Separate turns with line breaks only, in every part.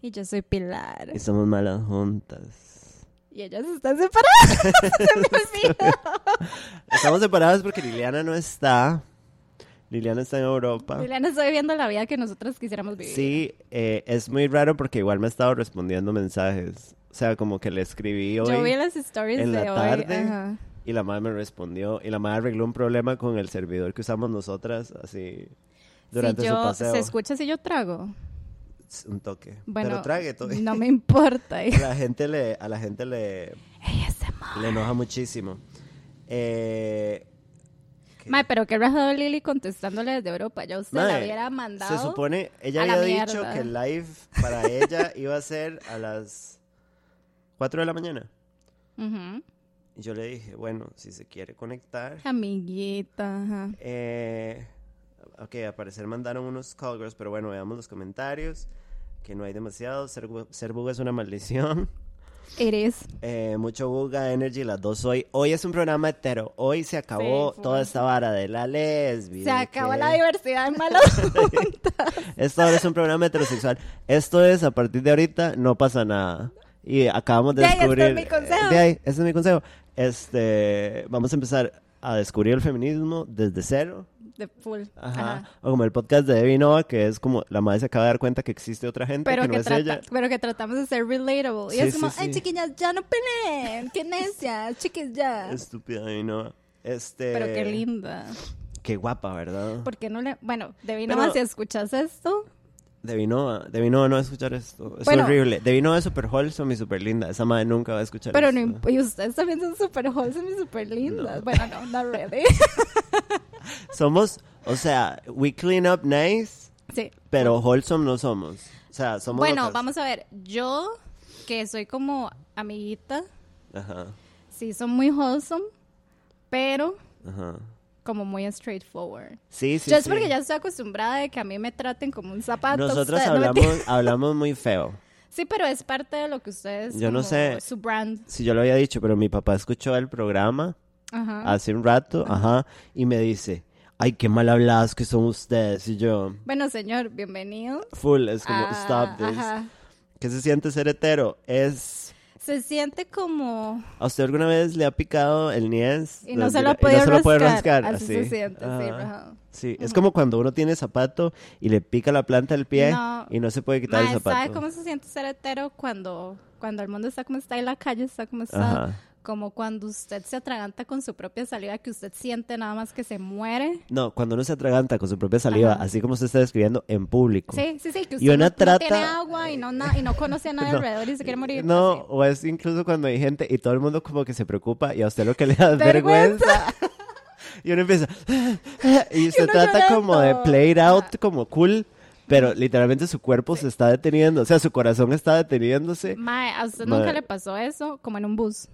Y yo soy Pilar.
Y somos malas juntas.
Y ellas están separadas. Se me olvidó.
Estamos separadas porque Liliana no está. Liliana está en Europa.
Juliana está viviendo la vida que nosotros quisiéramos vivir.
Ah. Sí, eh, es muy raro porque igual me ha estado respondiendo mensajes. O sea, como que le escribí hoy.
yo vi las stories
en
de
la
hoy.
tarde.
ajá.
Y la madre me respondió. Y la madre arregló un problema con el servidor que usamos nosotras, así, durante
si
su
yo,
paseo.
¿Se escucha si yo trago?
Un toque.
Bueno,
Pero trague todo.
no me importa.
A la gente le, a la gente le,
ASMR.
le enoja muchísimo. Eh, ¿qué?
Mae, pero qué rajado Lili contestándole desde Europa. Ya usted la
Mae,
hubiera mandado.
Se supone, ella
a la
había dicho
mierda.
que el live para ella iba a ser a las 4 de la mañana.
Ujú.
Y yo le dije, bueno, si se quiere conectar.
Amiguita. ajá.
Eh, ok, al parecer mandaron unos call girls, pero bueno, veamos los comentarios. Que no hay demasiado. Ser, bu- ser buga es una maldición.
Eres.
Eh, mucho buga, energy, las dos hoy. Hoy es un programa hetero. Hoy se acabó
Sí, fue.
toda esta vara de la lesbi.
Se
de
acabó
que-
la diversidad en malos.
Esto ahora es un programa heterosexual. Esto es, a partir de ahorita, no pasa nada. Y acabamos de
De ahí, este es
descubrir...
mi consejo.
De ahí, este es mi consejo. Este, vamos a empezar a descubrir el feminismo desde cero.
De full.
Ajá.
Ajá.
O como el podcast de Debbie Nova, que es como la madre se acaba de dar cuenta que existe otra gente
Pero
que no
que,
es
trata-
ella.
pero que tratamos de ser relatable. Y
Sí,
es como,
sí,
ay,
sí.
chiquillas, ya no peleen. Qué necias, chiquis, ya.
Estúpida Debbie Nova. Este,
Pero qué linda.
Qué guapa, ¿verdad?
¿Por qué no le.? Bueno, Debbie,
Pero-
nomás si escuchas esto.
Debbie Nova. Debbie Nova no va a escuchar esto. Es
Bueno.
horrible. Debbie Nova es super wholesome y super linda. Esa madre nunca va a escuchar
Pero
esto.
no, imp- y ustedes también son súper wholesome y súper lindas.
No.
Bueno, no, no really.
Somos, o sea, we clean up nice,
Sí.
pero wholesome no somos. O sea, somos.
Bueno,
locas.
vamos a ver. Yo, que soy como amiguita,
Ajá,
sí, son muy wholesome, pero
ajá.
como muy straightforward.
Sí, sí.
yo es
sí.
porque ya estoy acostumbrada de que a mí me traten como un zapato.
Nosotros
ustedes- no,
hablamos,
mentira.
hablamos muy feo.
sí, pero es parte de lo que ustedes.
Yo no
como
sé.
Su brand.
Si yo lo había dicho, pero mi papá escuchó el programa
Ajá.
hace un rato, ajá, y me dice, ay, qué mal habladas que son ustedes. Y yo,
Bueno, señor, bienvenido.
full, es como,
Ah,
stop this.
ajá.
¿Qué se siente ser hetero? Es...
Se siente como.
¿A usted alguna vez le ha picado el niés?
Y no
Los
se lo
dir-
ha podido
se lo puede
rascar,
rascar, Ah.
así se siente, sí,
Ajá.
ajá.
Sí, es como cuando uno tiene zapato y le pica la planta del pie
No.
y no se puede quitar
Mae,
el zapato.
¿Sabe cómo se siente ser hetero cuando, cuando el mundo está como está y la calle está como está?
Ajá.
Como cuando usted se atraganta con su propia salida, que usted siente nada más que se muere.
No, cuando uno se atraganta con su propia saliva,
Ajá.
así como se está describiendo en público.
Sí, sí, sí, que
Y
usted
una
no, no
trata-
tiene agua y no, na- y no conoce a nadie
No.
alrededor y se quiere morir.
No,
así.
o es incluso cuando hay gente y todo el mundo como que se preocupa y a usted lo que le da es
Vergüenza.
vergüenza. Y uno empieza. Y usted
uno
trata como de
llorando.
play it out, como cool, pero literalmente su cuerpo se está deteniendo, o sea, su corazón está deteniéndose.
Mae, ¿a usted
Mae.
nunca le pasó eso? Como en un bus.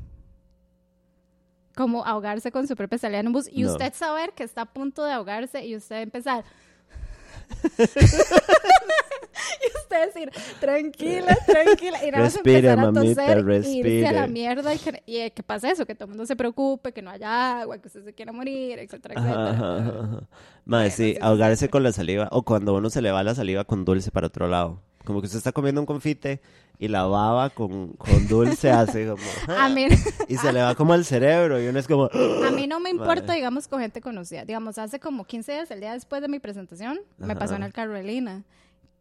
Como ahogarse con su propia salida en un bus y
No.
usted saber que está a punto de ahogarse y usted empezar. y usted decir, tranquila, tranquila. Y nada más
Respire,
empezar a
mamita,
toser y irse a la
respire.
mierda y que, y, eh, que pase eso, que todo el mundo se preocupe, que no haya agua, que usted se quiera morir, etcétera,
Ajá,
etcétera.
ajá, ajá, ajá. Mae, sí, ahogarse con la saliva o cuando uno se le va la saliva con dulce para otro lado. Como que usted está comiendo un confite y la baba con, con dulce hace como...
A mí-
Y se le va como al cerebro y uno es como...
A mí no me importa, digamos, con gente conocida. Digamos, hace como 15 días, el día después de mi presentación, me pasó en
Ajá.
el Carolina.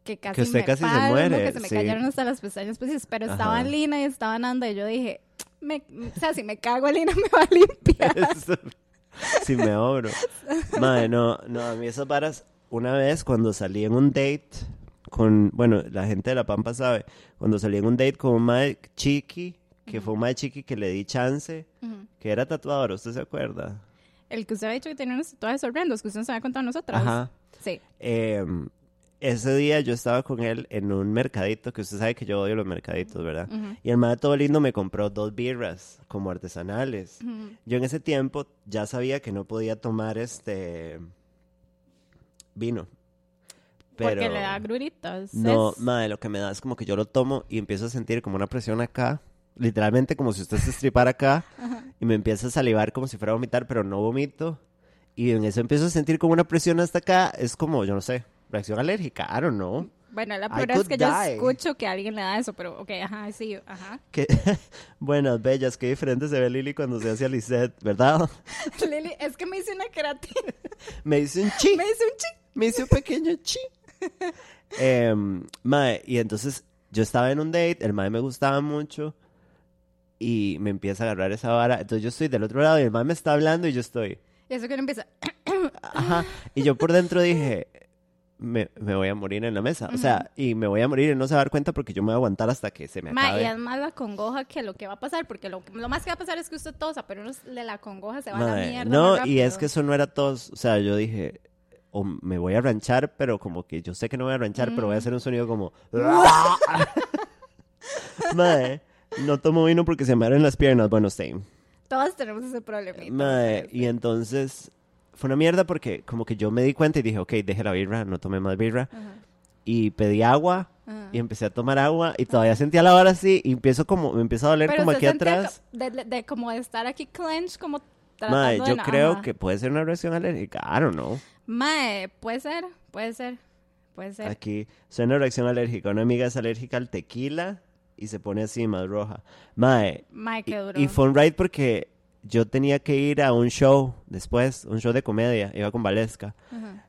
Que casi,
Que usted
me
casi se
palmo,
muere,
Que se me
sí.
cayeron hasta las pestañas pues, Pero
Ajá.
estaba Lina y estaba Nanda. Y yo dije, me, o sea, si me cago, Lina me va a limpiar.
si me abro. Madre, no, no, a mí esas varas, una vez cuando salí en un date con, bueno, la gente de La Pampa sabe, cuando salí en un date con un mae chiqui, que fue un mae chiqui que le di chance,
Ujú.
que era tatuador, ¿usted se acuerda?
El que usted había dicho que tenía unos tatuajes horrendos, que usted nos había contado a nosotras.
Ajá.
Sí.
Eh, ese día yo estaba con él en un mercadito, que usted sabe que yo odio los mercaditos, ¿verdad?
Ujú.
Y el mae todo lindo me compró dos birras como artesanales.
Ujú.
Yo en ese tiempo ya sabía que no podía tomar este vino. Pero
Porque le da gruritas.
no,
Es-
madre, lo que me da es como que yo lo tomo y empiezo a sentir como una presión acá, literalmente como si usted se estripara acá y me empieza a salivar como si fuera a vomitar, pero no vomito. Y en eso empiezo a sentir como una presión hasta acá, es como, yo no sé, reacción alérgica, I don't know.
Bueno, la
I
peor es
could
que yo
die.
escucho que alguien le da eso, pero ok, ajá, sí, ajá.
Que, buenas, bellas, qué diferente se ve Lili cuando se hace a Lisette, ¿verdad?
Lili, es que me hice una queratina,
Me dice un chi,
me hice un chi.
me dice un pequeño chi. Em, mae, y entonces yo estaba en un date, el mae me gustaba mucho y me empieza a agarrar esa vara. Entonces yo estoy del otro lado y el mae me está hablando y yo estoy.
Y eso que no empieza.
Ajá. Y yo por dentro dije, me, me voy a morir en la mesa. O sea, y me voy a morir y no se va a dar cuenta porque yo me voy a aguantar hasta que se me
Ma, y es
acabe.
más la congoja que lo que va a pasar, porque lo, lo más que va a pasar es que usted tosa, pero uno de la congoja se va a la
Mae,
mierda. más
no, y
rápido.
es que eso no era todo. O sea, yo dije, o me voy a ranchar, pero como que yo sé que no voy a ranchar, pero
Mm.
voy a hacer un sonido como... Mae, no tomo vino porque se me abren las piernas. Bueno, same.
Todos tenemos ese problemita.
Mae, y entonces fue una mierda porque como que yo me di cuenta y dije, ok, dejé la birra, no tomé más birra. Y pedí agua
Ajá.
y empecé a tomar agua y todavía sentía la vara así y empiezo como, me empiezo a doler
Pero
como
usted
aquí
sentía
atrás.
co- De, de- de como de estar aquí clench, como tratando
Mae,
de
yo
no-
creo
ajá.
que puede ser una reacción alérgica, I don't know.
Mae, puede ser, puede ser, puede ser.
Aquí, soy una reacción alérgica, una amiga es alérgica al tequila y se pone así más roja. Mae,
Mae,
y,
qué duro.
y fue un ride porque yo tenía que ir a un show después, un show de comedia, iba con Valesca.
Ajá.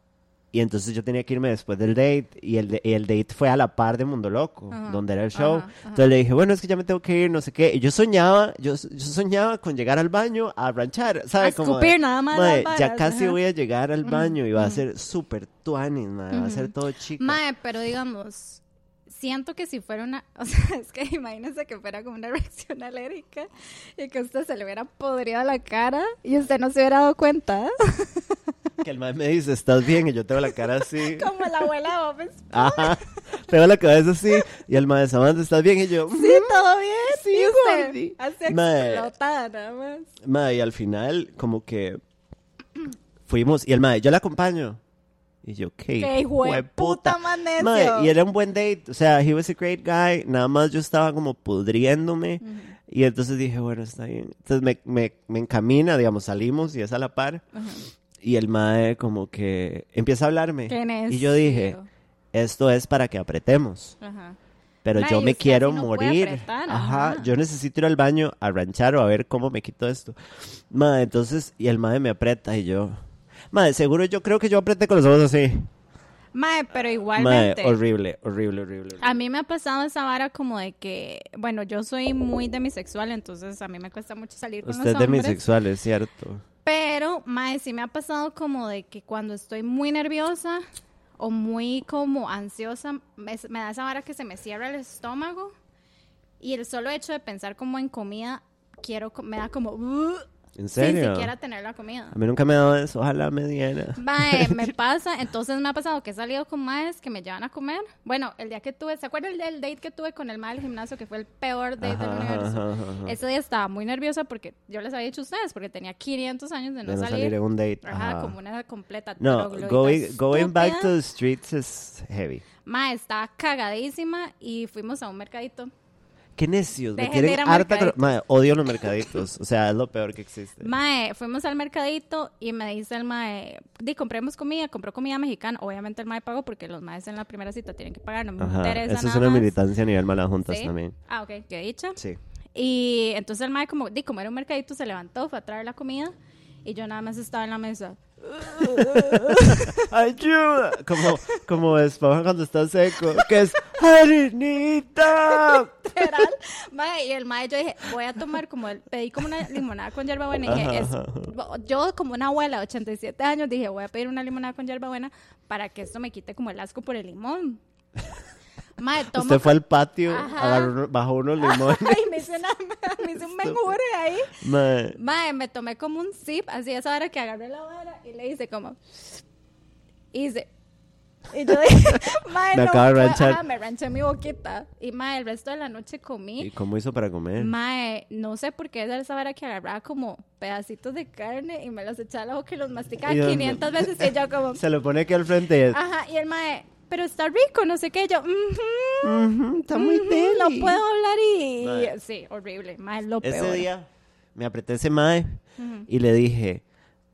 Y entonces yo tenía que irme después del date. Y el, de- y el date fue a la par de Mundo Loco,
Ajá,
donde era el show.
ajá, ajá.
Entonces le dije, bueno, es que ya me tengo que ir, no sé qué. Y yo soñaba, yo, yo soñaba con llegar al baño a ranchar, ¿sabes?
A escupir nada más las
ya
varas,
casi
ajá.
voy a llegar al baño y va a ser súper tuanis, madre, va a ser todo chico.
Mae, pero digamos, siento que si fuera una, o sea, es que imagínense que fuera como una reacción alérgica y que usted se le hubiera podrido la cara y usted no se hubiera dado cuenta,
Que el man me dice, ¿estás bien? Y yo tengo la cara así.
como la abuela de Bob Esponja.
Ajá. Tengo la cabeza así. Y el man, Samantha, ¿estás bien? Y yo,
Sí, todo bien. Sí, y usted
gordi.
así
Mae.
explotada nada más.
Mae, y al final, como que fuimos. Y el mae, yo la acompaño. Y yo, ¿qué?
Qué hijo de puta más necio.
Mae, y era un buen date. O sea, he was a great guy. Nada más yo estaba como pudriéndome. Y entonces dije, bueno, está bien. Entonces me, me, me encamina, digamos, salimos y es a la par. Y el mae, como que empieza a hablarme.
Qué necio.
Y yo dije, esto es para que apretemos.
Ajá.
Pero
Mae,
yo
y
me
usted
quiero
así no puede
morir.
apretar,
ajá.
ajá.
yo necesito ir al baño a ranchar o a ver cómo me quito esto. Madre, entonces, y el madre me aprieta y yo. Madre, seguro yo creo que yo apreté con los ojos así.
Mae, pero
Madre,
igualmente.
horrible, horrible, horrible. horrible.
A mí me ha pasado esa vara como de que, bueno, yo soy muy demisexual, entonces a mí me cuesta mucho salir con
Usted es
los hombres.
demisexual, es cierto.
Pero, mae, sí me ha pasado como de que cuando estoy muy nerviosa o muy como ansiosa, me, me da esa vara que se me cierra el estómago y el solo hecho de pensar como en comida, quiero, co- me da como, "Uh",
¿En
sin
serio?
siquiera tener la comida.
A mí nunca me ha dado eso, ojalá me diera.
Mae, me pasa, entonces me ha pasado que he salido con maes que me llevan a comer. Bueno, el día que tuve, ¿se acuerdan del date que tuve con el mae del gimnasio que fue el peor date del
Ajá,
universo?
ajá, ajá, ajá.
Ese día estaba muy nerviosa porque yo les había dicho a ustedes, porque tenía 500 años de no,
De no
salir.
salir en un date.
Ajá,
ajá.
como una completa
No,
troglodita
going, going back to
estúpida.
the streets is heavy.
Mae, estaba cagadísima y fuimos a un mercadito.
Qué necios, me
Dejen de ir
quieren
a
harta. con-
mercaditos.
Mae, odio los mercaditos. O sea, es lo peor que existe.
Mae, fuimos al mercadito y me dice el mae, di, compremos comida, compró comida mexicana. Obviamente el mae pagó porque los maes en la primera cita tienen que pagar, no me
Ajá,
interesa
eso es
nada
una
más.
militancia a nivel malas juntas
Sí.
también.
Ah, ok, qué dicha.
Sí.
Y entonces el mae como, di, como era un mercadito, se levantó, fue a traer la comida y yo nada más estaba en la mesa.
¡Ayuda! Como, como esponja cuando está seco, que es ¡Harinita!
Literal. Mae, y el mae yo dije, voy a tomar como, el, pedí como una limonada con hierbabuena y dije,
Ajá,
es-
ajá,
yo como una abuela de 87 años dije, voy a pedir una limonada con hierbabuena para que esto me quite como el asco por el limón. Mae, tomo
Usted fue al patio,
Ajá.
agarró uno- bajó unos limones.
Ay, me hice, una, me hice un menjure ahí.
Mae,
Mae, me tomé como un zip, así esa hora que agarré la vara y le hice como. Y hice. Y yo dije, mae,
Me
no.
acabo de
puedo".
ranchar.
Ajá, me ranché mi boquita. Y mae, el resto de la noche
¿Y
comí.
cómo hizo para comer?
Mae, no sé por qué era esa vara que agarraba como pedacitos de carne y me los echaba a la boca y los masticaba
Y yo-
500 veces. Y yo como. Ah,
Se lo pone aquí al frente y es,
Ajá, y el mae, pero está rico, no sé qué. Y yo, "Ujú,
"Ujú, está Ah, muy
ujú,
deli".
No puedo hablar y.
Mae.
Sí, horrible. Mae, lo
Ese
peor.
día me apreté ese mae y le dije,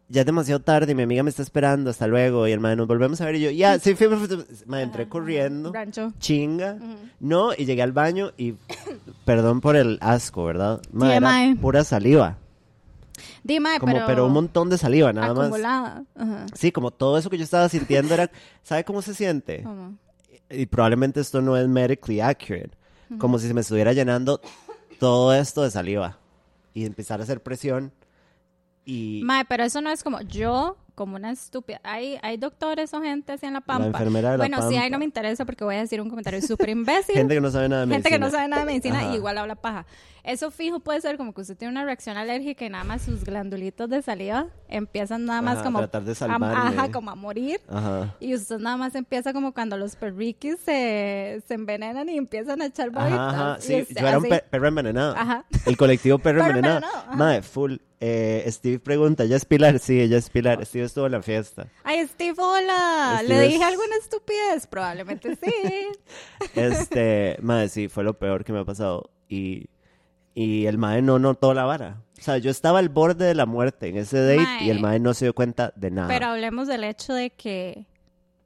ya es demasiado tarde, mi amiga me está esperando, hasta luego. Y el mae, nos volvemos a ver. Y yo, ya, sí, fui, fui, fui". Mae, entré corriendo,
Rancho.
chinga, no, y llegué al baño y, perdón por el asco, ¿verdad? Mae,
Sí,
era
mae.
pura saliva,
Dime,
como,
pero.
pero, un montón de saliva, nada más.
acumulada. Ajá.
Sí, como todo eso que yo estaba sintiendo era, ¿sabe cómo se siente?
¿Cómo?
y probablemente esto no es medically accurate, como si se me estuviera llenando todo esto de saliva y empezar a hacer presión y
Mae, pero eso no es como yo, como una estúpida. Hay, hay doctores o gente así en La Pampa.
enfermera de La
bueno, sí, ahí
Pampa.
no me interesa porque voy a decir un comentario súper imbécil.
gente que no sabe nada de
Gente que no
medicina.
sabe nada de medicina
Ajá.
y igual habla paja. Eso fijo puede ser como que usted tiene una reacción alérgica y nada más sus glandulitos de saliva empiezan nada más
Ajá,
como
tratar de
a-
salvarme.
ajá, como a morir.
Ajá.
Y usted nada más empieza como cuando los perriquis se, se envenenan y empiezan a echar bolitas.
Ajá, ajá,
Y
sí,
usted
yo era un
así,
per- perro envenenado.
Ajá.
El colectivo perro,
Perro
envenenado.
envenenado, ajá.
Madre, full. Eh, Steve pregunta, ¿ya es Pilar? Sí, ella es Pilar. Steve estuvo en la fiesta.
Ay, Steve, hola.
Steve
¿Le
es-
dije alguna estupidez? Probablemente sí.
Este, madre, sí, fue lo peor que me ha pasado. Y, y el mae no notó la vara. O sea, yo estaba al borde de la muerte en ese date y el
Mae.
mae no se dio cuenta de nada.
Pero hablemos del hecho de que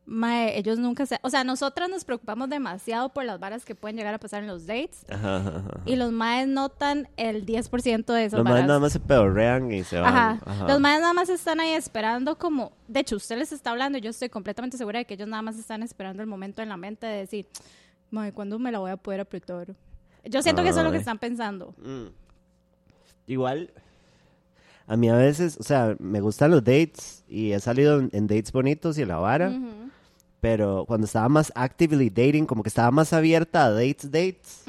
mae, ellos nunca se... O sea, nosotras nos preocupamos demasiado por las varas que pueden llegar a pasar en los dates
Ajá, ajá, ajá.
y los maes notan el 10% de esas
Los maes
varas.
nada más se pedorrean y se van.
Ajá.
Ajá.
Los maes nada más están ahí esperando como... De hecho, usted les está hablando y yo estoy completamente segura de que ellos nada más están esperando el momento en la mente de decir, mae, ¿cuándo me la voy a poder apretar? Yo siento que eso es lo que
Ay.
están pensando.
Mm. Igual, a mí a veces, o sea, me gustan los dates y he salido en, en dates bonitos y la vara. Pero cuando estaba más actively dating, como que estaba más abierta a dates, dates.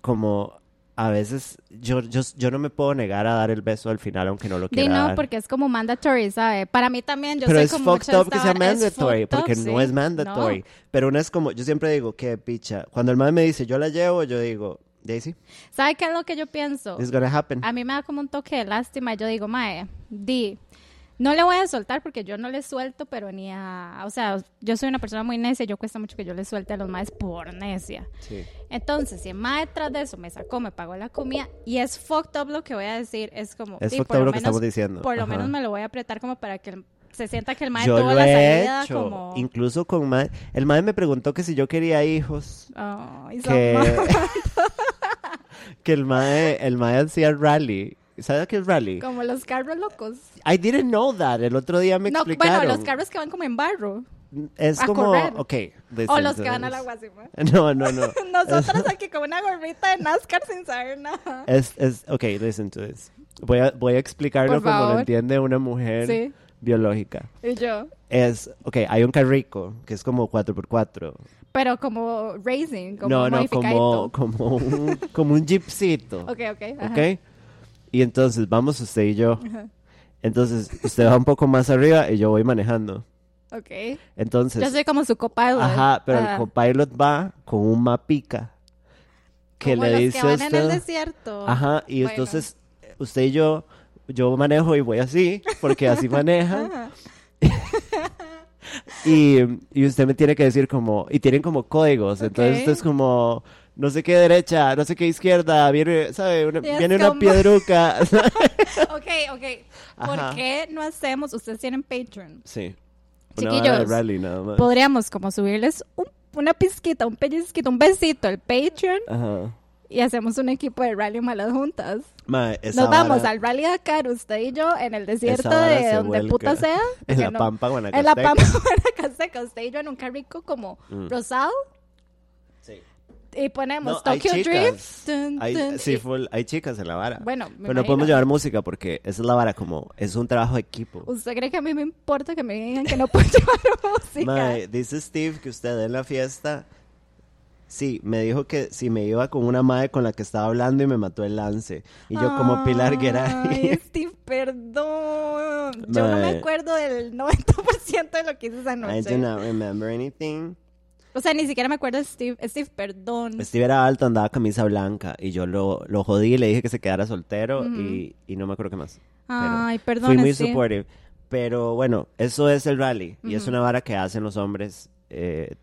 Como a veces yo, yo, yo no me puedo negar a dar el beso al final, aunque no lo quiera.
Di no,
dar.
porque es como mandatory, ¿sabe? Para mí también, yo
pero
soy
es
como
fucked
mucha
up que sea
esta vara, es
mandatory,
fucked up,
porque no
sí.
es mandatory.
No.
Pero una es como, yo siempre digo, qué picha. Cuando el man me dice, yo la llevo, yo digo, Daisy,
¿Sabe qué es lo que yo pienso?
it's gonna happen.
A mí me da como un toque de lástima. Yo digo, mae, di, no le voy a soltar porque yo no le suelto, pero ni a... O sea, yo soy una persona muy necia y yo cuesta mucho que yo le suelte a los maes por necia.
Sí.
Entonces, si el mae tras de eso me sacó, me pagó la comida y es fucked up lo que voy a decir, es como...
Es
di,
fucked
por
up lo que estamos diciendo.
Por lo
Ajá.
menos me lo voy a apretar como para que el- se sienta que el mae
Yo
tuvo
lo
la
he
salida
hecho,
como...
incluso con mae. El mae me preguntó que si yo quería hijos,
Ay, son
que,
malos.
que el mae, el mae hacía rally. ¿Sabes qué es rally?
Como los carros locos.
I didn't know that. El otro día me
No,
explicaron.
bueno, los carros que van como en barro.
es
a
como,
correr.
ok.
O
listen,
los que van a la
listen.
guasima.
No, no, no.
Nosotros aquí con una gorrita de NASCAR sin saber nada.
Es, es, ok, listen to this. Voy a, voy a explicarlo
Por
como lo
favor.
entiende una mujer
Sí.
biológica.
Y yo.
Es, ok, hay un carrico que es como 4x4.
Pero como racing, como
no, no,
modificadito.
como, como, un, como un jeepcito.
Ok, ok. ajá.
¿Ok? Y entonces vamos usted y yo. Entonces usted va un poco más arriba y yo voy manejando.
ok.
Entonces,
Yo soy como su copilot.
ajá, pero
Ajá.
el copilot va con un mapica que
Como
le
los
dice
que
a
van
usted.
en el desierto.
Ajá, y
Bueno.
entonces usted y yo, yo manejo y voy así, porque así maneja. y, y usted me tiene que decir como, y tienen como códigos, entonces usted es como, no sé qué derecha, no sé qué izquierda, viene, ¿sabe? Una-
Y es
viene una
como-
piedruca.
Ok, ok. ¿Por
Ajá.
qué no hacemos? Ustedes tienen Patreon.
sí. Una
Chiquillos,
vara de rally nada más.
Podríamos como subirles un- una pizquita, un pellizquito, un besito al Patreon
Ajá.
y hamos un equipo de rally malas juntas.
Mae, esa
Nos vamos
vara-
al Rally Dakar, usted y yo, en el desierto
vara
de
se
donde
vuelca.
puta sea.
En la
porque no-
Pampa
En la
Guanacasteca.
Pampa Guanacasteca, usted y yo en un carrico como
Mm.
rosado.
Sí.
Y ponemos
No, hay
Tokyo
chicas.
Drift. tun,
Hay-
tun,
sí,
y-
full, hay chicas en la vara.
Bueno, me
Pero no podemos
imagino.
llevar música porque esa es la vara, como es un trabajo de equipo.
¿Usted cree que a mí me importa que me digan que no puedo llevar música?
Mae, dice Steve que usted en la fiesta. Sí, me dijo que si me iba con una madre con la que estaba hablando y me mató el lance. Y yo, como Pilar
Ay,
Guerrero.
Steve, perdón. Yo no
Mae.
me acuerdo del 90% de lo que hice esa
I do
noche.
not remember anything.
O sea, ni siquiera me acuerdo de Steve. Steve, perdón.
Steve era alto, andaba camisa blanca. Y yo lo, lo jodí y le dije que se quedara soltero. y, y no me acuerdo qué más. Pero
Ay, perdón,
Fui muy
Steve.
supportive. Pero bueno, eso es el rally. Y es una vara que hacen los hombres. eh,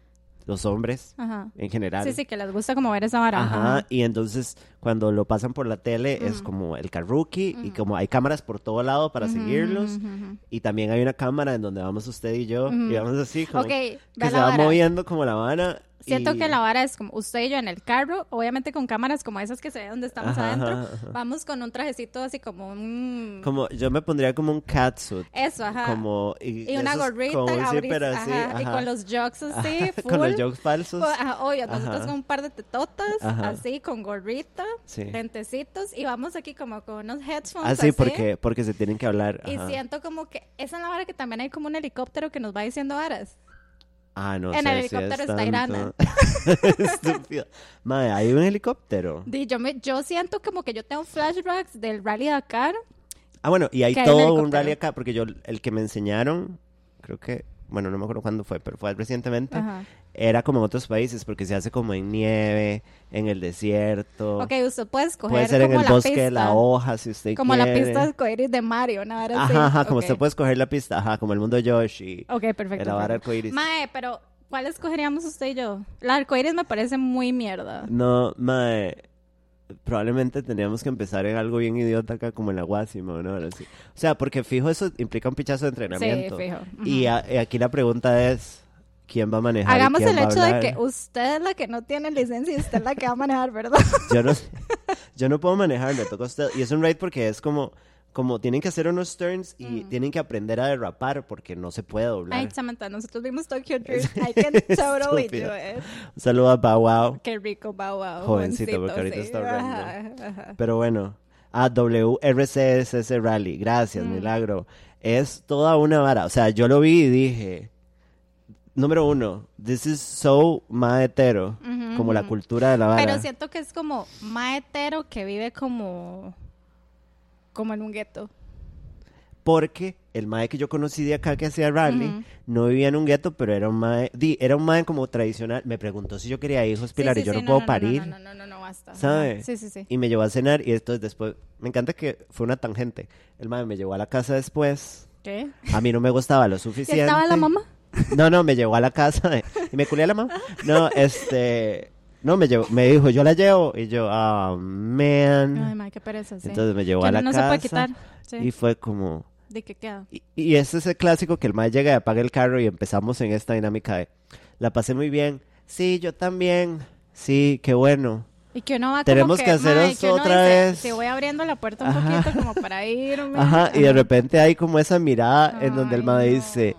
los hombres
Ajá.
en general.
Sí, sí, que les gusta como ver esa vara.
Ajá,
Ajá.
y entonces cuando lo pasan por la tele es
Ujú.
como el Karuki y como hay cámaras por todo lado para
Ujú,
seguirlos
ujú, ujú.
y también hay una cámara en donde vamos usted y yo
Ujú.
y vamos así como
Ok,
que
ve
se
la
va
vara.
moviendo como la vara.
Siento
y-
que la vara es como usted y yo en el carro, obviamente con cámaras como esas que se ve donde estamos
Ajá,
adentro.
ajá, ajá.
Vamos con un trajecito así como un...
Como, yo me pondría como un catsuit.
Eso, ajá.
Como, y,
y una
esos
gorrita,
con un
abrís-
zipper así,
ajá, y
ajá.
con los jokes así,
Ajá,
full.
con los jokes falsos.
Pues, ajá, obvio, nosotros
Ajá.
con un par de tetotas,
Ajá.
así, con gorrita,
Sí.
lentecitos, y vamos aquí como con unos headphones.
Así Ah, porque, porque se tienen que hablar.
Y
ajá.
siento como que esa es la hora que también hay como un helicóptero que nos va diciendo varas.
Ah, no
en
sé
el
si es
helicóptero está
tanto.
Irana.
Estúpido. Madre, hay un helicóptero.
Di, yo, me, yo siento como que yo tengo flashbacks del Rally Dakar.
Ah, bueno, y hay
Que hay un
todo un
helicóptero.
rally acá, porque yo, el que me enseñaron, creo que, bueno, no me acuerdo cuándo fue, pero fue recientemente,
Ajá.
era como en otros países, porque se hace como en nieve, en el desierto,
Ok, usted puede escoger
puede ser en
como
el
la
bosque de
pista.
la hoja, si usted
como la
quiere.
pista de coiris de Mario, una vara así.
Ajá, ajá, como
Ok.
usted puede escoger la pista, ajá, como el mundo de Yoshi,
Ok, perfecto.
la vara
perfecto.
arcoíris.
Mae, pero ¿cuál escogeríamos usted y yo? La arcoíris me parece muy mierda.
No, mae. Probablemente tendríamos que empezar en algo bien idiota acá, como en la Guasima, ¿no? Ahora sí. O sea, porque fijo, eso implica un pichazo de entrenamiento.
Sí, fijo. Ujú.
Y a- y aquí la pregunta es: ¿quién va a manejar? y
Hagamos
quién
el
va a
hecho de
hablar?
que usted es la que no tiene licencia y usted es la que va a manejar, ¿verdad?
Yo no, sé. yo no puedo manejar, me toca a usted. Y es un ride porque es como. Como tienen que hacer unos turns
Mm.
y tienen que aprender a derrapar porque no se puede doblar.
Ay, Samantha, nosotros vimos Tokyo Drift. I can totally
Estúpida.
do it.
Un saludo a Bow Wow.
eh. Qué rico, wow, wow.
Jovencito, porque ahorita está horrendo. Pero bueno, a WRCSS Rally, gracias,
Mm.
milagro. Es toda una vara. O sea, yo lo vi y dije, número uno, this is so maetero, como la cultura de la vara.
Pero siento que es como maetero que vive como como en un gueto.
Porque el mae que yo conocí de acá que hacía rally,
Ujú.
no vivía en un gueto, pero era un mae, di, era un mae como tradicional. Me preguntó si yo quería hijos,
Sí,
Pilar,
sí,
y yo
sí,
no, puedo
no,
parir.
No, no, no, no, no, basta.
¿Sabe?
Sí, sí, sí.
Y me llevó a cenar y entonces después, me encanta que fue una tangente. El mae me llevó a la casa después.
¿Qué?
A mí no me gustaba lo
¿Y
suficiente.
estaba la mamá?
No, no, me llevó a la casa de- y me culé a la mamá. No, este, no, me llevó, me dijo, yo la llevo y yo, ah,
Ay,
man.
madre, qué pereza, sí.
Mm. Entonces me llevó
Que
a la
no se
casa
puede quitar, sí.
y fue como,
¿De qué queda?
y, y este es el clásico que el mae llega y apaga el carro y empezamos en esta dinámica de, la pasé muy bien, sí, yo también, sí, qué bueno.
Y que uno va
Tenemos
como
que hacer
mae,
eso
uno
otra
dice,
vez.
"Te voy abriendo la puerta un
Ajá.
poquito como para irme.
Ajá, y de repente hay como esa mirada en donde el
ah. Ay,
mae
no.
dice,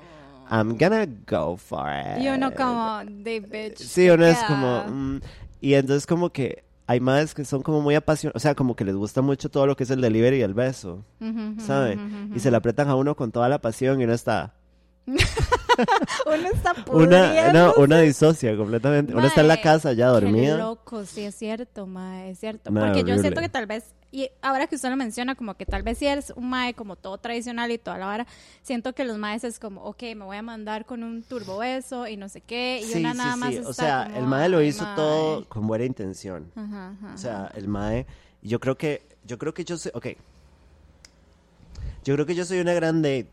I'm gonna go for it.
Y uno como, de bitch.
Sí,
¿qué
uno es
queda?"
como... mm, y entonces como que hay madres que son como muy apasionadas, o sea, como que les gusta mucho todo lo que es el delivery y el beso,
Ujú, ujú,
mm, ¿sabe?
ujú, ujú,
Y se la apretan a uno con toda la pasión y uno está...
ujú. Uno está
Una,
pudriendo.
no, una disocia completamente. Uno está en la
Mae,
casa ya
Qué
dormida.
loco, sí, es cierto, mae, es cierto.
Mae,
Porque yo
horrible.
siento que tal vez, y ahora que usted lo menciona, como que tal vez si eres un mae como todo tradicional y toda la vara, siento que los maes es como, ok, me voy a mandar con un turbo beso y no sé qué, y
Sí,
una
sí,
nada más
sí. O
está
sea,
como,
el mae lo
"Ay,
hizo
mae".
todo con buena intención.
Ajá, ajá.
O sea, el mae, yo creo que, yo creo que yo soy, ok. Yo creo que yo soy una gran date.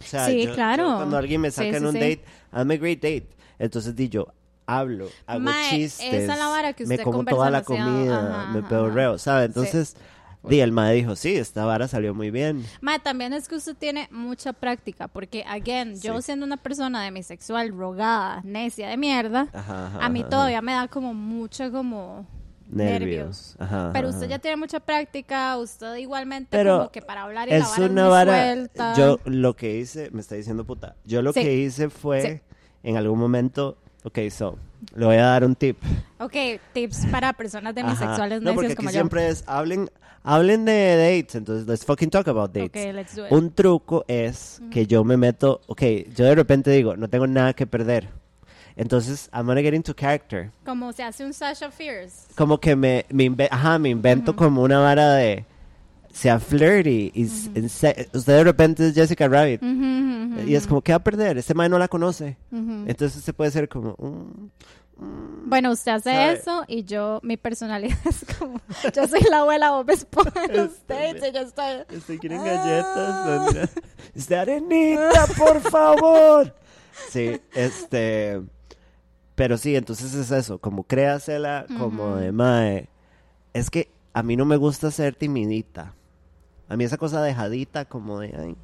O sea,
Sí,
yo- yo
claro.
cuando alguien me
Sí,
saca en
sí,
un
sí.
date, I'm a great date. Entonces di yo, hablo, hago
Mae,
chistes.
esa es la vara que
me
usted
como
conversa
toda la
demasiado.
comida,
Ajá,
me
ajá,
pedorreo,
ajá.
¿sabes? Entonces, di, el mae dijo, sí, esta vara salió muy bien.
Mae, también es que usted tiene mucha práctica, porque, again, yo
Sí.
siendo una persona demisexual, rogada, necia de mierda,
Ajá, ajá,
a mí
ajá.
todavía me da como mucho como
Nervios.
nervios.
Ajá,
Pero
ajá,
usted ya
ajá.
tiene mucha práctica, usted igualmente
Pero
como que para hablar y la
es
vara es
una
muy
vara.
suelta.
Yo lo que hice, me está diciendo puta. Yo lo
Sí.
que hice fue,
Sí.
en algún momento, ok, so, le voy a dar un tip.
Ok, tips para personas
Ajá.
demisexuales
No,
necias
porque aquí
como yo.
siempre es, hablen, hablen de dates, entonces let's fucking talk about dates.
Ok, let's do it.
Un truco es que yo me meto, ok, yo de repente digo, no tengo nada que perder. Entonces, I'm gonna get into character.
Como se hace un Sasha Fierce.
Como que me, me, inve- ajá, me invento como una vara de, sea flirty. Y, s- en se- usted de repente es Jessica Rabbit.
Ujú, ujú, ujú.
Y es como, ¿qué va a perder? Este man no la conoce.
Ujú.
Entonces se puede ser como, mm,
Bueno, usted hace
¿Sabe?
eso y yo, mi personalidad es como, yo soy la abuela Bob Esponja de
Estúpida.
ustedes y yo estoy...
Este quieren
Ah.
galletas. Andrea. Es de arenita, por favor. Sí, este. Pero sí, entonces es eso, como créasela, como de mae. Es que a mí no me gusta ser timidita. A mí esa cosa dejadita, como de ay.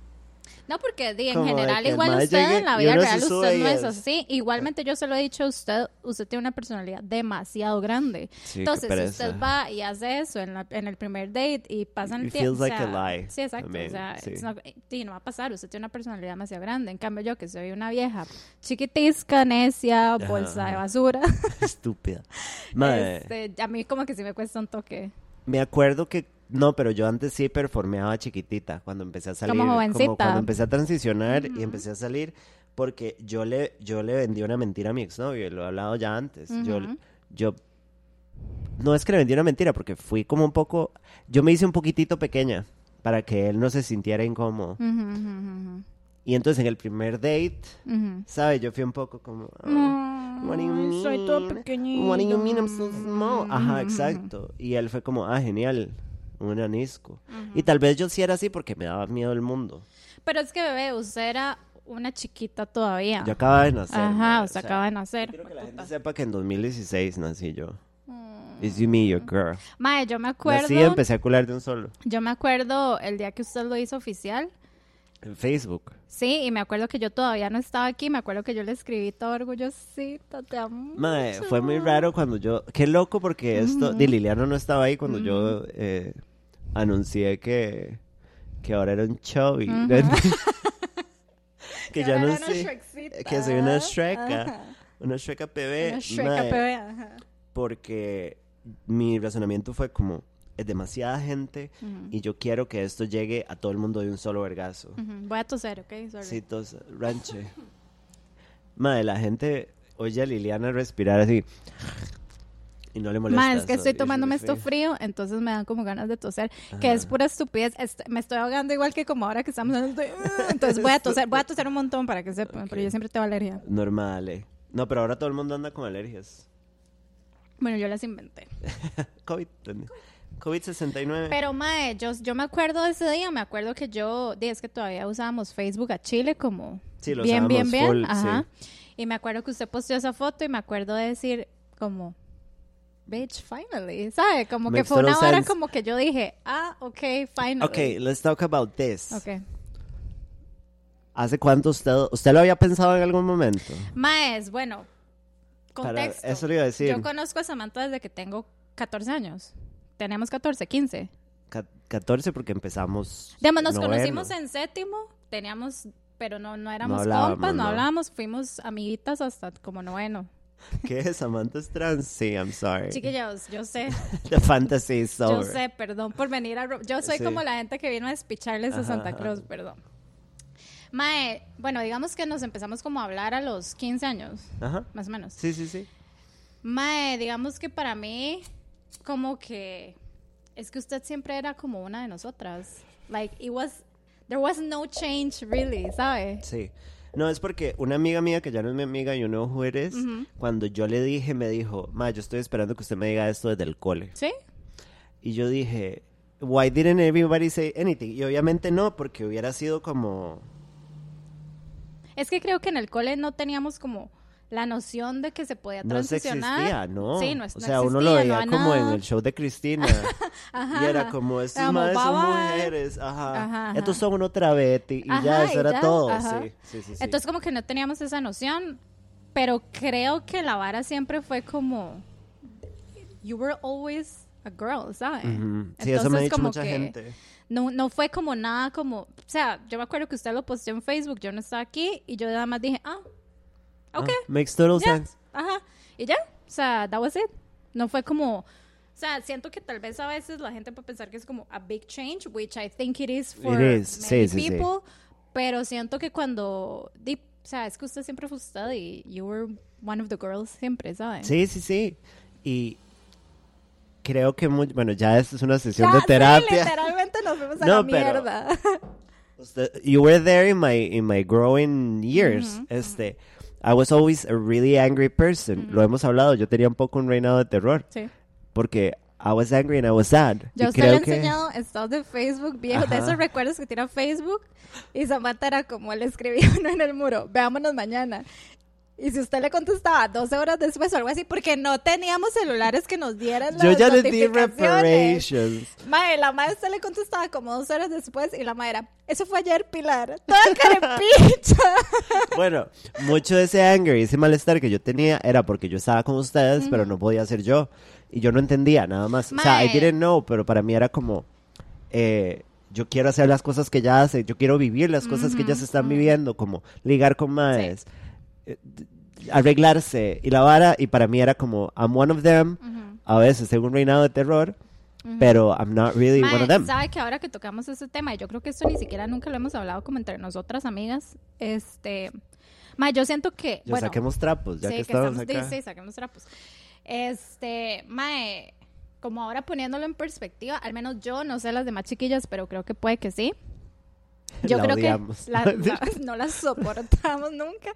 No, porque di, en
Como de
general,
que el
igual
mae
usted
llegue
en la
y
vida
uno se
real,
sube
usted
y
no es
es-
así. Igualmente, yo se lo he dicho a usted, usted tiene una personalidad demasiado grande.
Sí, qué
Entonces, si usted
pereza.
va y hace eso en, la- en el primer date y pasan el
It
tiempo.
feels like a lie
Sí, exacto.
también,
o sea,
sí.
it's not- di, no va a pasar, usted tiene una personalidad demasiado grande. En cambio, yo que soy una vieja chiquitisca, necia, bolsa de
ajá.
basura,
Estúpida. Mae.
este, a mí como que sí me cuesta un toque.
Me acuerdo que no, pero yo antes sí performeaba chiquitita cuando empecé a salir,
jovencita.
cuando empecé a transicionar y empecé a salir porque yo le yo le vendí una mentira a mi exnovio, y lo he hablado ya antes. Yo
Ujú.
yo no es que le vendí una mentira porque fui como un poco yo me hice un poquitito pequeña para que él no se sintiera incómodo.
Ujú, ujú,
Y entonces en el primer date,
ujú, ujú.
¿sabes? Yo fui un poco como "Ah, What do you
Ay, Soy todo
mean?
pequeñito.
What do you mean I'm so small? Ah. Ajá, exacto. Y él fue como, ah, genial, un anisco. Y tal vez yo sí era así porque me daba miedo el mundo.
Pero es que, bebé, usted era una chiquita todavía.
Yo acababa de nacer.
Ajá,
madre,
usted acaba de nacer.
Quiero que la gente sepa que en 2016 nací yo. It's you, me, your girl.
Mae, yo me Mm. acuerdo.
Nací y empecé a cular de un solo.
Yo me acuerdo el día que usted lo hizo oficial.
En Facebook.
Sí, y me acuerdo que yo todavía no estaba aquí. Me acuerdo que yo le escribí todo orgullosita, te amo.
Mae,
mucho".
fue muy raro cuando yo... Qué loco porque esto... Di Liliano no estaba ahí cuando yo eh, anuncié que... Que ahora era un chubby. que
ahora
ya no
era una
sé...
Shrekcita.
Que soy una
Ajá.
Shreka. Una Shreka PB.
Una Shrek
mae,
APB, ajá.
Porque mi razonamiento fue como... Es demasiada gente y yo quiero que esto llegue a todo el mundo de un solo vergazo.
Ujú, Voy a toser, ¿ok? Sorry.
Citos, ranche. Madre, la gente oye a Liliana respirar así. Y no le molesta.
Mae, es que
eso,
estoy
y
tomándome
eso
esto
es
frío, entonces me dan como ganas de toser, que es
Ajá.
pura estupidez. Est- me estoy ahogando igual que como ahora que estamos hablando de- "Ah". Entonces voy a toser, voy a toser un montón para que sepan, pero yo
Ok.
siempre tengo alergia.
Normal, eh. No, pero ahora todo el mundo anda con alergias.
Bueno, yo las inventé.
COVID. ten- COVID-69.
Pero mae, yo, yo me acuerdo de ese día, me acuerdo que yo, di, es que todavía usábamos Facebook a Chile como
Sí, lo
bien, bien,
usábamos
bien,
full,
ajá. Y me acuerdo que usted posteó esa foto y me acuerdo de decir como bitch finally, ¿sabe? Como que
Makes
fue una
total
hora
sense.
como que yo dije, ah, ok, finally.
Ok, let's talk about this.
Ok.
¿Hace cuánto usted, usted lo había pensado en algún momento?
Maes, bueno,
Para-
contexto.
eso le iba a decir.
Yo conozco a Samantha desde que tengo 14 años. Tenemos 14, 15.
Ca- 14 porque empezamos.
Digamos, nos
noveno.
conocimos en séptimo, teníamos, pero no, no éramos
hablábamos,
compas, no,
¿no?
hablábamos, fuimos amiguitas hasta como noveno.
¿Qué es? Samantha es trans. Sí, I'm sorry.
Chiquillos, yo sé,
The fantasy is over.
yo sé, perdón por venir a... ro- Yo soy
Sí.
como la gente que vino a despicharles a
Ajá,
Santa
ajá.
Cruz, perdón. Mae, bueno, digamos que nos empezamos como a hablar a los 15 años,
Ajá.
más o menos.
Sí, sí, sí.
Mae, digamos que para mí, como que es que usted siempre era como una de nosotras. Like, it was, there was no change really, ¿sabe?
Sí. No, es porque una amiga mía, que ya no es mi amiga, yo no who it is, cuando yo le dije, me dijo, ma, yo estoy esperando que usted me diga esto desde el cole.
¿Sí?
Y yo dije, why didn't everybody say anything? Y obviamente no, porque hubiera sido como...
Es que creo que en el cole no teníamos como la noción de que se podía
No se
transicionar.
existía, ¿no.
Sí, no,
o
es- no
sea, uno lo
existía, no
veía
había
como en
nada.
el show de Cristina. y era como, estas
Como,
madres son
bye, bye".
mujeres, ajá.
Ajá, ajá.
Estos son otra Betty. Y
Ajá,
ya, eso
y
era
ya,
todo.
ajá.
Sí, sí, sí, sí.
Entonces como que no teníamos esa noción, pero creo que la vara siempre fue como you were always a girl, ¿sabes?
Ujú. Sí, eso me ha dicho mucha gente.
No, no fue como nada como, o sea, yo me acuerdo que usted lo posteó en Facebook, yo no estaba aquí y yo nada más dije, ah, ok,
Ah, makes total
ya,
sense.
ajá, y ya, o sea, that was it. No fue como, o sea, siento que tal vez a veces la gente puede pensar que es como a big change, which I think it is for
It is, sí,
many
sí, sí.
people, pero siento que cuando, di- o sea, es que usted siempre fue usted y you were one of the girls siempre, ¿sabes?
Sí, sí, sí. Y creo que muy, bueno, ya esta es una sesión
Ya,
de
sí,
terapia.
literalmente nos vemos a
No,
la
pero-
mierda.
Usted- you were there in my in my growing years. Este, I was always a really angry person. Lo hemos hablado, yo tenía un poco un reinado de terror
sí.
porque I was angry and I was sad.
Yo a
y
usted le he
creo que
enseñado estados de Facebook viejos, de
Ajá.
esos recuerdos que tiene Facebook. Y Samantha era como él escribía uno en el muro, veámonos mañana.
Y si usted le contestaba 12 horas después o algo así, porque no teníamos celulares que nos dieran
Yo
las
ya le di
notificaciones.
reparations.
Mae, la maestra le contestaba como dos horas después y la maestra era, eso fue ayer, Pilar. Toda carepicha.
Bueno, mucho de ese anger y ese malestar que yo tenía era porque yo estaba con ustedes, pero no podía ser yo. Y yo no entendía nada más. O sea, I
Mae.
didn't know, pero para mí era como, eh, yo quiero hacer las cosas que ya hace, yo quiero vivir las cosas que ya se están viviendo, como ligar con maes, eh, d- arreglarse y la vara. Y para mí era como, I'm one of them, a veces tengo un reinado de terror, pero I'm not really one
Mae,
of them.
sabe que ahora que tocamos ese tema, y yo creo que esto ni siquiera nunca lo hemos hablado como entre nosotras amigas, este, mae, yo siento que,
Ya
bueno,
saquemos trapos, ya
sí,
que estamos
estamos-
acá.
sí, sí, saquemos trapos. pues, Este, mae, como ahora poniéndolo en perspectiva, al menos yo, no sé las demás chiquillas, pero creo que puede que sí. Yo
La
creo
odiamos.
que la- la- no las soportamos nunca.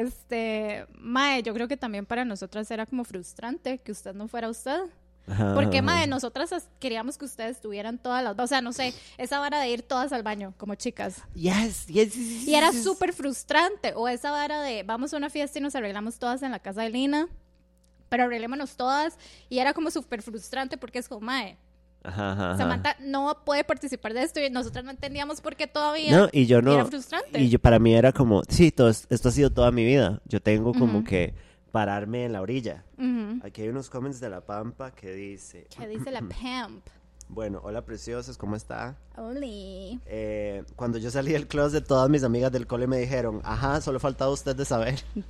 Este, mae, yo creo que también para nosotras era como frustrante que usted no fuera usted.
Ajá,
Porque,
ajá,
madre,
ajá.
nosotras as- queríamos que ustedes tuvieran todas las... O sea, no sé, esa vara de ir todas al baño como chicas.
Yes, yes, yes,
Y era
yes.
súper frustrante. O esa vara de vamos a una fiesta y nos arreglamos todas en la casa de Lina, pero arreglémonos todas. Y era como súper frustrante porque es como, madre,
Ajá, ajá, ajá.
Samantha no puede participar de esto y nosotras no entendíamos por qué todavía.
No, y yo no.
era frustrante.
Y yo, para mí era como, sí, todo, es- esto ha sido toda mi vida. Yo tengo como que pararme en la orilla.
Ujú.
Aquí hay unos comments de La Pampa que dice,
¿Qué dice la pimp?
bueno, hola preciosas, ¿cómo está?
Oli.
Eh, cuando yo salí del closet, todas mis amigas del cole me dijeron, ajá, solo faltaba usted de saber.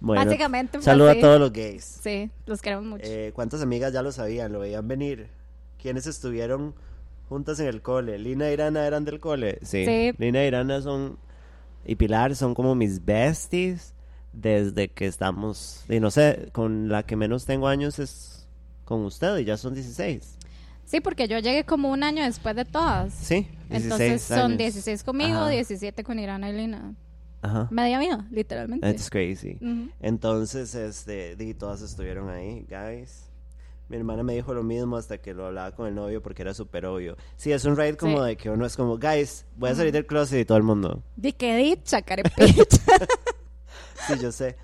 Bueno,
Básicamente fue
saludo
así.
a todos los gays.
Sí, los queremos mucho.
Eh, ¿Cuántas amigas ya lo sabían? ¿Lo veían venir? ¿Quiénes estuvieron juntas en el cole? ¿Lina y Irana eran del cole? Sí.
Sí.
Lina y Irana son. Y Pilar son como mis besties desde que estamos. Y no sé, con la que menos tengo años es con usted y ya son 16.
Sí, porque yo llegué como un año después de todas.
Sí, 16.
Entonces son
años.
16 conmigo,
Ajá,
17 con Irana y Lina.
Ajá.
Media mía, literalmente.
That's crazy.
Ujú.
Entonces, este, di, todas estuvieron ahí, guys. Mi hermana me dijo lo mismo hasta que lo hablaba con el novio porque era súper obvio. Sí, es un raid como
Sí.
de que uno es como, guys, voy a salir del closet y todo el mundo.
Di que dicha, carepicha.
Sí, yo sé.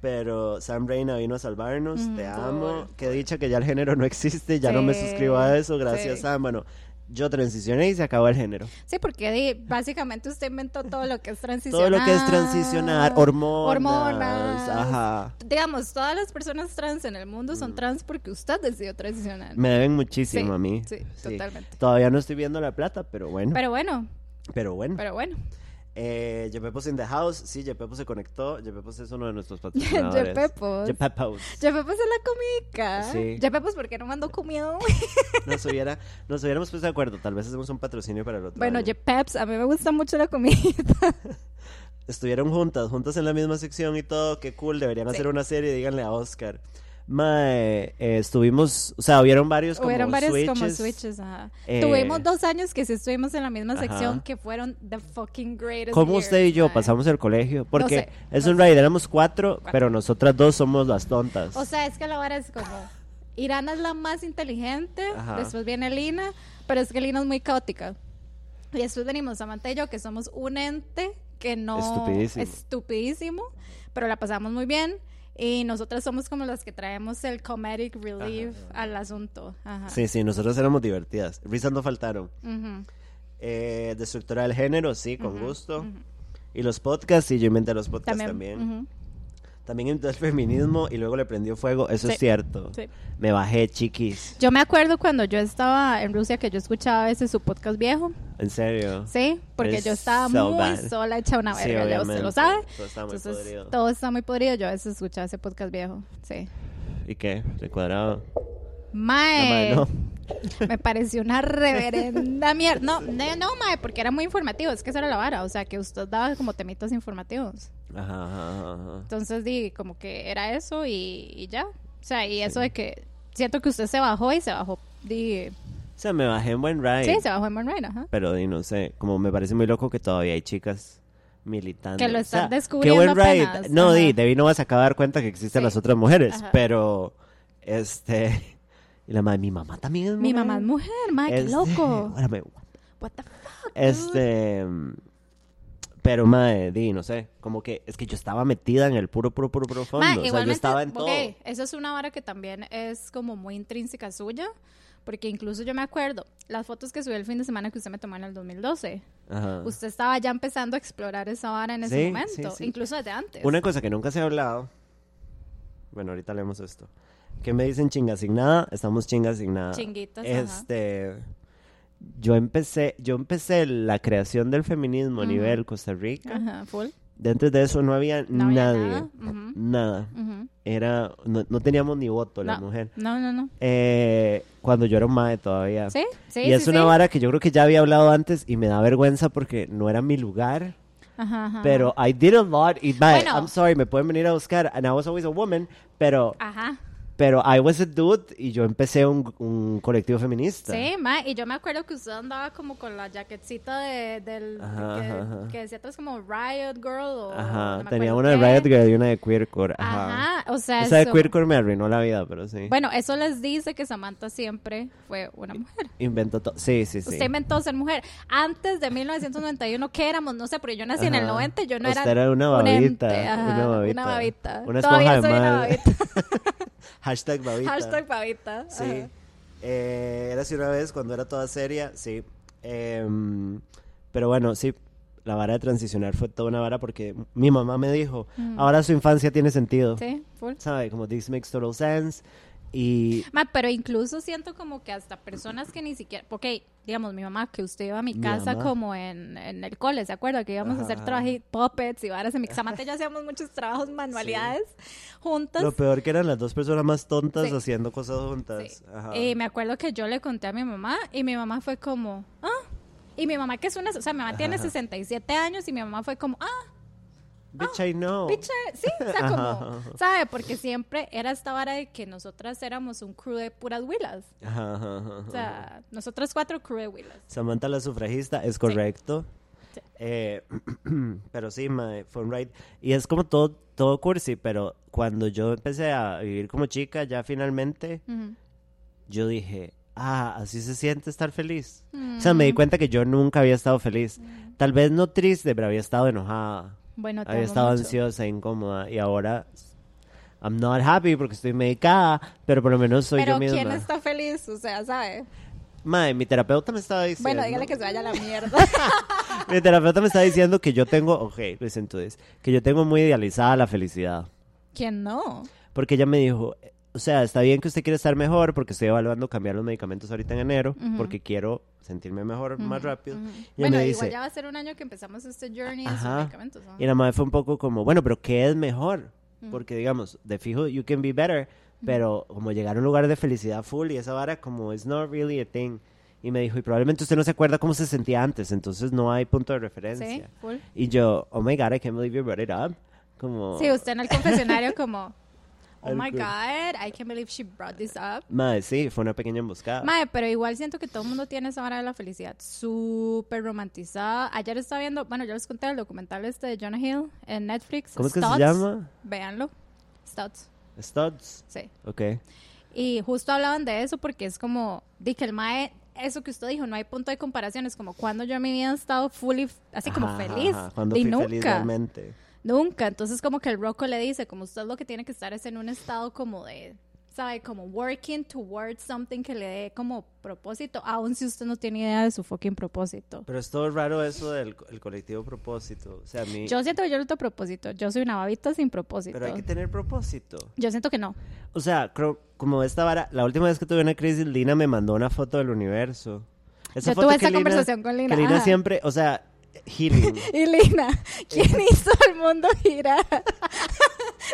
Pero Sam Reina vino a salvarnos, te amo. Qué dicha que ya el género no existe, ya no me
Sí,
suscribo a eso, gracias
sí.
Sam. Bueno, yo transicioné y se acabó el género.
Sí, porque di, básicamente usted inventó todo lo que es
Todo
transicionar.
lo que es transicionar, hormonas.
Ah. Hormonas.
Ajá. Mm.
Digamos, todas las personas trans en el mundo son trans porque usted decidió transicionar.
Me deben muchísimo
Sí,
a mí.
sí, totalmente.
Todavía no estoy viendo la plata, pero bueno. Pero,
Pero bueno,
bueno.
pero bueno.
Eh, Yepepos in the house. Sí, Yepepos se conectó. Yepepos es uno de nuestros patrocinadores.
Yepepos.
Yepepos.
pues,
Llevemos a la comica.
Sí.
Llevemos porque no mandó comida.
Nos, hubiera, nos hubiéramos puesto de acuerdo. Tal vez hacemos un patrocinio para el otro
Bueno,
año.
Jepeps, a mí me gusta mucho la comida.
Pues, Estuvieron juntas, juntas en la misma sección y todo. Qué cool. Deberían hacer una serie. Díganle a Oscar. Mae, eh, estuvimos, o sea, hubieron varios como
Hubieron varios
switches.
como switches. ajá.
Eh,
Tuvimos dos años que sí estuvimos en la misma
ajá.
sección que fueron the fucking greatest.
¿Cómo
years,
usted y yo
mae.
pasamos el colegio? Porque
sé,
es
no
un raid, éramos cuatro, pero nosotras dos somos las tontas.
O sea, es que la vara es como. Irana es la más inteligente,
Ajá.
después viene Lina, pero es que Lina es muy caótica. Y después venimos Samantha y yo, que somos un ente que no.
Estupidísimo.
estupidísimo, pero la pasamos muy bien. Y nosotras somos como las que traemos el comedic relief al asunto. Ajá.
sí, sí, nosotras éramos divertidas. Risas no faltaron.
Ujú.
Eh, destructora del género, sí, con gusto. Y los podcasts, sí, yo inventé los podcasts
También.
también. También,
ujú.
inventé el feminismo y luego le prendió fuego, eso es
Sí,
cierto.
sí.
Me bajé, chiquis.
Yo me acuerdo cuando yo estaba en Rusia que yo escuchaba a veces su podcast viejo,
En serio.
¿sí? Porque
It's
yo estaba
so
muy
bad.
sola, hecha una
Sí,
verga, ya usted
obviamente.
lo sabe.
Todo está muy
Entonces,
podrido.
todo está muy podrido. Yo a veces escuchaba ese podcast viejo, sí.
¿Y qué? ¿De cuadrado?
Mae,
No, mae,
me pareció una reverenda mierda. No, no, no, mae, porque era muy informativo, es que esa era la vara, o sea, que usted daba como temitas informativos.
Ajá, ajá, ajá, ajá.
Entonces, di, como que era eso y, y ya. O sea, y eso de que siento que usted se bajó y se bajó, di,
O sea, me bajé en buen ride.
sí, se bajó en Monreina, ajá.
Pero di, no sé, como me parece muy loco que todavía hay chicas militando.
Que lo
O sea,
están
qué
descubriendo
buen ride.
apenas,
No, di,
ajá.
Debbie no vas a acabar cuenta que existen
Sí.
las otras mujeres,
Ajá.
pero este y la madre, mi mamá también es
Mi
mujer.
mamá es mujer, mae, qué
Este,
loco.
órame,
What the fuck?
Este mm, Pero, madre, di, no sé, como que es que yo estaba metida en el puro, puro, puro, puro fondo.
Ma,
o sea, yo
igualmente,
estaba en
ok,
todo.
Eso es una vara que también es como muy intrínseca suya, porque incluso yo me acuerdo las fotos que subí el fin de semana que usted me tomó en el 2012.
Ajá.
Usted estaba ya empezando a explorar esa vara en ese
Sí,
momento,
sí, sí.
incluso desde antes.
Una cosa que nunca se ha hablado. Bueno, ahorita leemos esto. Que me dicen chinga sin nada, estamos chinga sin nada.
Chinguitas, ajá.
Este. Yo empecé, yo empecé la creación del feminismo a nivel Costa Rica.
Ajá, full.
De antes de eso no había
No había
nadie.
nada, ujú.
Nada.
Ujú.
Era, no, no teníamos ni voto la
no,
mujer.
No, no, no.
Eh, cuando yo era un mae todavía.
Sí, sí,
y es
sí,
una
sí.
vara que yo creo que ya había hablado antes y me da vergüenza porque no era mi lugar.
Ajá, ajá.
Pero I did a lot. Y mae,
Bueno. Ah.
I'm sorry, me pueden venir a buscar. And I was always a woman. Pero,
Ajá.
pero I was a dude y yo empecé un, un colectivo feminista.
Sí, ma, y yo me acuerdo que usted andaba como con la jaquetita de, del,
Ajá,
que,
ajá, ajá.
que decía atrás como Riot Girl o...
Ajá.
no me
Tenía una
acuerdo
de
qué.
Riot Girl y una de Queercore. Ajá.
Ajá, o sea,
Esa de
eso-
Queercore me arruinó la vida, pero sí.
Bueno, eso les dice que Samantha siempre fue una mujer.
Inventó todo. Sí, sí, sí.
Usted inventó ser mujer. Antes de 1991, ¿qué éramos? No sé, pero yo nací en el
Ajá.
90, yo no
Usted
era...
era una
un
babita,
ente, ajá,
una babita.
Una babita.
Una
Todavía soy
esponja de
una
mar.
babita.
Hashtag babita.
Hashtag babita.
Sí. Eh, era así una vez cuando era toda seria, sí. Em, pero bueno, sí, la vara de transicionar fue toda una vara porque mi mamá me dijo, ahora su infancia tiene sentido.
Ajá. Mm. Sí, full.
¿Sabe? Como this makes total sense. Y
Ma, pero incluso siento como que hasta personas que ni siquiera, porque digamos mi mamá que usted iba a mi
Mi
casa
mamá.
como en, en el cole, ¿se acuerda? Que íbamos a hacer
Ajá.
traje puppets y varas en mi Samantha y yo hacíamos muchos trabajos, manualidades juntas.
lo peor que eran las dos personas más tontas
Sí.
haciendo cosas
Sí. Em,
juntas. Ajá.
Y me acuerdo que yo le conté a mi mamá y mi mamá fue como, ah, y mi mamá que es una, o sea, mi mamá tiene 67 años y mi mamá fue como, ah,
Bitch, I know.
Picha, sí, o sea,
Ajá.
como, ¿sabe? Porque siempre era esta vara de que nosotras éramos un crew de puras huilas.
Ajá, ajá, ajá, ajá.
O sea, nosotras cuatro crew de huilas.
Samantha la sufragista, es correcto.
Sí.
Eh, pero sí, mae, fue un ride. Y es como todo, todo cursi, pero cuando yo empecé a vivir como chica, ya finalmente,
Ujú.
yo dije, ah, así se siente estar feliz. O sea,
Mm.
me di cuenta que yo nunca había estado feliz. Tal vez no triste, pero había estado enojada.
Bueno, te
había
amo
estado
mucho.
ansiosa, incómoda. Y ahora, I'm not happy porque estoy medicada, pero por lo menos soy
Pero
yo misma.
¿quién está feliz? O sea, ¿sabe?
Mae, mi terapeuta me estaba diciendo...
Bueno, dígale que se vaya a la mierda.
Mi terapeuta me está diciendo que yo tengo, ok, listen to this, que yo tengo muy idealizada la felicidad.
¿Quién no?
Porque ella me dijo, eh, o sea, está bien que usted quiere estar mejor porque estoy evaluando cambiar los medicamentos ahorita en enero porque quiero sentirme mejor más rápido. Y ella
Bueno,
me
igual
dice,
ya va a ser un año que empezamos este journey de sus
ajá.
medicamentos. ¿no?
Y la madre fue un poco como, bueno, pero ¿qué es mejor? Porque digamos, de fijo, you can be better, pero como llegar a un lugar de felicidad full y esa vara como, it's not really a thing. Y me dijo, y probablemente usted no se acuerda cómo se sentía antes, entonces no hay punto de referencia.
Sí, full.
Y yo, oh my god, I can't believe you brought it up. Como,
Sí, usted en el confesionario como, oh
Al
my
culo.
God, I can't believe she brought this up.
Madre, sí, fue una pequeña emboscada.
Mae, pero igual siento que todo el mundo tiene esa hora de la felicidad súper romantizada. Ayer estaba viendo, bueno, yo les conté el documental este de Jonah Hill en Netflix.
¿Cómo es que se
Stouts.
llama?
Véanlo. Stouts,
Studs.
sí.
Ok.
Y justo hablaban de eso porque es como, di que el mae, eso que usted dijo, no hay punto de comparación, es como cuando yo en mi vida he estado fully, así como
Ajá,
feliz.
ajá, Cuando
y
fui
nunca,
feliz realmente.
nunca. Entonces como que el roco le dice, como usted lo que tiene que estar es en un estado como de, ¿sabe? Como working towards something que le dé como propósito, aun si usted no tiene idea de su fucking propósito.
Pero es todo raro eso del co- el colectivo propósito. O sea, a mí...
Yo siento que yo no tengo propósito, yo soy una babita sin propósito.
Pero hay que tener propósito.
Yo siento que no.
O sea, creo- como esta vara, la última vez que tuve una crisis, Lina me mandó una foto del universo.
Yo tuve esa conversación con Lina,
Que Lina
ajá.
siempre, o sea, healing.
Y Lina, ¿quién
Eh,
hizo el mundo girar?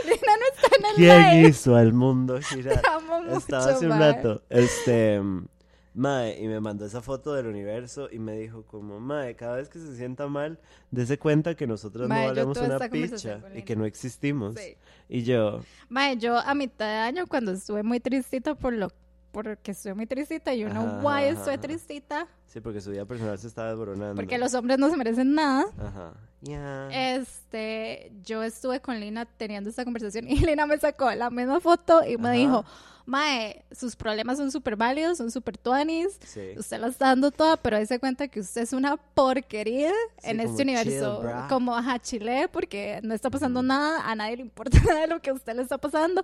Lina no está en el
¿Quién
live.
hizo al mundo girar?
Te amo mucho,
Estaba hace un
mae.
rato. Este. mm, Mae, y me mandó esa foto del universo y me dijo como, Mae, cada vez que se sienta mal, dese cuenta que nosotros
Mae,
no
yo
valemos
tuve
una
esta conversación
picha
con
y
Lina.
que no existimos.
Sí.
Y yo,
Mae, yo a mitad de año cuando estuve muy tristita por lo porque estoy muy tristita. Y uno,
Ajá,
guay,
ajá,
estoy
ajá.
tristita.
Sí, porque su vida personal se está desboronando.
Porque los hombres no se merecen nada.
Ajá. Ya.
Eh,
Este, yo estuve con Lina teniendo esta conversación y Lina me sacó la misma foto y me
Ajá.
dijo, Mae, sus problemas son súper válidos, son súper tuanis,
Sí.
usted la está dando toda, pero dése cuenta que usted es una porquería
Sí,
en
como
este universo,
chill, bra.
como ajá, Chile, porque no está pasando nada, a nadie le importa nada de lo que a usted le está pasando.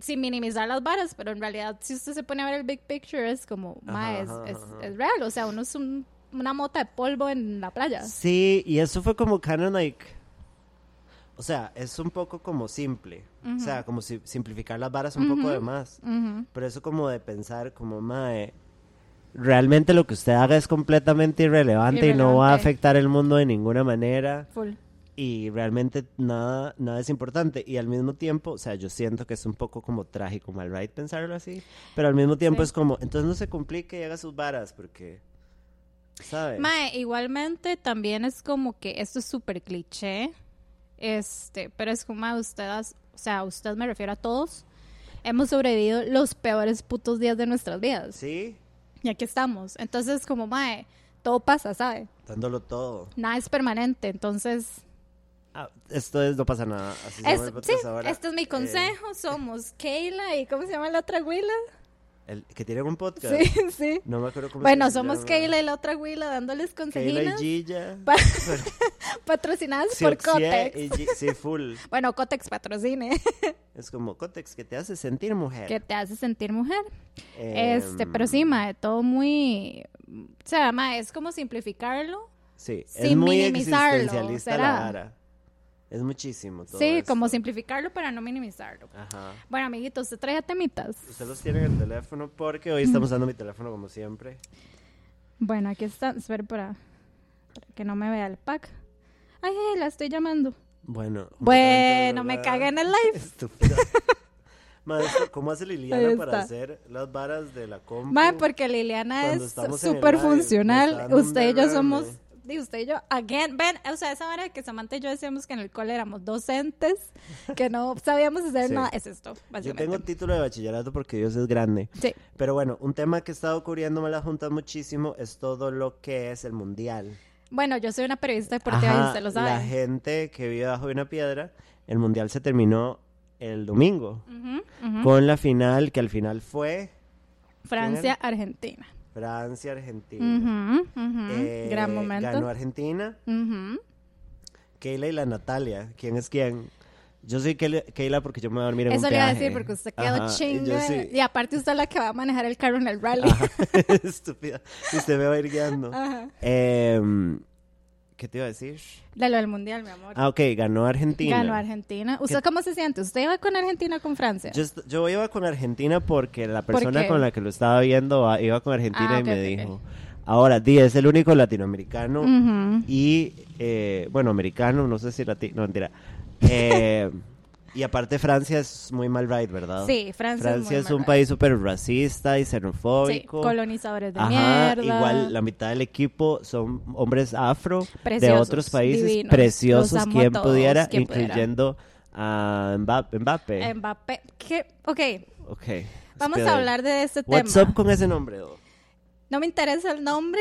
Sin minimizar las varas, pero en realidad, si usted se pone a ver el big picture, es como,
Ajá,
mae, es,
ajá,
es-
ajá.
es real. O sea, uno es un- una mota de polvo en la playa.
Sí, y eso fue como kind of like. O sea, es un poco como simple. O sea, como si- simplificar las varas un poco de más.
Ujú.
Pero eso como de pensar como, mae, realmente lo que usted haga es completamente irrelevante, y no va a
Irrelevante.
afectar el mundo de ninguna manera.
Full.
Y realmente nada, nada es importante. Y al mismo tiempo, o sea, yo siento que es un poco como trágico, mal right pensarlo así. Pero al mismo tiempo
Sí.
es como, entonces no se complique y haga sus varas, porque, ¿sabes?
Mae, igualmente también es como que esto es súper cliché, este, pero es como a ustedes, o sea, a usted me refiero a todos, hemos sobrevivido los peores putos días de nuestras vidas
Sí,
y aquí estamos. Entonces, como mae, todo pasa, ¿sabe?
dándolo todo.
Nada es permanente, entonces
Ah, esto es, no pasa nada. Así se
es-
llama el
sí,
podcast ahora.
este es mi
Eh,
consejo. Somos Keila y ¿cómo se llama la otra güila?
el, que tienen un podcast.
Sí, sí.
No me acuerdo cómo
Bueno,
se llama.
somos Keila y la otra güila
Keila
dándoles
y
consejinas
Gilla.
Pa- patrocinadas por
Siuxie
Cotex.
y Gi- Sí, full.
Bueno, Cotex patrocine.
Es como Cotex que te hace sentir mujer.
que te hace sentir mujer. este,
Em,
pero sí, mae, todo muy. O sea, mae, es como simplificarlo.
Sí, es
sin
muy
minimizarlo,
existencialista
¿será?
la vara. Es muchísimo todo
sí, como
esto.
simplificarlo para no minimizarlo.
Ajá.
Bueno, amiguitos, usted trae temitas.
Usted los tiene en el teléfono porque hoy
Mm.
estamos usando mi teléfono como siempre.
Bueno, aquí está. Espera para, para que no me vea el pack. Ay, ay, la estoy llamando.
Bueno. completamente
Bueno, me
verdad.
cagué en el live.
Estúpida. Maestro, ¿cómo hace Liliana
Ahí
para
está.
hacer las varas de la compu?
Mae, porque Liliana
Cuando
es
estamos en el
súper
live, me está
funcional.
dando un
Usted y yo
derrame.
somos. Y usted y yo, again, ven, o sea, esa hora que Samantha y yo decíamos que en el cole éramos docentes, que no sabíamos hacer
Sí.
nada, es esto,
Yo
básicamente.
tengo título de bachillerato porque Dios es grande.
Sí.
Pero bueno, un tema que he estado cubriéndome las juntas muchísimo es todo lo que es el mundial.
Bueno, yo soy una periodista deportiva
Ajá,
y usted lo
La
sabe.
gente que vive bajo de una piedra, el mundial se terminó el domingo
Ujú, ujú.
con la final que al final fue
Francia, Argentina.
Francia Argentina.
Ujú, ujú.
Eh,
Gran momento.
Ganó Argentina.
Ujú.
Keila y la Natalia, ¿quién es quién? Yo soy Keila, Keila porque yo me voy a dormir en
Eso
un
le iba a
peaje.
decir porque usted quedó
Ajá, y yo
chinga.
sí.
Y aparte usted es la que va a manejar el carro en el rally.
Ajá, Estúpida. Usted me va a ir guiando.
Ajá.
Em, ¿Qué te iba a decir?
De lo del mundial, mi amor.
Ah, ok, ganó Argentina.
Ganó Argentina. ¿Usted cómo se siente? ¿Usted iba con Argentina o con Francia?
Yo, est- yo iba con Argentina porque la
¿Por
persona
qué?
con la que lo estaba viendo ah, iba con Argentina
Ah,
y
ok,
me
ok, Mm. ok.
dijo, ahora, Di es el único latinoamericano
Ujú.
y, eh, bueno, americano, no sé si latino, no, mentira. Eh, y aparte Francia es muy mal right, ¿verdad?
Sí, Francia,
Francia
es,
es
muy
un
mal.
país súper racista y
Sí,
xenofóbico.
colonizadores de
Ajá,
mierda.
igual la mitad del equipo son hombres afro de
Preciosos,
otros países
divinos, los
preciosos,
amo a
quien
todos,
pudiera,
quien pudiera.
incluyendo a Mbapp- Mbappé.
Mbappé. ¿Qué? Ok,
Ok,
vamos
espera.
a hablar de este
What's
tema.
up con ese nombre, Do?
No me interesa el nombre,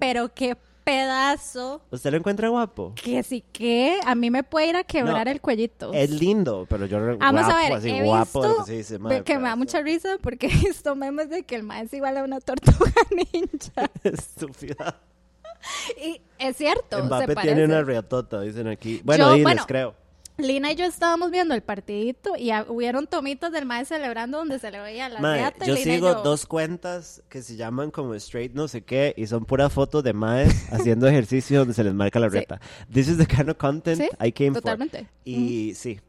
pero qué pedazo.
¿Usted lo encuentra guapo?
Que sí que a mí me puede ir a quebrar
No,
el cuellito.
Es lindo, pero yo no
Vamos
guapo,
a ver,
así
he
guapo,
visto
lo que se dice,
ve-
madre,
que me da
pedazo.
mucha risa porque he visto memes de que el mae es igual a una tortuga ninja.
Estúpida.
Y es cierto, se
Mbappé
parece.
tiene una riatota, dicen aquí. Bueno, diles,
bueno,
creo.
Lina y yo estábamos viendo el partidito y ah, hubieron tomitas del mae celebrando donde se le veía la
Madre,
riata y
yo
Lina y
sigo
yo,
dos cuentas que se llaman como straight no sé qué y son puras fotos de maes haciendo ejercicio donde se les marca la
Sí.
reta. This is the kind of content
Sí,
I came
totalmente.
for. Y sí,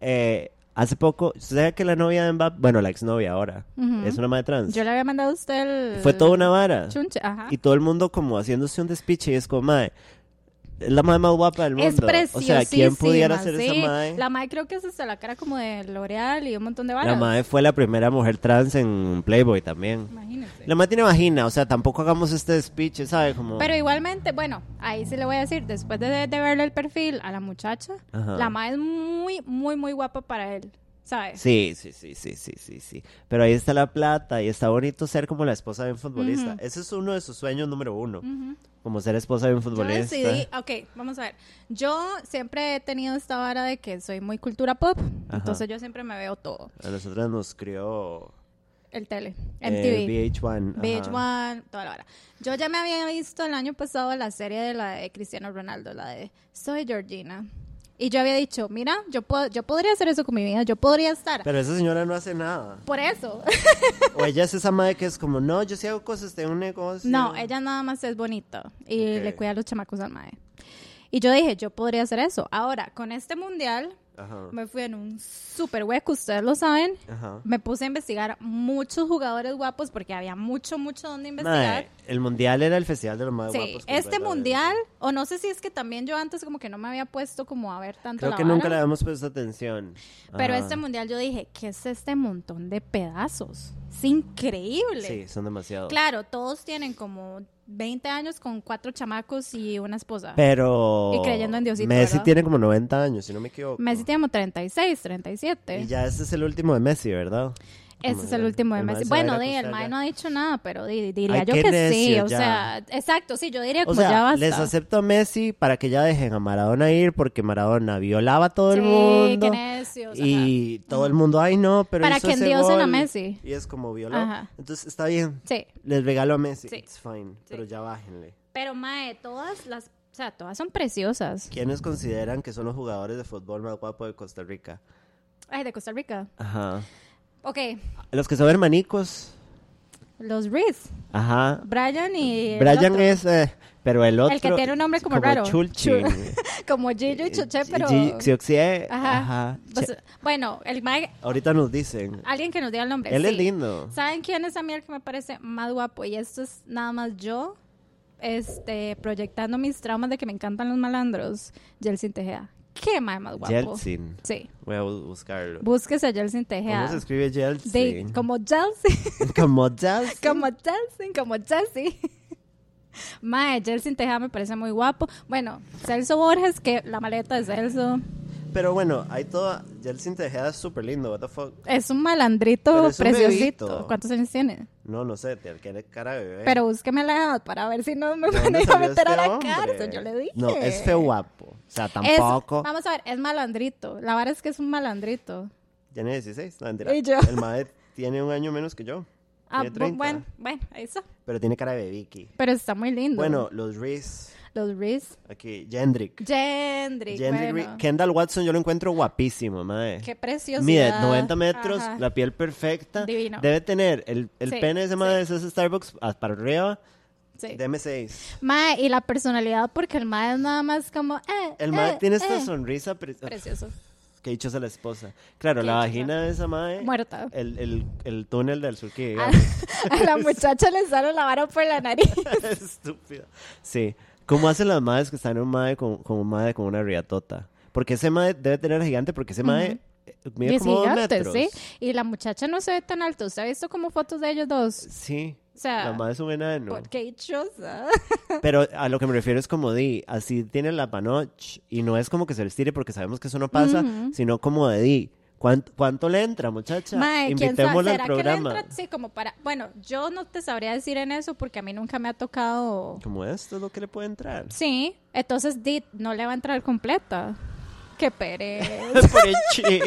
eh, hace poco, ¿sabes que la novia de Mbappé, bueno, la exnovia ahora,
Ujú.
es una madre trans?
Yo le había mandado a usted el...
Fue toda una vara.
chunche, ajá.
Y todo el mundo como haciéndose un despiche y es como, mae, es la madre más guapa del mundo.
Es preciosísima,
O sea, ¿quién pudiera ser
sí.
esa madre?
La madre creo que se hasta la cara como de L'Oreal y un montón de
La
varas.
madre fue la primera mujer trans en Playboy también.
Imagínense.
La madre tiene vagina, o sea, tampoco hagamos este despiche, ¿sabes? Como...
Pero igualmente, bueno, ahí sí le voy a decir, después de, de verle el perfil a la muchacha,
Ajá.
la madre es muy, muy, muy guapa para él. O ¿sabes?
Sí, sí, sí, sí, sí, sí, sí. Pero ahí está la plata y está bonito ser como la esposa de un futbolista.
Ujú.
Ese es uno de sus sueños número uno. Como ser esposa de un
Yo
futbolista.
decidí, ok, vamos a ver. Yo siempre he tenido esta vara de que soy muy cultura pop,
Ajá.
entonces yo siempre me veo todo.
A nosotras nos crió
El tele, MTV,
eh, VH1. ajá.
VH1, toda la vara. Yo ya me había visto el año pasado la serie de la de Cristiano Ronaldo, la de Soy Georgina. Y yo había dicho, mira, yo, puedo, yo podría hacer eso con mi vida, yo podría estar.
Pero esa señora no hace nada.
Por eso.
O ella es esa madre que es como, no, yo sí hago cosas, tengo un negocio.
No, ella nada más es bonita y
Ok.
le cuida a los chamacos al mae. Y yo dije, yo podría hacer eso. Ahora, con este mundial,
Ajá.
me fui en un super hueco, ustedes lo saben.
Ajá.
Me puse a investigar muchos jugadores guapos porque había mucho, mucho donde investigar.
Mae, el mundial era el festival de los más
Sí,
guapos.
este
completamente.
mundial, o no sé si es que también yo antes como que no me había puesto como a ver tanto
Creo
la
que
vara,
nunca Ah. le habíamos puesto atención.
pero
Ajá.
este mundial yo dije, ¿qué es este montón de pedazos? Es increíble.
Sí, son demasiados.
Claro, todos tienen como 20 años con cuatro chamacos y una esposa.
Pero.
Y creyendo en Diosito,
Messi
¿verdad?
tiene como 90 años, si no me equivoco.
Messi tiene como 36,
Y
37.
ya este es el último de Messi, ¿verdad?
Ese es el último de
El mae
Messi.
se va a ir a
Bueno, di, el
acostar
Mae
ya.
no ha dicho nada, pero di- diría
Ay,
yo
qué
que sí.
necio,
O
ya.
sea, exacto, sí, yo diría
O
como ya
sea,
basta.
les acepto a Messi para que ya dejen a Maradona ir porque Maradona violaba a todo
sí,
el mundo.
qué necios,
y todo el mundo, ay no, pero
Para
hizo
que
ese
endiosen a
gol".
Messi.
Y es como violó.
Ajá.
Entonces está bien,
ajá. Sí,
les regalo a Messi,
Sí.
it's fine, pero ya bájenle.
pero Mae, todas las, o sea, todas son preciosas.
¿Quiénes consideran que son los jugadores de fútbol más guapos de Costa Rica?
Ay, de Costa Rica.
Ajá.
Ok,
Los que son hermanicos.
los Reese,
Ajá.
Brian y... el
Brian
otro.
es, eh, pero el otro.
El que tiene un nombre como raro.
Chulchin. Eh,
Como Gillo y Choché, pero...
Gi- Xioxie,
Ajá.
eh, ajá.
Pues,
Che-
bueno, el mae-
Ahorita nos dicen.
alguien que nos diga el nombre.
Él es
ah, sí.
lindo.
¿Saben quién es a mí el que me parece más guapo? Y esto es nada más yo, este, proyectando mis traumas de que me encantan los malandros. Jelsin Tejeda. ¿Qué mae más guapo?
Yeltsin.
Sí.
Voy a bu- buscarlo.
Búsquese a Jelsin
¿Cómo se
Tejeda.
escribe
De-
Yeltsin?
como Jelsin,
Como jazz.
como Jelsin, como Jelsin. Mae, Jelsin Tejeda me parece muy guapo. Bueno, Celso Borges, que la maleta de Celso
Pero bueno, hay toda. Yeltsin Tejeda es súper lindo, what the fuck.
es un malandrito
Pero es un
preciosito.
bebito.
¿Cuántos años tiene?
No, no sé, tiene que- cara de bebé.
Pero búsqueme la edad para ver si no me
¿De
van a
dónde
ir a
salió
meter a
este
la
hombre?
cárcel. Yo le dije.
No, es feo guapo. O sea,
Es-
tampoco.
vamos a ver, es malandrito. La verdad es que es un malandrito.
Tiene 16, no, mentira.
Y yo.
El mae tiene un año menos que yo.
Ah,
Tiene
bu-
30.
bueno, bueno, eso.
Pero tiene cara de bebiqui.
Pero está muy lindo.
Bueno, los Reese.
Los Reese.
Aquí, Jendrick.
Jendrick.
Jendrick
bueno.
Reese. Kendall Watson yo lo encuentro guapísimo, mae.
Qué preciosidad.
Mide 90 metros,
Ajá.
la piel perfecta.
Divino.
Debe tener el, el
Sí,
pene ese mae es ese Starbucks ah, para arriba.
Sí.
Deme 6.
Mae, y la personalidad, porque el mae es nada más como. eh,
El mae
eh,
tiene
eh.
esta sonrisa pre-
Precioso.
que dicho sea la esposa. Claro,
Qué
la
dichosa.
vagina de esa mae.
Muerta. Ah,
El, el, el túnel del sur que
A,
digamos.
a la muchacha le salió la vara por la nariz.
Estúpida. Sí. ¿Cómo hacen las madres que están en un mae con, con un mae con una riatota? Porque ese mae debe tener gigante, porque ese mae eh, mide
es
como dos
gigante,
metros.
sí. Y la muchacha no se ve tan alta. ¿Usted ha visto como fotos de ellos dos?
Sí.
O sea,
la madre es un enano.
Por- Qué dichosa.
Pero a lo que me refiero es como di, así tiene la panoche y no es como que se les tire porque sabemos que eso no pasa,
Ujú.
sino como de di, ¿cuánto, cuánto le entra, muchacha?
Mae, ¿quién sabe?
Invitémosla al
¿Será que le
programa.
entra? Sí, como para... Bueno, yo no te sabría decir en eso porque a mí nunca me ha tocado...
Como esto es lo que le puede entrar.
Sí, entonces Dit no le va a entrar completa. Qué pereza.
Por el chi.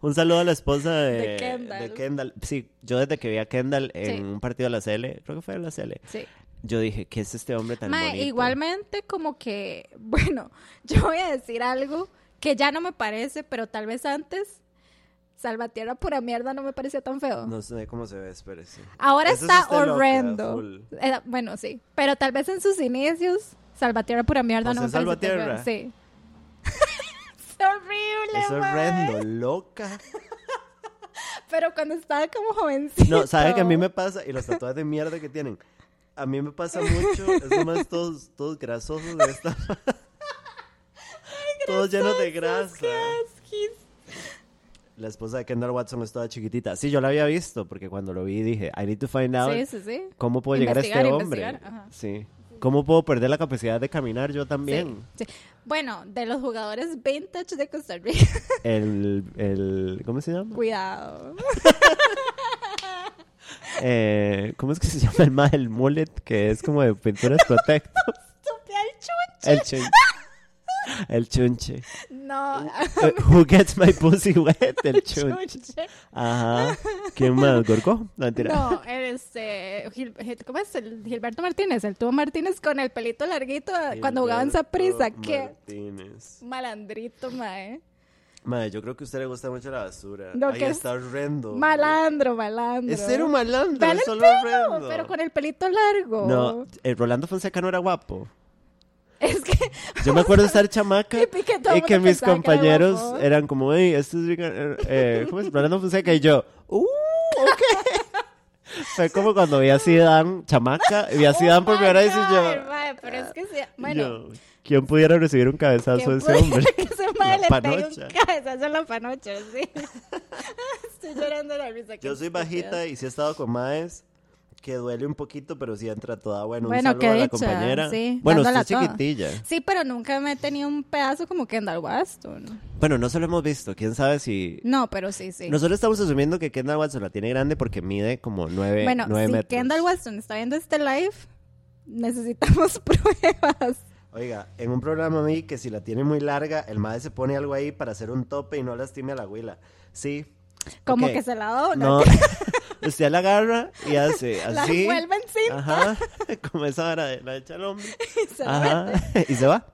Un saludo a la esposa de,
De Kendall.
de Kendall. Sí, yo desde que vi a Kendall en
Sí.
un partido de la CL, creo que fue de la CL,
Sí.
yo dije, ¿qué es este hombre tan
Mae,
bonito?
igualmente como que... Bueno, yo voy a decir algo que ya no me parece, pero tal vez antes... Salvatierra pura mierda no me parecía tan feo.
No sé cómo se ve, espérese.
Ahora
Eso es
está
usted loca,
horrendo.
full.
Eh, bueno, sí. Pero tal vez en sus inicios, Salvatierra pura mierda
O
no
sea,
me parece tan feo.
Salvatierra.
Sí. es horrible.
Es
mae.
horrendo, loca.
Pero cuando estaba como jovencito.
No, ¿sabe que a mí me pasa? Y los tatuajes de mierda que tienen. A mí me pasa mucho, es nomás todos, todos grasosos de esta. todos llenos de grasa.
Qué asquis.
La esposa de Kendall Watson es toda chiquitita. Sí, yo la había visto, porque cuando lo vi dije, I need to find out
Sí, sí, sí.
cómo puedo llegar a este
Investigar,
hombre.
investigar, ajá.
Sí. ¿Cómo puedo perder la capacidad de caminar yo también?
Sí. Bueno, de los jugadores vintage de Costa Rica.
El, el- ¿Cómo se llama?
Cuidado.
Eh, ¿Cómo es que se llama el más? El mullet, que es como de pinturas protecto.
Supe al chunche.
El chunche. El chunche.
No.
Eh, Who gets my pussy wet? El chunche.
Chunche.
Ajá. ¿Quién más? ¿Gorco? No, mentira.
No, este, Gil- Gil- ¿cómo es? El Gilberto Martínez, el tubo Martínez con el pelito larguito cuando jugaba en Saprisa.
Gilberto
Qué
Martínez.
malandrito, mae.
Madre, yo creo que a usted le gusta mucho la basura.
No,
Ahí
que es
está horrendo.
Malandro, malandro.
Es cero malandro,
Vale
es solo
el pelo,
horrendo.
pero con el pelito largo.
No, eh, Rolando Fonseca no era guapo.
Es que
Yo me acuerdo de estar chamaca
Y que todo el
y que
mundo
mis
pensaba que era
compañeros
guapo.
eran como, hey, este es Rica- eh, ¿cómo es? Rolando Fonseca y yo, uh, ok. Fue como cuando vi a Zidane, chamaca, vi a Zidane por
Oh my
primera vez y
God,
yo,
mae, pero es que sí,
y
bueno,
yo, ¿quién pudiera recibir un cabezazo
¿quién
de ese
pudiera
hombre?
que ese mae
La
le pegue un
panocha.
cabezazo en la panocha, sí. Estoy llorando de la risa. qué
Yo soy
estúpida.
bajita y sí he estado con maes que duele un poquito, pero sí entra toda. Bueno,
Bueno,
un
qué
saludo a la
dicha,
compañera.
sí,
bueno, usted
dándola
es
toda.
chiquitilla.
Sí, pero nunca me he tenido un pedazo como Kendall Waston.
Bueno, no se lo hemos visto. ¿Quién sabe si...?
No, pero sí, sí.
Nosotros estamos asumiendo que Kendall Watson la tiene grande porque mide como 9,
bueno, si
metros.
Kendall Waston está viendo este live, necesitamos pruebas.
Oiga, en un programa a mí que si la tiene muy larga, el madre se pone algo ahí para hacer un tope y no lastime a la huila. Sí.
Como
Ok.
que se la dobla,
No. Usted la agarra y hace
la
así.
vuelve en cinta
Ajá, como esa vara de la echa al hombre.
y se la
Ajá, y se va,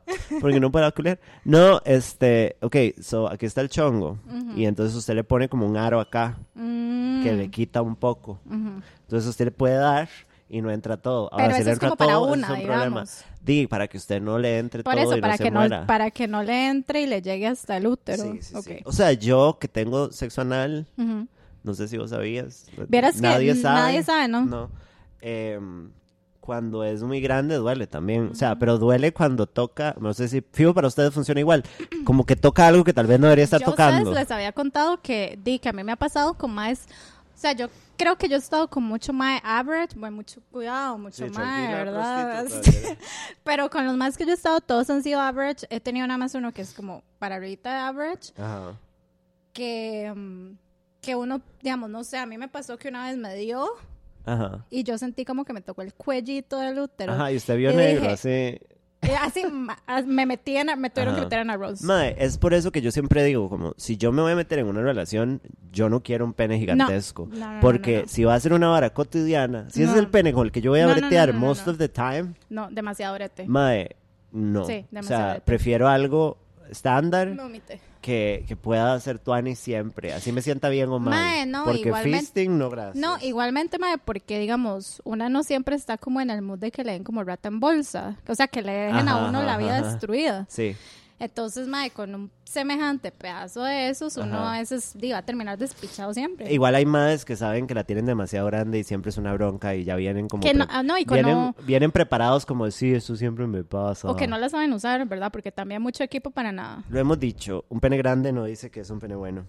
porque no para culiar. No, este, ok, so aquí está el chongo, y entonces usted le pone como un aro acá,
Mm,
que le quita un poco. Entonces usted le puede dar y no entra todo. Ahora,
Pero
si
eso
le
es
entra
como para
todo,
una,
eso es un problema.
digamos.
Di, para que usted no le entre
Por
todo
eso,
y
para,
no se
que no,
muera.
para que no le entre y le llegue hasta el útero.
Sí, sí, sí.
Ok.
O sea, yo que tengo sexo anal,
Ujú.
no sé si vos sabías.
Vieras que n- nadie sabe, ¿no?
No. Em, cuando es muy grande duele también. O sea, pero duele cuando toca. No sé si. Fijo, para ustedes funciona igual. Como que toca algo que tal vez no debería estar
Yo a ustedes
tocando.
les había contado que, di, que a mí me ha pasado con más, o sea, yo creo que yo he estado con mucho más average, bueno, mucho cuidado, mucho más, ¿verdad? Pero con los más que yo he estado, todos han sido average. He tenido nada más uno que es como para ahorita de average,
Ajá.
que, mm, que uno, digamos, no sé, a mí me pasó que una vez me dio
Ajá.
y yo sentí como que me tocó el cuellito del útero.
Ajá, y usted vio
Y
negro,
dije-
así.
Eh, Así ma- as- me metí en, me tuvieron
Ajá.
que meter en arroz.
Mae, es por eso que yo siempre digo, como, si yo me voy a meter en una relación, yo no quiero un pene gigantesco.
No, no, no,
porque
no, no.
si va a ser una vara cotidiana, si ese es
No.
el pene con el que yo voy a
No, no, no,
bretear
no, no,
most
no.
of the time,
No, demasiado orete.
Mae, no.
Sí,
o
demasiado
sea,
detalle.
prefiero algo estándar
me vomité.
que, que pueda hacer tuani siempre. Así me sienta bien o mal.
Mae, no,
Porque
igualmente-
fisting, no gracias.
No, igualmente, mae, porque digamos, una no siempre está como en el mood de que le den como rata en bolsa. O sea, que le dejen
Ajá,
a uno la
ajá,
vida
ajá.
destruida.
Sí.
Entonces, mae, con un semejante pedazo de esos, uno
Ajá.
a veces di, va a terminar despichado siempre.
Igual hay madres que saben que la tienen demasiado grande y siempre es una bronca y ya vienen como...
Que no-
pre-
ah, no, y con
vienen,
no-
vienen preparados como, sí, eso siempre me pasa.
o que no la saben usar, ¿verdad? Porque también mucho equipo para nada.
Lo hemos dicho, un pene grande no dice que es un pene bueno.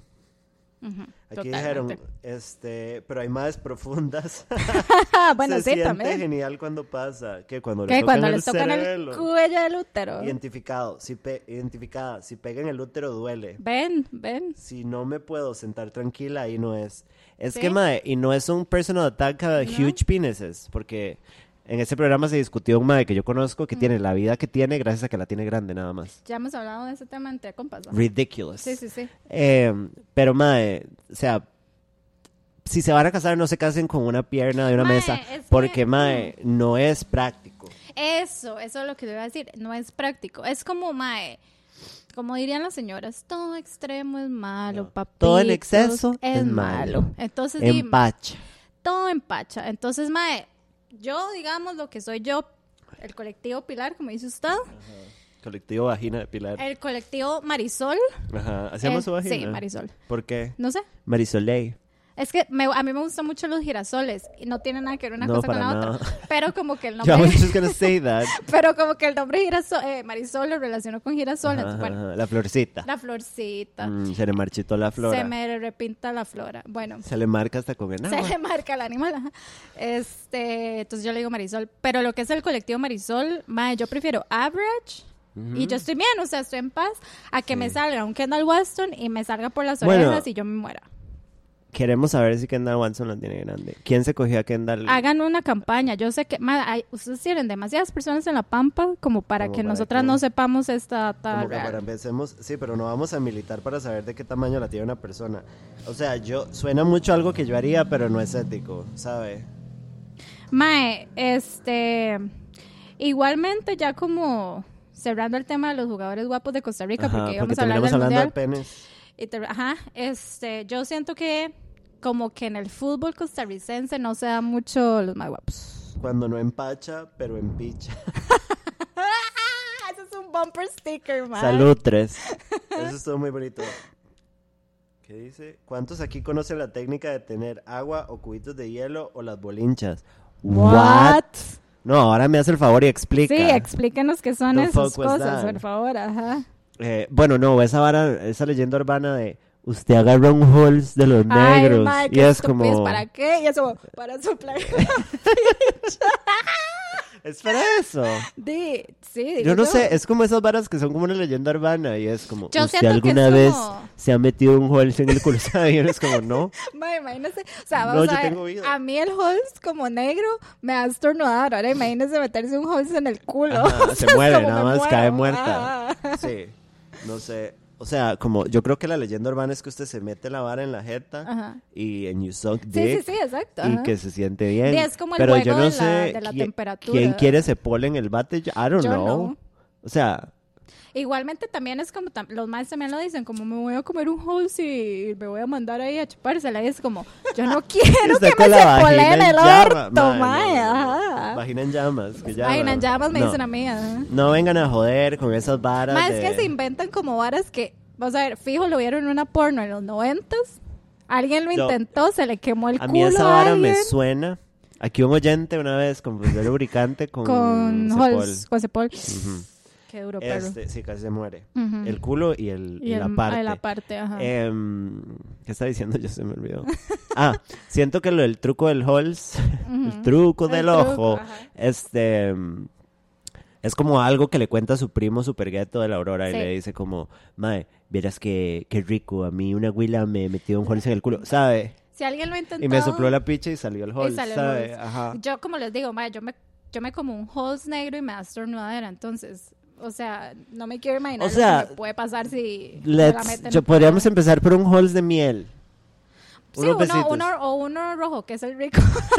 Ujú,
Aquí
totalmente.
dijeron, este, pero hay madres profundas.
Ah, bueno,
Se
sí,
siente
también.
genial cuando pasa, que cuando le
Que
tocan
cuando
el
les tocan
cerebelo.
el cuello del útero.
Identificado, si pe- identificada, si pega en el útero duele.
Ven, ven.
Si no me puedo sentar tranquila, ahí no es. Es
Sí.
que, mae, y no es un personal attack a huge penises, porque en este programa se discutió un mae que yo conozco
Mm.
que tiene la vida que tiene gracias a que la tiene grande nada más.
Ya hemos hablado de ese tema entre compas. ¿no?
Ridiculous.
Sí, sí, sí.
Eh, pero, mae, o sea, si se van a casar, no se casen con una pierna de una
Mae,
mesa,
es que- mm.
porque, mae, no es práctico.
Eso, eso es lo que te iba a decir. No es práctico. Es como, mae, como dirían las señoras, todo extremo es malo,
No,
papitos,
todo en exceso es malo.
Entonces, di,
Empacha.
todo empacha. Entonces, mae, yo, digamos, lo que soy yo, el colectivo Pilar, como dice usted,
Colectivo vagina de Pilar.
el colectivo Marisol.
Ajá. ¿Hacíamos
el-
su vagina?
Sí, Marisol.
¿Por qué?
No sé.
Marisolei.
Es que me- a mí me gustan mucho los girasoles y no tiene nada que ver una
No,
cosa con
para
la otra.
nada.
Pero como que el
Yeah, I
nombre,
was just gonna say that.
pero como que el nombre girasol, eh, Marisol lo relaciono con girasoles.
Ajá,
Bueno,
ajá, La florcita.
la florcita.
Mm, se le marchitó la flora.
Se me repinta la flora. Bueno,
Se le marca hasta con el agua.
se le marca el animal. ajá. Este, entonces yo le digo Marisol. Pero lo que es el colectivo Marisol, mae, yo prefiero average. Y yo estoy bien, o sea, estoy en paz. A que me salga un Kendall Weston y me salga por las
Bueno.
orejas y yo me muera.
Queremos saber si Kendall Watson la tiene grande. ¿Quién se cogió a Kendall?
Hagan una campaña. Yo sé que ma, hay- ustedes tienen demasiadas personas en la pampa como para
Como
que
para
nosotras
que-
no sepamos esta data
Como que
real.
para empecemos, sí, pero no vamos a militar para saber de qué tamaño la tiene una persona. O sea, yo suena mucho algo que yo haría, pero no es ético, ¿sabe?
Mae, este. Igualmente, ya como cerrando el tema de los jugadores guapos de Costa Rica, porque íbamos a hablar
terminamos
del
hablando
mundial.
de penes.
y ter- ajá, este, yo siento que como que en el fútbol costarricense no se da mucho los más guapos.
Cuando no empacha, pero empicha.
Ah, Eso es un bumper sticker, man.
Salud, tres. Eso estuvo muy bonito. ¿Qué dice? ¿Cuántos aquí conocen la técnica de tener agua o cubitos de hielo o las bolinchas?
What?
No, ahora me hace el favor y explica.
Sí, explíquenos qué son
The
esas
fuck was
cosas,
that?
por favor, ajá.
Eh, bueno, no, esa vara, esa leyenda urbana de usted agarra un holes de los
Ay,
negros
mae,
y
qué
es
estupidez,
como
¿Para qué? Y eso, para soplar.
es para eso.
Di, sí, digo
Yo no sé, es como esas varas que son como una leyenda urbana y es como
Yo
usted
siento que
alguna
es
vez
como-
se ha metido un holes en el culo y es como no.
Mae, imagínese. O sea,
No,
vamos
yo
a ver.
tengo vida.
A mí el Holz como negro me va a estornudar. Ahora imagínese meterse un Holz en el culo.
Ajá,
O sea,
se
es
muere,
como
nada
me
más
muero.
cae muerta.
Ah.
Sí, no sé. O sea, como yo creo que la leyenda urbana es que usted se mete la vara en la jeta
Ajá.
y en you suck
Sí,
dick
sí, sí, exacto.
y
ajá.
que se siente bien.
Sí, es como el
Pero
juego
yo no
de la-
sé
de la
quién,
temperatura.
quién quiere se pole en el bate. Yo, I don't
Yo
know.
no.
O sea,
Igualmente también es como, tam- los más también lo dicen, como me voy a comer un house y me voy a mandar ahí a chupársela. Y es como, yo no quiero
usted
que me
con la
se
vagina
poleen
en
el
llama-
orto,
Mae,
mae.
no, no, no.
ajá.
Vagina en llamas. que llama.
Vagina en llamas me
No.
dicen a mí. ajá.
No vengan a joder con esas varas.
Mae,
de-
es que se inventan como varas que, vamos a ver, fijo, lo vieron en una porno en los noventas. Alguien lo
Yo-
intentó, se le quemó el
A
culo
mí esa
a
vara me
alguien
suena. Aquí un oyente una vez confundió lubricante con,
con
Cepol.
Halls, con Cepol. Qué duro, perro.
Este, sí, casi se muere.
Ujú.
El culo y, el, y
el-
la
ah,
parte.
la parte, ajá.
Em, ¿Qué está diciendo? Yo se me olvidó. Ah, siento que lo del truco del Halls, el truco
El
del
truco,
ojo,
ajá.
este. em, Es como algo que le cuenta a su primo super gueto de la Aurora y
Sí.
le dice como, mae, vieras que, qué rico, a mí una huila me metió un Halls en el culo, ¿sabe?
si alguien lo intentó.
Y me sopló la picha y salió el Halls,
salió el
¿sabe?
Halls.
Ajá.
Yo, como les digo, mae, yo me, yo me como un host negro y me da estornudadera, entonces, o sea, no me quiero imaginar
O sea,
lo que me puede pasar si me la
Let's,
meten
yo-
en-
podríamos empezar por un Halls de miel.
Sí,
unos
uno,
besitos.
uno- o uno rojo, que es el rico.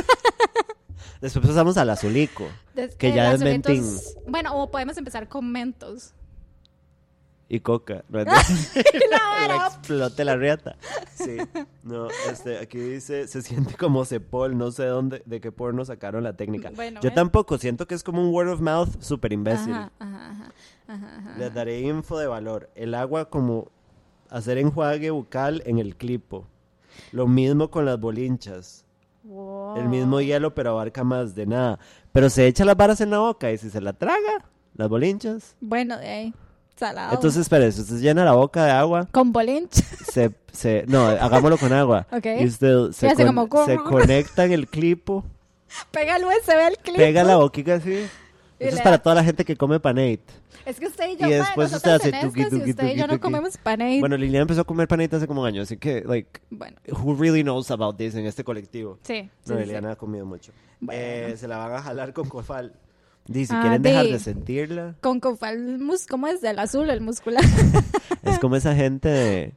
Después pasamos al azulico,
Des-
que
eh,
ya es
los solitos-
mentín
Bueno, o podemos empezar con mentos.
y coca. ¿no? Le explote la riata. Sí. No, este, aquí dice, se siente como cepol, no sé dónde, de qué porno sacaron la técnica.
Bueno,
Yo
eh.
tampoco, siento que es como un word of mouth súper imbécil.
Ajá, ajá, ajá, ajá, ajá.
Les daré info de valor. El agua como hacer enjuague bucal en el clipo. Lo mismo con las bolinchas.
Wow.
El mismo hielo, pero abarca más de nada. Pero se echa las varas en la boca y si se la traga, las bolinchas.
Bueno, de ahí.
Salado.
Entonces, espérese, usted llena la boca de agua
Con bolincha.
se, se- no, hagámoslo con agua.
Ok.
Y usted se,
Y hace
con-
como-
se conecta en el clipo,
Pega el USB al clip.
pega la boquita así.
Y
Eso
le
es para
da-
toda la gente que come panate.
Es que usted y yo,
Y
mae,
después
nosotras
usted
en
hace tuqui,
estas y
tuqui,
usted y yo
tuqui,
no
tuqui.
comemos panade.
Bueno, Liliana empezó a comer panate hace como un año, así que, like,
Bueno,
who really knows about this en este colectivo.
sí. sí,
No,
sí, sí.
Liliana ha comido mucho.
Bueno.
Eh, se la van a jalar con cofal. Dice, si
Ah,
quieren dejar
di.
de sentirla,
Con cofal mus, ¿cómo es? Del azul, el muscular.
es como esa gente de-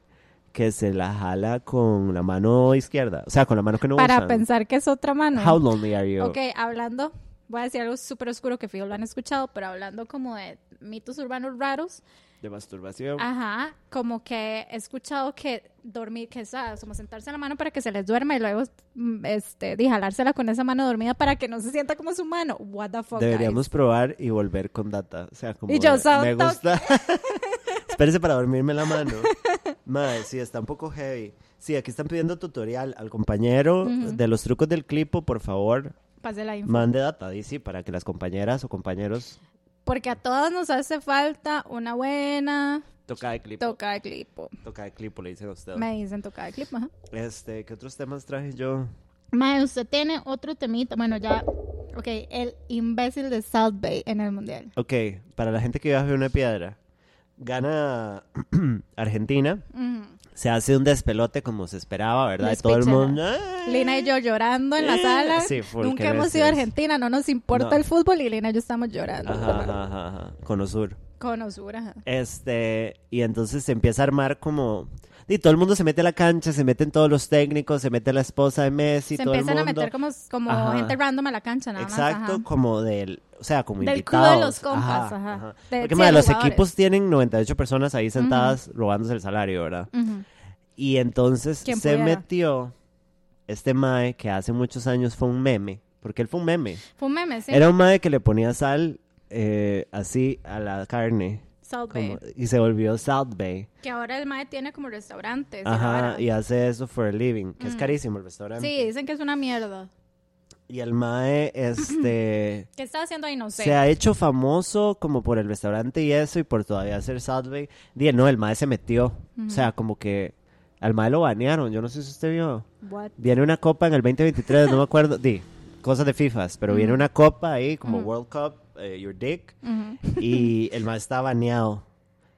que se la jala con la mano izquierda, o sea, con la mano que no
para
usan.
pensar que es otra mano.
How lonely are you?
Ok, hablando, voy a decir algo súper oscuro que fijo lo han escuchado, pero hablando como de mitos urbanos raros,
De
Ah,
masturbación.
ajá, como que he escuchado que dormir, que es ah, como sentarse la mano para que se les duerma y luego, mm, este, di, jalársela con esa mano dormida para que no se sienta como su mano. What the fuck, guys?
Deberíamos probar y volver con data. O sea, como
Y yo,
de-
sound
me
talk.
gusta. Espérese para dormirme la mano. Madre, sí, está un poco heavy. Sí, aquí están pidiendo tutorial al compañero de los trucos del clipo, por favor.
Pase la info.
Mande data, dice, para que las compañeras o compañeros
Porque a todas nos hace falta una buena
toca de clipo.
toca de clipo.
Toca de clipo, le dicen a usted.
Me dicen toca de clipo, ajá.
Este, ¿qué otros temas traje yo?
Mae, usted tiene otro temita. Bueno, ya. Ok, el imbécil de South Bay en el mundial.
Ok, para la gente que viaja una piedra, gana Argentina,
Ujú.
se hace un despelote como se esperaba, ¿verdad?
Les
Todo el
pichana.
mundo. ¡ay!
Lina y yo llorando en la
Eh,
sala.
sí, full,
Nunca
qué
hemos ido
bestias.
a Argentina, no nos importa
No.
el fútbol y Lina y yo estamos llorando.
Ajá, ajá, ajá, ajá, Con Osur.
Con osura. ajá.
Este, y entonces se empieza a armar como. Y todo el mundo se mete a la cancha, se meten todos los técnicos, se mete la esposa de Messi,
Se
todo el
empiezan a
mundo.
meter como, como
Ajá.
gente random a la cancha, nada más.
Exacto,
ajá.
como del, o sea, como
Del club de
invitados.
los compas, ajá. De-
Porque
sí,
madre,
de
los
jugadores.
equipos tienen 98 personas ahí sentadas robándose el salario, ¿verdad?
Ujú.
Y entonces se
¿Quién pudiera?
metió este mae que hace muchos años fue un meme, porque él fue un meme.
Fue un meme, sí.
Era un mae que le ponía sal eh, así a la carne
South Bay.
como- y se volvió South Bay.
Que ahora el mae tiene como restaurantes. y
Ajá,
ahora-
y hace eso for a living, que es carísimo el restaurante.
Mm. Sí, dicen que es una mierda.
Y el mae, este...
¿Qué está haciendo ahí? No sé.
Se ha hecho famoso como por el restaurante y eso, y por todavía ser Southway. Dije, no, el mae se metió. O sea, como que al mae lo banearon. Yo no sé si usted vio.
What?
Viene una copa en el 2023, no me acuerdo. Di, cosas de FIFAs, pero viene una copa ahí, como World Cup, eh, Your Dick.
Ujú.
Y el mae está baneado.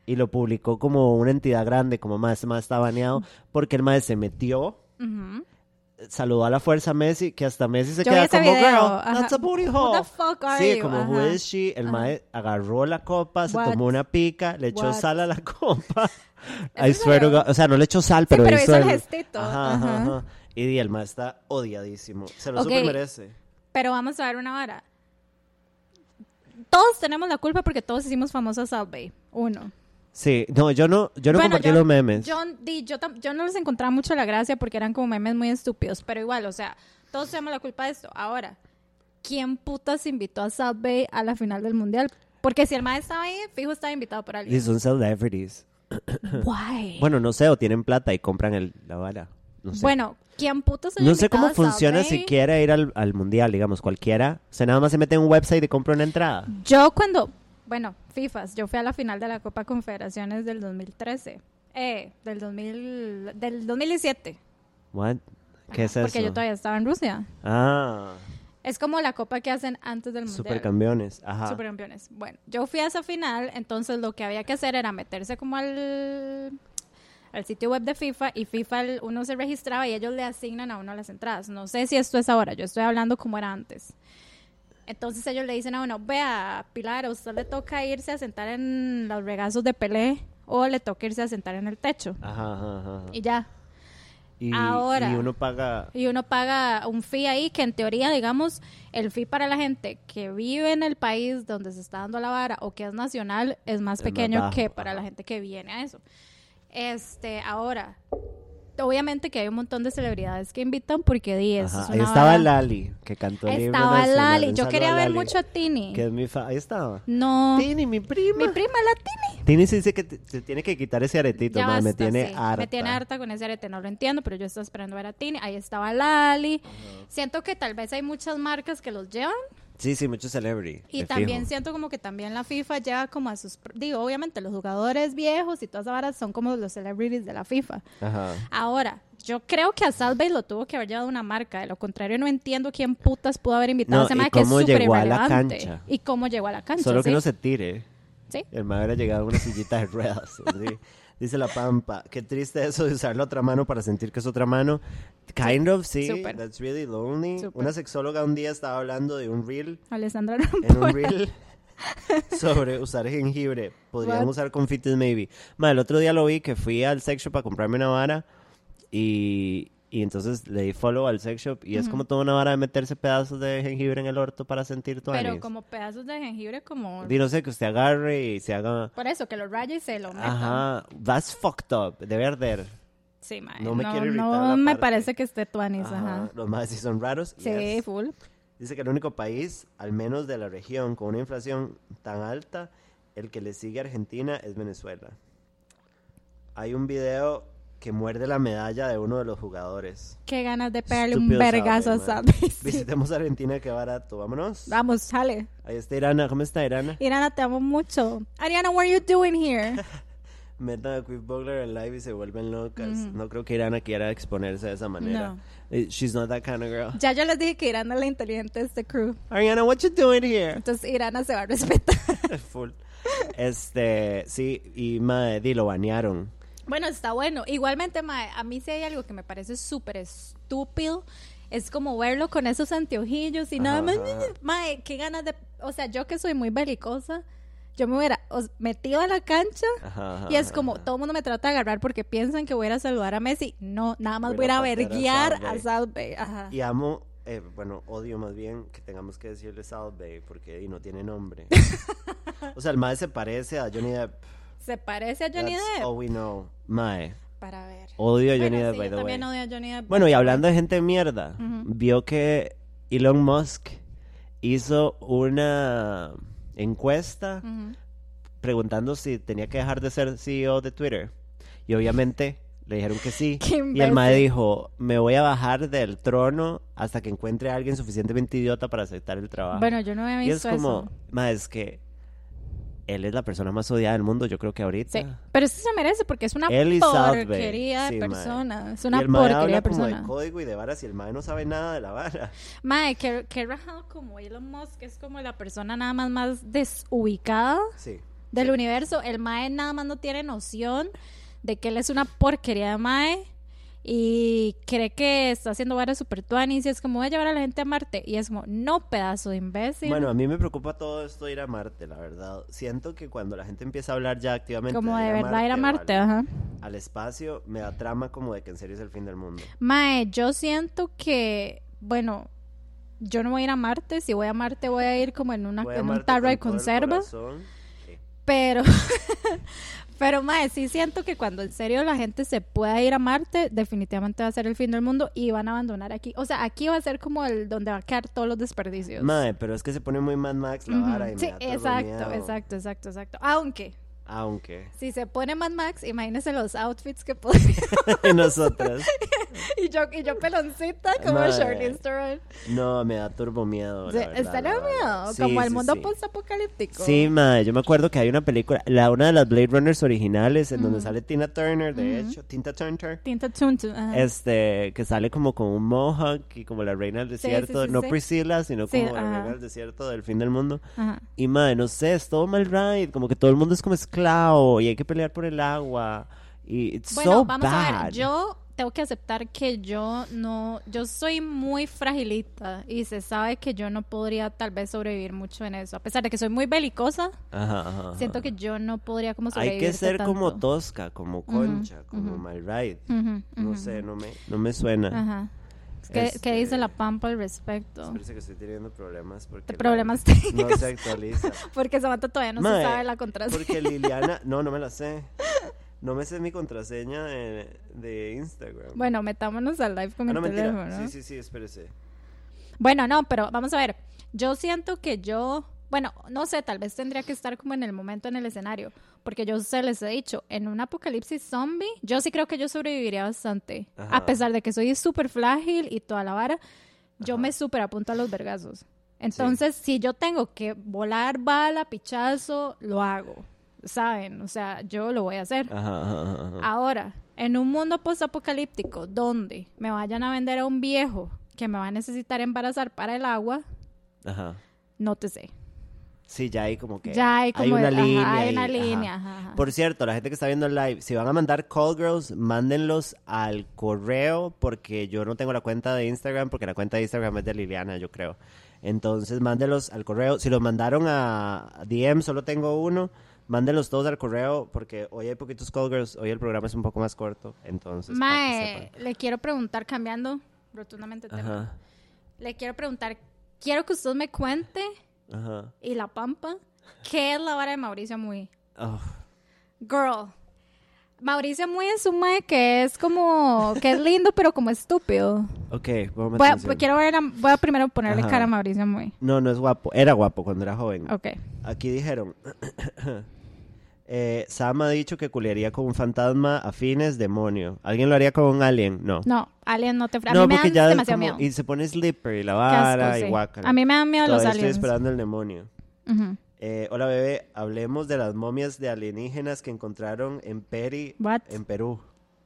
Y lo publicó como una entidad grande, como mae, este mae está baneado, porque el mae se metió.
Ujú.
Saludó a la fuerza a Messi, que hasta Messi se
Yo vi
queda
ese
como,
video,
girl,
ajá.
that's a booty
Who
hole".
the fuck are
Sí,
you?
como
Ajá.
who is she? El mae agarró la copa, se
What?
tomó una pica, le echó
What?
sal a la copa.
¿Es
I
en
swear to
serio?
God. O sea, no le echó sal, pero,
pero
hizo,
hizo el gestito.
Ajá, ajá,
Ajá.
ajá. Y di, el mae está odiadísimo. Se lo
Ok.
super merece.
Pero vamos a ver una vara. Todos tenemos la culpa porque todos hicimos famosos a South Bay. Uno.
Sí, no, yo no, yo no
Bueno,
compartí
yo-
los memes.
Yo, di- yo, tam- yo no les encontraba mucho la gracia porque eran como memes muy estúpidos, pero igual, o sea, todos tenemos la culpa de esto. Ahora, ¿quién putas invitó a South Bay a la final del mundial? Porque si el maestro estaba ahí, fijo estaba invitado por
Y
alguien.
son celebrities.
Why?
Bueno, no sé, o tienen plata y compran el- la bala. No sé.
Bueno, ¿quién putas
no sé
invitado
cómo
a South
funciona
Bay?
siquiera ir al, al mundial, digamos, cualquiera. O sea, nada más se mete en un website y compra una entrada.
Yo cuando, bueno, FIFAs, yo fui a la final de la Copa Confederaciones del 2013. Eh, del, 2000, del 2017.
What? ¿Qué es eso?
Porque yo todavía estaba en Rusia.
Ah,
Es como la copa que hacen antes del mundial.
supercampeones. Ajá.
Supercampeones. Bueno, yo fui a esa final, entonces lo que había que hacer era meterse como al, al sitio web de FIFA y FIFA el- uno se registraba y ellos le asignan a uno las entradas. No sé si esto es ahora, yo estoy hablando como era antes. Entonces ellos le dicen a uno, vea, Pilar, a usted le toca irse a sentar en los regazos de Pelé o le toca irse a sentar en el techo.
Ajá, ajá, ajá.
Y ya,
Y,
Ahora.
y uno paga.
y uno paga un fee ahí que en teoría, digamos, el fee para la gente que vive en el país donde se está dando la vara o que es nacional
Es
es más
más
pequeño
bajo,
que para
ajá.
la gente que viene a eso. Este, ahora, obviamente que hay un montón de celebridades que invitan porque 10.
Ajá, Ahí estaba Lali, que cantó el himno
Estaba
nacional.
Lali.
Un
Yo
saludo
quería
a
ver
Lali,
mucho a Tini.
que es mi fa- Ahí estaba.
No.
Tini, mi prima.
Mi prima la Tini.
Tini se dice que te- se tiene que quitar ese aretito,
Ya
ma, me
basta,
tiene
sí.
harta.
Me tiene harta con ese arete, no lo entiendo, pero yo estaba esperando ver a Tini. Ahí estaba Lali. Siento que tal vez hay muchas marcas que los llevan.
Sí, sí, mucho celebrity.
Y
de
también
fijo.
siento como que también la FIFA lleva como a sus... pr- Digo, obviamente los jugadores viejos y todas esas varas son como los celebrities de la FIFA.
Ajá.
Ahora, yo creo que a Salve lo tuvo que haber llevado una marca. De lo contrario, no entiendo quién putas pudo haber invitado
No,
a ese
y
mae que es
cómo
súper
llegó a la
irrelevante.
cancha.
Y cómo llegó a la cancha,
Solo que
Ah, ¿sí?
no se tire.
Sí.
El mae hubiera llegado a una sillita de ruedas. así. Dice la pampa, qué triste eso de usar la otra mano para sentir que es otra mano. Kind of, sí.
súper.
That's really lonely.
Súper.
Una sexóloga un día estaba hablando de un reel
Alessandra
en
Rampolla.
un reel sobre usar jengibre. Podrían
What?
usar confites, maybe. Ma, el otro día lo vi que fui al sex shop a comprarme una vara y, y entonces le di follow al sex shop y es como toda una vara de meterse pedazos de jengibre en el orto para sentir tu
Pero
anís.
como pedazos de jengibre, como...
Di, no sé, que usted agarre y se haga...
Por eso, que lo raya y se lo meta.
Ajá, that's fucked up, debe arder.
Sí, mae.
No me
no,
quiero irritar
no
la
me
parte.
parece que esté tu anís,
Ajá,
ajá.
Los más sí son raros.
Sí,
yes.
full.
Dice que el único país, al menos de la región, con una inflación tan alta, el que le sigue a Argentina es Venezuela. hay un video que muerde la medalla de uno de los jugadores.
Qué ganas de pegarle un
Estúpido
vergazo a
Saudi, mae.
Sandy. Sí.
Visitemos Argentina, qué barato. Vámonos.
Vamos, sale.
Ahí está Irana. ¿Cómo está Irana?
Irana, te amo mucho. Ariana, what are you doing here?
Metan a Quick Bogler en live y se vuelven locas. No creo que Irana quiera exponerse de esa manera.
No.
Eh, She's not that kind of girl.
Ya yo les dije que Irana es la inteligente de este crew.
Ariana, what you doing here?
Entonces Irana se va a respetar.
Full. Este, sí, y madre, di, lo banearon.
Bueno, está bueno. Igualmente, mae, a mí sí hay algo que me parece súper estúpido. Es como verlo con esos anteojillos y nada más.
Ajá.
Mae, qué ganas de. O sea, yo que soy muy belicosa, yo me hubiera os- metido a la cancha
Ajá, ajá,
y es como
ajá.
todo el mundo me trata de agarrar porque piensan que voy a ir a saludar a Messi. No, nada más voy a ir a
Voy a patear a
verguiar a
Southgate.
South Bay. Ajá.
Y amo, eh, bueno, odio más bien que tengamos que decirle South Bay porque y no tiene nombre. o sea, el mae se parece a Johnny Depp.
Se parece a Johnny
That's
Depp.
all we know. Mae,
Para ver.
odio a Oh, Johnny
Bueno,
Depp,
sí,
by
yo
the way.
también odio a Johnny Depp.
Bueno, y hablando de gente mierda, vio que Elon Musk hizo una encuesta preguntando si tenía que dejar de ser CEO de Twitter. Y obviamente le dijeron que sí.
Qué
Y el mae
imbécil.
dijo, me voy a bajar del trono hasta que encuentre a alguien suficientemente idiota para aceptar el trabajo.
Bueno, yo no había
Ah. y es
visto
como,
eso.
mae, es que él es la persona más odiada del mundo, yo creo que ahorita.
Sí, pero eso se merece porque es una
Él y Southgate,
porquería
ah. sí,
de
mae.
persona. Es una
y el mae
porquería de
habla como de
persona.
código y de varas y el mae no sabe nada de la vara.
Mae, qué, qué rajado como Elon Musk es como la persona nada más más desubicada
Sí.
del universo. El Mae nada más no tiene noción de que él es una porquería de Mae y cree que está haciendo varas super tuanis y es como voy a llevar a la gente a Marte. Y es como, no, pedazo de imbécil.
Bueno, a mí me preocupa todo esto de ir a Marte, la verdad. Siento que cuando la gente empieza a hablar ya activamente
como de verdad ir a
o
Marte,
al-
ajá.
al espacio, me da trama como de que en serio es el fin del mundo.
Mae, yo siento que, bueno, yo no voy a ir a Marte. Si voy a Marte, voy a ir como en, una,
Voy a
en un
Marte
tarro
con
de
todo el
conserva.
corazón. Sí.
Pero, pero, mae, sí siento que cuando en serio la gente se pueda ir a Marte, definitivamente va a ser el fin del mundo y van a abandonar aquí. O sea, aquí va a ser como el donde va a quedar todos los desperdicios.
Mae, pero es que se pone muy Mad Max la
Ujú.
vara y me
Sí,
da todo
exacto,
miedo.
exacto, exacto, exacto. Aunque,
Aunque.
si se pone Mad Max, imagínense los outfits que podría.
Y nosotras.
y, yo, y yo peloncita como
Mae.
Charlize Theron.
No, me da turbo miedo.
Sí,
la verdad,
Estaría
la vara.
miedo,
Sí,
como el
sí,
mundo
sí.
postapocalíptico.
Sí, mae, yo me acuerdo que hay una película, la una de las Blade Runners originales, en donde sale Tina Turner, de hecho, Tinta Turner.
Tinta chunchu, ajá.
Este, que sale como con un mohawk y como la reina del
Sí,
desierto,
sí, sí,
no
sí.
Priscilla, sino
Sí,
como la
ajá.
reina del desierto del fin del mundo.
Ajá.
Y madre, no sé, es todo mal ride, como que todo el mundo es como esclavo y hay que pelear por el agua. Y it's
Bueno,
so
vamos a
bad.
ver, yo tengo que aceptar que yo no, yo soy muy fragilita y se sabe que yo no podría tal vez sobrevivir mucho en eso. A pesar de que soy muy belicosa,
Ajá, ajá, ajá.
siento que yo no podría como
hay
sobrevivir.
que ser
tanto.
como tosca, como concha, como mal ride.
Ujú,
No
ujú,
sé, no me, no me suena.
Ajá. ¿Qué,
Este-
qué dice la Pampa al respecto?
Parece que estoy teniendo problemas porque la-
Problemas
no
técnicos.
se actualiza.
Porque Samantha todavía no
Mae,
se sabe la contraseña.
Porque Liliana, no, no me la sé. No me sé mi contraseña de, de Instagram.
Bueno, metámonos al live con
Ah,
mi
no, mentira.
teléfono.
Sí, sí, sí, espérese.
Bueno, no, pero vamos a ver. Yo siento que yo, bueno, no sé, tal vez tendría que estar como en el momento en el escenario, porque yo se les he dicho, en un apocalipsis zombie, yo sí creo que yo sobreviviría bastante,
Ajá.
a pesar de que soy súper frágil y toda la vara, yo me súper apunto a los vergazos. Entonces, si yo tengo que volar bala, pichazo, lo hago, ¿saben? O sea, yo lo voy a hacer.
Ajá, ajá, ajá, ajá.
Ahora, en un mundo postapocalíptico donde me vayan a vender a un viejo que me va a necesitar embarazar para el agua, Ah.
Ajá.
no te sé.
Sí, ya hay como que.
Ya hay como
una
ajá,
línea.
hay
ahí,
una
ajá.
línea, ajá, ajá.
Por cierto, la gente que está viendo el live, si van a mandar call girls, mándenlos al correo porque yo no tengo la cuenta de Instagram porque la cuenta de Instagram es de Liliana, yo creo. Entonces, mándenlos al correo. Si los mandaron a DM, solo tengo uno. Mándenlos todos al correo porque hoy hay poquitos call girls, hoy el programa es un poco más corto, entonces para que
Mae, le quiero preguntar, cambiando rotundamente el
sepan.
tema,
Ajá.
le quiero preguntar, quiero que usted me cuente
Ajá.
y la pampa, ¿qué es la vara de Mauricio Muy?
Oh,
Girl. Mauricio Muy es un mae que es como, que es lindo pero como estúpido.
ok, ponme
Voy a,
atención.
quiero ver, a- voy a primero ponerle
Ajá.
cara a Mauricio Muy.
No, no es guapo, era guapo cuando era joven.
Ok.
Aquí dijeron, Eh, Sam ha dicho que culiaría con un fantasma afines, demonio. ¿Alguien lo haría con un alien? No.
No, alien no te... A
no,
mí me
porque
dan
ya
demasiado
como-
miedo.
y se pone slippery la
Qué asco,
vara
sí.
y guácala.
A mí me dan miedo los
Todavía
aliens.
Estoy esperando el demonio.
Ujú.
Eh, hola bebé, hablemos de las momias de alienígenas que encontraron en Peri,
What?
en Perú.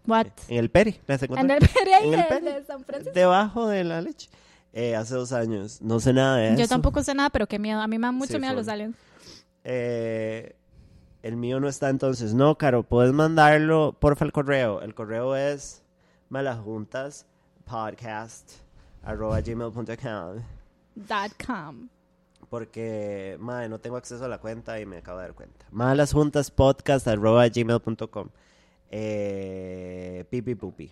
What?
En el Peri, las encontraron.
En el Peri ahí
En el
de-
Peri.
de San Francisco.
Debajo de la leche. Eh, hace dos años. No sé nada de eso.
Yo tampoco sé nada, pero qué miedo. A mí me dan mucho
Sí,
miedo
full.
los aliens.
Eh, el mío no está entonces. No, Caro, puedes mandarlo porfa al correo. El correo es malajuntaspodcast.gmail.com
Dot com.
Porque, madre, no tengo acceso a la cuenta y me acabo de dar cuenta. Malasjuntaspodcast.gmail.com eh, Pipi pupi.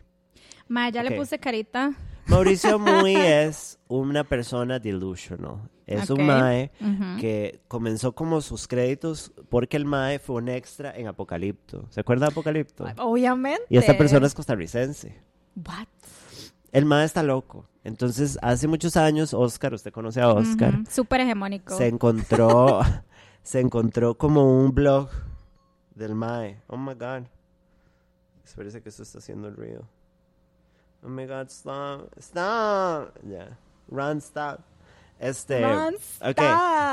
Ma, ya
Ok.
le puse carita.
Mauricio Muy es una persona delusional. Es
Ok.
un mae
Ujú.
que comenzó como sus créditos porque el mae fue un extra en Apocalipto. ¿Se acuerda de Apocalipto?
Obviamente.
Y esta persona es costarricense.
What?
El mae está loco. Entonces, hace muchos años, Oscar, usted conoce a Oscar,
Ujú. Súper hegemónico.
se encontró, se encontró como un blog del mae. Oh my God. Parece que esto está haciendo ruido. Oh my God, stop, stop. Ya, Run, stop. Este,
Run,
ok,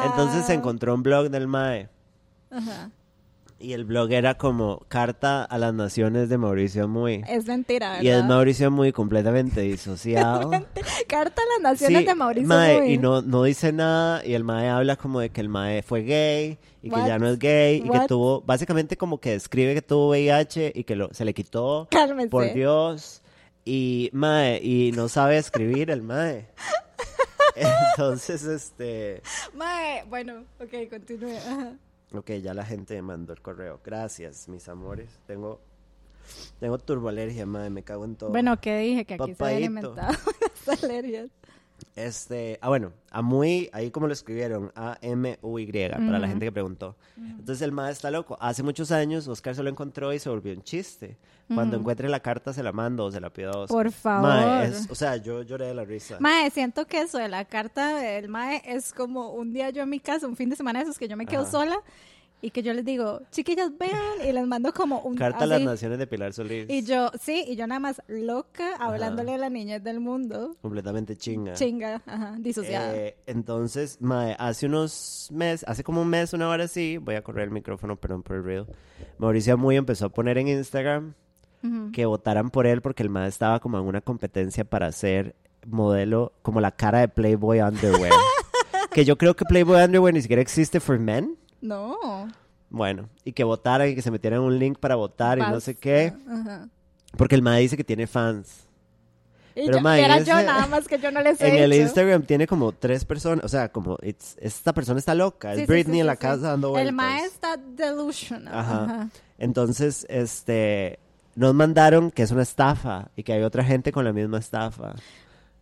entonces se
stop.
encontró un blog del mae. Y el blog era como Carta a las Naciones de Mauricio Muy.
Es mentira, ¿verdad?
Y es Mauricio Muy completamente disociado.
Carta a las Naciones
Sí,
de Mauricio
mae,
Rubio.
Y no, no dice nada, y el mae habla como de que el mae fue gay, y
What?
que ya no es gay, y
What?
que tuvo, básicamente como que describe que tuvo VIH y que lo, se le quitó.
Cálmese.
Por Dios. Y mae, y no sabe escribir el mae. Entonces, este...
Mae, bueno, ok, continúe. Ajá.
Ok, ya la gente me mandó el correo. Gracias, mis amores. Tengo... Tengo turboalergia, mae, me cago en todo.
Bueno, ¿qué dije? Que aquí se había
Papaíto.
alimentado.
Las alergias.
Este, ah, bueno, a muy, ahí como lo escribieron, A-M-U-Y, para la gente que preguntó. Entonces el mae está loco. Hace muchos años Oscar se lo encontró y se volvió un chiste. Cuando encuentre la carta se la mando o se la pido a Oscar.
Por favor.
Mae, es- o sea, yo lloré de la risa.
Mae, siento
Siento que eso de la carta del Mae es como un día yo en mi casa, un fin de semana de esos que yo me quedo
Ajá.
sola y que yo les digo, chiquillas, vean, y les mando como un
carta a las
así.
naciones de Pilar Solís.
Y yo, sí, y yo nada más loca hablándole a la niñez del mundo.
Completamente chinga.
Chinga, ajá, disociada.
Eh, entonces, mae, hace unos meses, hace como un mes, una hora así, voy a correr el micrófono, perdón por el ruido. Mauricio Muy empezó a poner en Instagram que votaran por él porque el mae estaba como en una competencia para ser modelo, como la cara de Playboy Underwear. que yo creo que Playboy Underwear ni siquiera existe for men.
No.
Bueno, y que votaran y que se metieran un link para votar y no sé
Basta.
qué.
Ajá.
Porque el mae dice que tiene fans.
Y
Pero,
yo,
mae,
que era
ese-
yo nada más que yo no les he
En el
dicho.
Instagram tiene como tres personas, o sea, como it's- esta persona está loca, es
Sí, sí,
Britney
sí,
en
sí,
la
sí.
casa dando vueltas.
El mae está delusional.
Ajá.
ajá.
Entonces, este, nos mandaron que es una estafa y que hay otra gente con la misma estafa. Y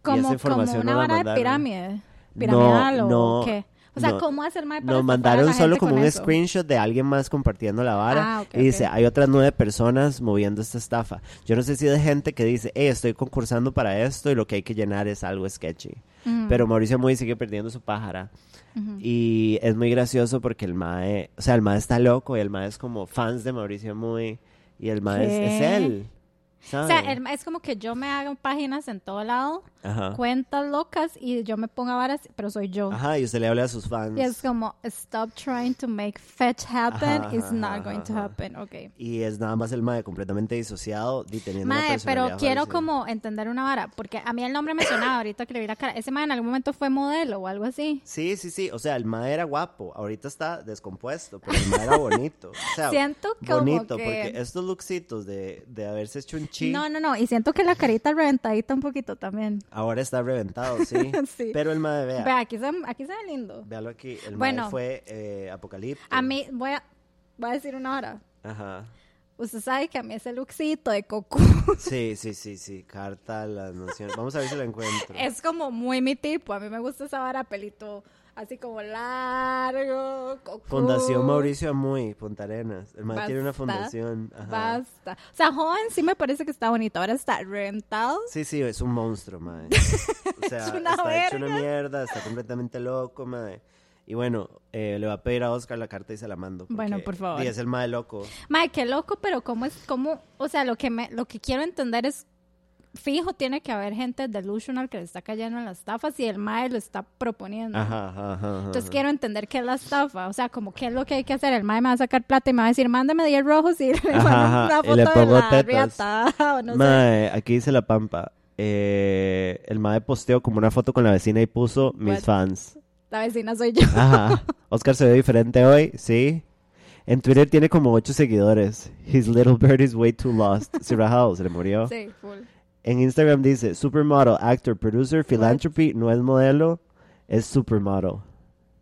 como,
esa
como
información
una
nos la
vara de
mandaron.
pirámide. Piramidal
no,
o qué. O sea,
no.
¿cómo hacer mae para
Nos
estafar a
mandaron
la
solo
gente
como
con
un
eso?
screenshot de alguien más compartiendo la vara
Ah, ok,
y dice,
ok.
hay otras nueve personas moviendo esta estafa. Yo no sé si de gente que dice, hey, estoy concursando para esto y lo que hay que llenar es algo sketchy. Pero Mauricio Muy sigue perdiendo su pájara. Y es muy gracioso porque el Mae, o sea, el Mae está loco y el Mae es como fans de Mauricio Muy y el Mae es, es
¿Qué?
él.
O
¿sabe?
sea, el mae- es como que yo me haga páginas en todo lado,
Ajá.
cuentas locas y yo me ponga varas, pero soy yo.
Ajá, y usted le habla a sus fans.
Y es como, stop trying to make fetch happen,
Ajá,
it's
ajá,
not
ajá,
going to
ajá.
happen, ok.
Y es nada más el mae completamente disociado y teniendo una
Mae, pero
personalidad
quiero
falsa.
como entender una vara, porque a mí el nombre me sonaba ahorita que le vi la cara. Ese mae en algún momento fue modelo o algo así.
Sí, sí, sí. O sea, el mae era guapo. Ahorita está descompuesto, pero el mae era bonito. O sea,
Siento como
bonito,
que-
porque estos looksitos de, de haberse hecho un chi,
No, no, no, y siento que la carita reventadita un poquito también.
ahora está reventado, ¿sí?
Sí.
Pero el mae, vea,
Vea, aquí se, aquí se ve lindo.
véalo aquí. El
Bueno.
mae fue eh, apocalipto.
A mí, voy a, voy a decir una hora.
Ajá.
Usted sabe que a mí ese lookcito de coco
Sí, sí, sí, sí. Carta a las naciones. Vamos a ver si la encuentro.
es como muy mi tipo. A mí me gusta esa vara pelito así como largo, coco.
Fundación Mauricio Amuy, Punta Arenas. El mae tiene una
Basta.
fundación. Ajá.
Basta. O sea, joven sí me parece que está bonito. Ahora está rentado.
Sí, sí, es un monstruo, mae. O sea,
una
está hecho una
verga.
mierda, está completamente loco, mae. Y bueno, eh, le va a pedir a Oscar la carta y se la mando. porque-
Bueno, por favor.
Y es el mae loco.
Mae, qué loco, pero cómo es, cómo, o sea, lo que me, lo que quiero entender es, fijo, tiene que haber gente delusional que le está cayendo en las estafas y el mae lo está proponiendo.
Ajá, ajá, ajá. ajá.
Entonces quiero entender qué es la estafa, o sea, como qué es lo que hay que hacer. El mae me va a sacar plata y me va a decir, mándame 10 rojos y le mando
Ajá,
una
y
foto
le
de
pongo
la
tetas.
riata, o no sé.
Mae, aquí dice la pampa. eh, el mae posteó como una foto con la vecina y puso mis
What?
fans.
La vecina soy yo.
Ajá. Oscar se ve diferente hoy, sí. En Twitter tiene como 8 seguidores. His little bird is way too lost. Se rajado, se le murió.
Sí, full.
En Instagram dice supermodel, actor, producer, philanthropy, no es modelo, es supermodel.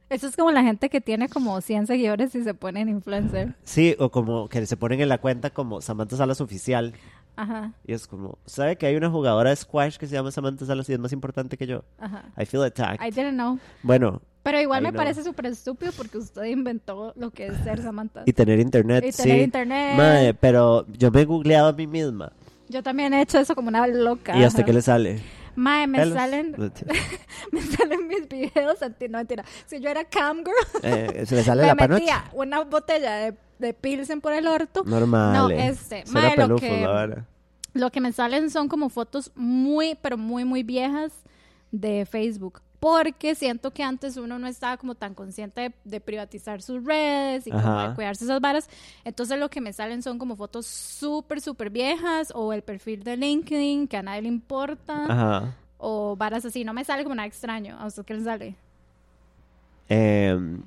Eso es como la gente que tiene como 100 seguidores y se ponen influencer.
Sí, o como que se ponen en la cuenta como Samantha Salas oficial.
Ajá,
Y es como, ¿sabe que hay una jugadora de squash que se llama Samantha Salas y es más importante que yo?
ajá.
I feel attacked.
I didn't know.
Bueno,
Pero igual
I
me
know.
parece súper estúpido porque usted inventó lo que es ser Samantha.
y tener internet,
Y
sí.
tener internet.
Mae, pero yo me he googleado a mí misma.
Yo también he hecho eso como una loca.
¿Y hasta
ajá.
qué le sale?
Mae, me
Pelos.
salen, me salen mis videos. anti- No, mentira. Si yo era camgirl,
Eh, se le sale
me
la panocha.
metía una botella de, de pilsen por el orto.
Normal.
No,
eh.
este,
Suena
mae, lo
pelufo,
que-
la vara.
Lo que me salen son como fotos muy, pero muy, muy viejas de Facebook. Porque siento que antes uno no estaba como tan consciente de, de privatizar sus redes y como
Ajá.
de cuidarse esas varas. Entonces lo que me salen son como fotos súper, súper viejas o el perfil de LinkedIn que a nadie le importa
Ajá.
o varas así. No me sale como nada extraño. ¿A usted qué le sale?
Eh,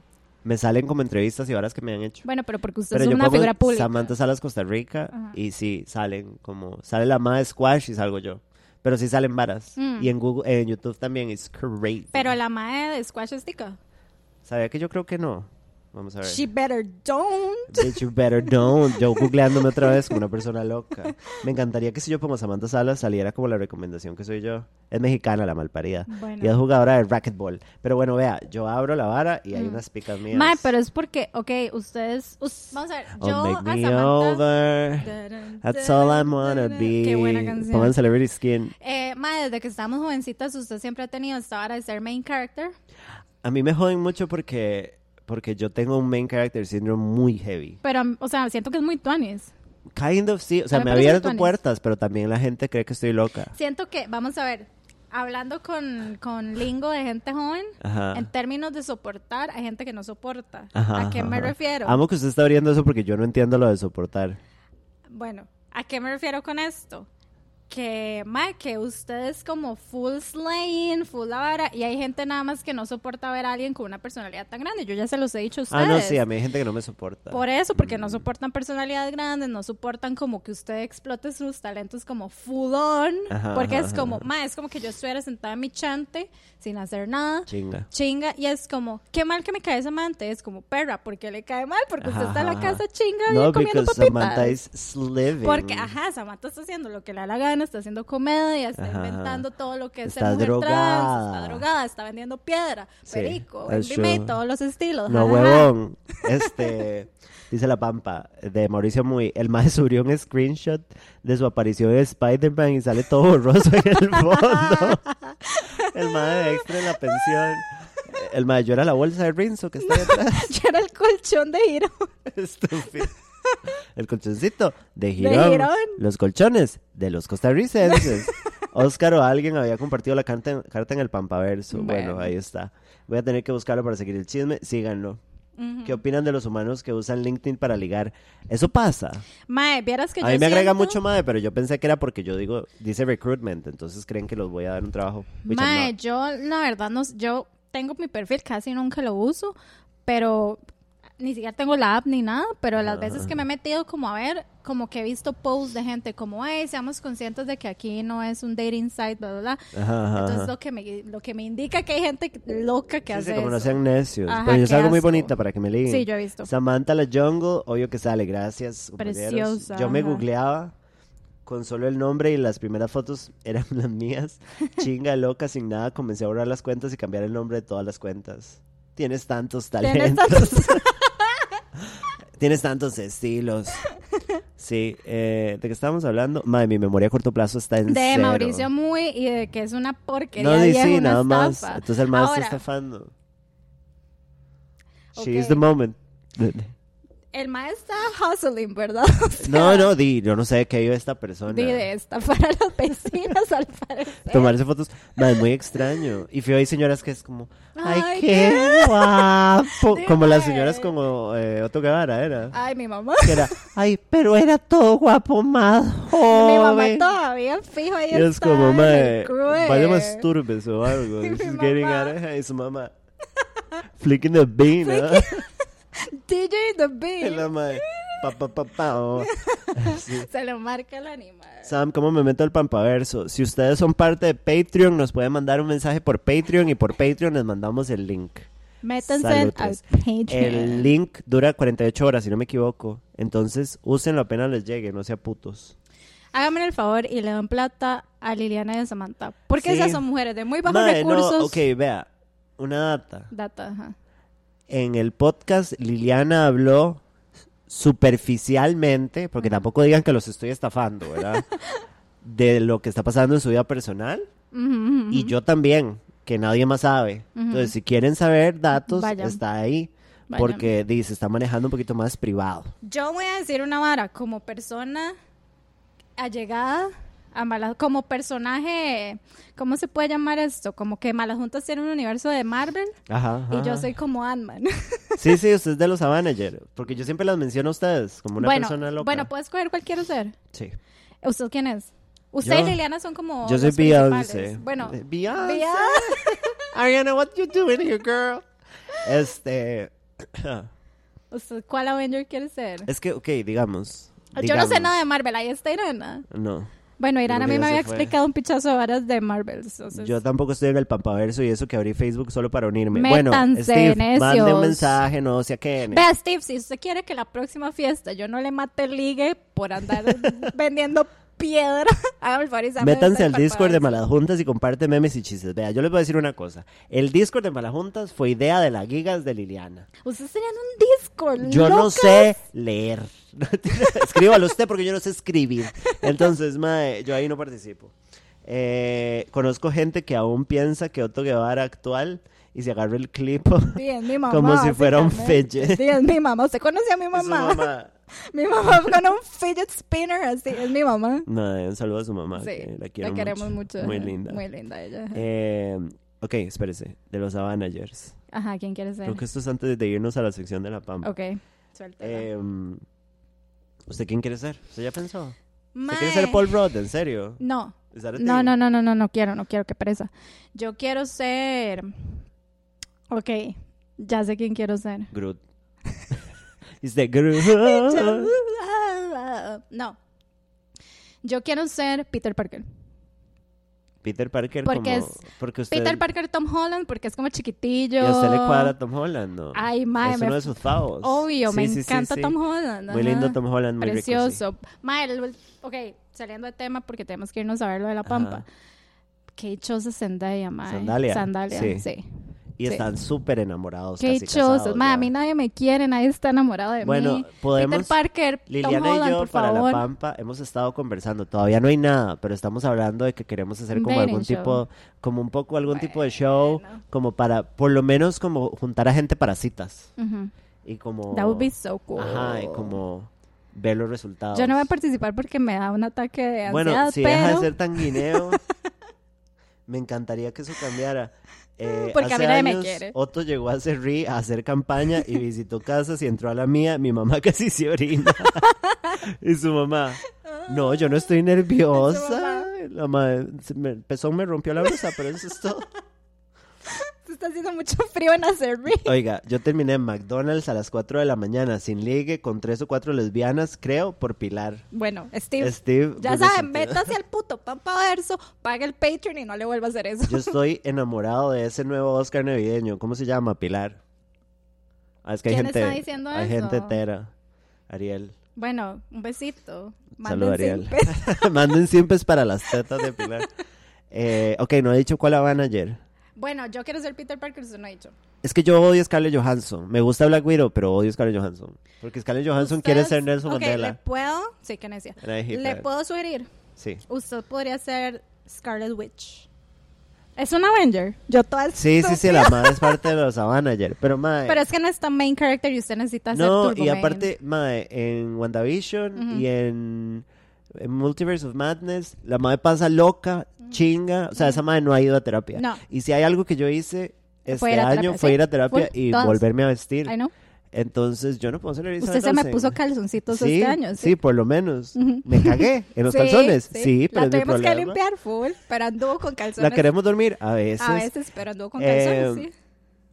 me salen como entrevistas y horas que me han hecho.
Bueno, pero porque usted
Pero
es
yo
una
pongo
figura pública.
Samantha Salas Costa Rica
Ajá.
y sí, salen como, sale la madre squash y salgo yo. Pero sí salen varas.
Mm.
Y en Google, en YouTube también es crazy.
Pero la madre de Squash es tica.
¿Sabía que yo creo que no? Vamos a ver.
She better don't.
Bitch, you better don't. Yo googleándome otra vez como una persona loca. Me encantaría que si yo pongo Samantha Salas saliera como la recomendación que soy yo. Es mexicana la malparida.
Bueno.
Y es jugadora de racquetball. Pero bueno, vea, yo abro la vara y hay unas picas mías.
Mm. Mae, pero es porque, ok, ustedes... us- vamos a ver,
Oh,
yo a
make me
Samantha...
over. That's all I wanna be.
Qué buena canción.
Pongan Celebrity Skin.
Eh, ma, desde que estamos jovencitas, usted siempre ha tenido esta vara de ser main character.
A mí me joden mucho porque, porque yo tengo un main character syndrome muy heavy.
Pero, mm, o sea, siento que es muy tuanis.
Kind of, sí. O sea,
A mí
me
me parece
abierto
tuanis.
puertas, pero también la gente cree que estoy loca.
Siento que, vamos a ver, hablando con, con lingo de gente joven,
Ajá.
en términos de soportar, hay gente que no soporta.
Ajá,
¿A qué me
ajá.
refiero?
Amo que usted está abriendo eso porque yo no entiendo lo de soportar.
Bueno, ¿a qué me refiero con esto? Que, ma, que usted es como full slaying, full la vara, y hay gente nada más que no soporta ver a alguien con una personalidad tan grande. Yo ya se los he dicho a ustedes.
Ah, no, sí, a mí Mm. hay gente que no me soporta.
Por e eso, porque no soportan personalidades grandes, no soportan como que usted explote sus talentos como full on,
Ajá,
porque
ajá,
es como,
ajá.
ma, es como que yo estuviera sentada en mi chante sin hacer nada.
Chinga.
Chinga, y es como, qué mal que me cae esa amante. Es como, perra, ¿por qué le cae mal? Porque usted
Ajá,
está en la
ajá,
casa chinga y
No,
comiendo
porque
papitas.
Samantha is sliving.
Porque, ajá, Samantha está haciendo lo que le da la gana, está haciendo comedia, está
Ajá, ajá.
inventando todo lo que es
Está
ser mujer trans, está
drogada.
drogada, está vendiendo piedra,
Sí,
perico,
that's
Envy May,
true.
todos los estilos.
No,
jajaja.
huevón. Este, dice la pampa de Mauricio Muy. El mae subió un screenshot de su aparición en Spider-Man y sale todo borroso en el fondo. El mae de extra en la pensión. El mae llora la bolsa de Rinzo que está ahí atrás.
Yo era el colchón de Hiro.
Estúpido. El colchoncito de
De
Girón.
Girón.
Los colchones de los costarricenses. Óscar o alguien había compartido la carta en, carta en el Pampaverso. Bueno.
Bueno.
ahí está. Voy a tener que buscarlo para seguir el chisme. Síganlo. ¿Qué opinan de los humanos que usan LinkedIn para ligar? Eso pasa.
Mae, vieras que
A
yo
mí me agrega
siento-
mucho madre, pero yo pensé que era porque yo digo, dice recruitment, entonces creen que los voy a dar un trabajo. Which I'm
Mae,
not.
yo la verdad no, s- yo tengo mi perfil, casi nunca lo uso, pero ni siquiera tengo la app ni nada, pero las veces que me he metido como a ver, como que he visto posts de gente como, hey, seamos conscientes de que aquí no es un dating site, bla, bla, bla.
Ajá, ajá,
Entonces
ajá.
lo que me, lo que me indica que hay gente loca que
Sí, sí,
hace
como no
eso.
sean necios.
Ajá,
pero yo
qué
salgo muy
asco.
bonita para que me liguen.
Sí, yo he visto.
Samantha la Jungle, obvio que sale, gracias. compañeros.
Preciosa,
Yo me
ajá.
googleaba con solo el nombre y las primeras fotos eran las mías. Chinga loca, sin nada, comencé a borrar las cuentas y cambiar el nombre de todas las cuentas. Tienes tantos
Tienes
talentos. Tienes tantos, estilos. Sí, eh, ¿de qué estábamos hablando? Madre, mi memoria a corto plazo está en
De
cero.
Mauricio Muy y de que es una porquería.
No, di
vieja,
sí,
una
nada más.
estafa.
Entonces el más
Ahora,
está estafando. She is the moment.
El maestro está hustling, ¿verdad? O sea,
No, no, di, yo no sé de qué vive esta persona.
di de esta para los vecinos, al parecer.
Tomarse fotos, ma, es muy extraño. Y fío, hay señoras que es como, ay,
Ay,
qué, guapo.
Sí,
Como las
mae.
señoras como eh, Otto Guevara, era.
Ay, mi mamá.
Que era, ay, pero era todo guapo más
Mi
joven.
mamá todavía fijo ahí
Y es
está
como,
en
mae,
el cruel.
vaya más turbes o algo.
Y
This
mi
is getting
mamá.
out of hand. Y su mamá, flicking the bean, ¿no?
DJ The
Y
Beat.
la mae, pa, pa, pa, pa, oh. Sí.
Se lo marca el animal.
Sam, ¿cómo me meto al pampaverso? Si ustedes son parte de Patreon, nos pueden mandar un mensaje por Patreon y por Patreon les mandamos el link.
Métanse al
Saludos.
Patreon.
El link dura 48 horas, si no me equivoco. Entonces, úsenlo apenas les llegue, no sea putos.
Háganme el favor y le dan plata a Liliana y a Samantha. Porque
Sí.
esas son mujeres de muy bajos
Mae, no,
recursos.
ok, vea, una data.
Data, ajá.
En el podcast, Liliana habló superficialmente, porque tampoco digan que los estoy estafando, ¿verdad? de lo que está pasando en su vida personal.
Ujú, ujú.
y yo también, que nadie más sabe. Entonces, si quieren saber datos,
Vayan.
está ahí.
Vayan.
Porque dice, está manejando un poquito más privado.
Yo voy a decir una vara como persona allegada a malas, como personaje, ¿cómo se puede llamar esto? Como que Malas Juntas tiene un universo de Marvel
Ajá.
y yo
ajá.
soy como Ant-Man.
Sí, sí, usted es de los Avanager. Porque yo siempre las menciono a ustedes como una
bueno,
persona loca.
bueno, pues, puedes coger cualquier ser.
sí.
¿Usted quién es? Usted y
Yo-
Liliana son como
Yo soy
los principales.
Beyoncé.
Bueno,
Eh, Beyoncé.
Vea,
Ariana, what you doing here, girl? Este.
¿usted cuál Avenger quiere ser?
Es que, ok, digamos.
Yo no sé
digamos.
nada de Marvel, ahí está Irana.
No.
Bueno, Irán a
Creo que
mí me
ya
había
se fue.
explicado un pichazo de varas de Marvel. Entonces,
Yo tampoco estoy en el pampaverso y eso que abrí Facebook solo para unirme. bueno,
Métanse,
Steve, mande un
necios.
mensaje, no sea que.
Vea,
Steve, si usted quiere que la próxima fiesta yo no le mate el ligue por andar vendiendo piedra, hágame el favor y sáqueme
Métanse
del
al Discord de
parpadeo.
Malas Juntas y comparte memes y chistes. Vea, yo les voy a decir una cosa. El Discord de Malas Juntas fue idea de las gigas de Liliana.
Ustedes tenían un Discord.
Yo no
locas.
sé leer. Escríbalo usted porque yo no sé escribir. Entonces, mae, yo ahí no participo. Eh, conozco gente que aún piensa que Otto Guevara actual y se agarra el clip
Sí, es mi mamá,
como si fuera un
básicamente.
fidget.
Sí, es mi mamá. ¿Usted conoce a mi
Es su
mamá?
mamá.
Mi mamá con un fidget spinner así. Es mi mamá.
Mae, eh, un saludo a su mamá.
Sí,
que la,
la,
quiero
queremos mucho.
Muy
ajá.
linda.
Muy linda ella.
Eh, ok, espérese. De los Avanagers.
Ajá, ¿quién quiere ser?
Creo que esto es antes de irnos a la sección de la Pampa.
Ok, suelta.
Eh. Em, ¿Usted quién quiere ser? ¿Usted ya pensó? ¿Usted quiere
Mae.
ser Paul Rudd? ¿En serio?
No,
Is that a
no,
thing?
no, no, no, no, no quiero, no quiero, qué pereza. Yo quiero ser. Ok, ya sé quién quiero ser.
Groot. Is that Groot?
No. Yo quiero ser Peter Parker.
Peter Parker
Porque
como...
es-
Porque usted...
Peter Parker Tom Holland porque es como
Y
chiquitillo.
a usted le cuadra a Tom Holland, ¿no?
Ay, mae,
Es
me-
uno de sus favos.
Obvio, me encanta Tom Holland.
Muy
ajá.
lindo Tom Holland, muy rico, sí.
Precioso. Ma, el ul- ok, saliendo de tema porque tenemos que irnos a ver lo de la pampa.
Ajá.
Qué dichosa Zendaya, mae.
Sandalia,
eh. Sandalia,
sí.
sí.
Y
Sí.
están súper enamorados,
Qué
pues, casi casados
dichosos. Ma,
ya.
a mí nadie me quiere, nadie está enamorado de
Bueno,
mí.
podemos-
Peter Parker, Tom
Liliana
Holland,
y yo
por
para
favor.
La Pampa hemos estado conversando. Todavía no hay nada, pero estamos hablando de que queremos hacer
Un
como
dating
algún
show.
tipo, como un poco algún tipo de show, como para, por lo menos como juntar a gente para citas
Ujú.
y como.
That would be so cool.
Ajá, y como ver los resultados.
Yo no voy a participar porque me da un ataque de
Bueno,
ansiedad,
si
pero...
deja de ser tan guineo, me encantaría que eso cambiara. Eh,
Porque a
hace
mí nadie me
años,
quiere.
Otto llegó a Cerrí a hacer campaña y visitó casas y entró a la mía. Mi mamá casi se orina. y su mamá, no, yo no estoy nerviosa. La madre, se me, el pezón me rompió la blusa, pero eso es todo.
Se está haciendo mucho frío en Acerri.
Oiga, yo terminé en McDonald's a las 4 de la mañana sin ligue con tres o cuatro lesbianas, creo, por Pilar.
Bueno, Steve.
Steve.
ya
me
saben,
resultó-
métase al puto pampaverso, pague el Patreon y no le vuelva a hacer eso.
Yo estoy enamorado de ese nuevo Oscar navideño. ¿Cómo se llama? Pilar. Ah, es que hay
¿Quién
gente.
está diciendo
hay
eso?
gente tera. Ariel.
Bueno, un besito.
Saludos,
Manden
Ariel.
sin
Manden simples para las tetas de Pilar. Eh, ok, no he dicho cuál la van ayer.
Bueno, yo quiero ser Peter Parker, usted no ha dicho.
Es que yo odio a Scarlett Johansson. Me gusta Black Widow, pero odio a Scarlett Johansson. Porque Scarlett Johansson quiere
Ustedes-
ser Nelson
Ok, ¿Le
Mandela.
puedo? Sí, que necia.
And I hate
¿Le
that.
puedo sugerir?
Sí.
Usted podría ser Scarlet Witch. Es un Avenger.
Yo toda
Sí, sí, sí,
estúpida.
la madre es parte de los Avengers. Pero, madre.
Pero es que no es tan main character y usted necesita ser
no,
Turbo
y
Man.
aparte, madre, en WandaVision y en, en Multiverse of Madness, la madre pasa loca, chinga. O sea, esa madre no ha ido a terapia.
No.
Y si hay algo que yo hice este
Fue ir a
año
terapia,
fue
sí.
ir a terapia
Full,
y
todas.
volverme a vestir.
Ay, no.
Entonces, yo no puedo ser Elizabeth
Usted se me
Olsen.
puso calzoncitos
sí,
este año.
Sí, por lo menos.
Ujú.
Me cagué en los
Sí,
calzones. Sí, pero
La
es mi
tuvimos que
problema.
limpiar full, pero anduvo con
La
calzones.
queremos dormir a veces.
a veces, pero anduvo con
Eh,
calzones, sí.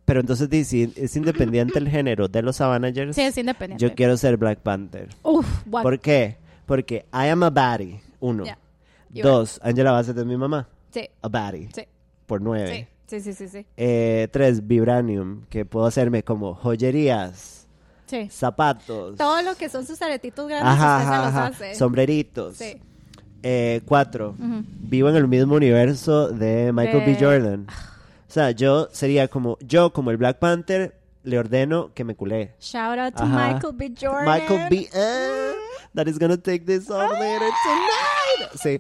Pero entonces di, si es independiente el género de los Avengers.
Sí, es independiente.
Yo quiero ser Black Panther.
Uf, what?
¿Por qué? Porque I am a baddie. Uno.
Ya. You
Dos, Angela Bassett es mi mamá.
Sí,
A baddie.
sí,
Por
sí.
nueve.
Sí, sí, sí, sí.
Eh, tres, Vibranium, que puedo hacerme como joyerías,
Sí.
zapatos.
Todo lo que son sus aretitos grandes,
Ajá,
usted se
ajá,
los
ajá,
hace.
Sombreritos.
Sí.
Eh, cuatro, vivo en el mismo universo de Michael
De-
B. Jordan.
Ah.
O sea, yo sería como, yo como el Black Panther, le ordeno que me culé.
Shout out to
Ajá.
Michael B. Jordan. Mm.
Michael B. eh, that is gonna take this off later tonight. Sí.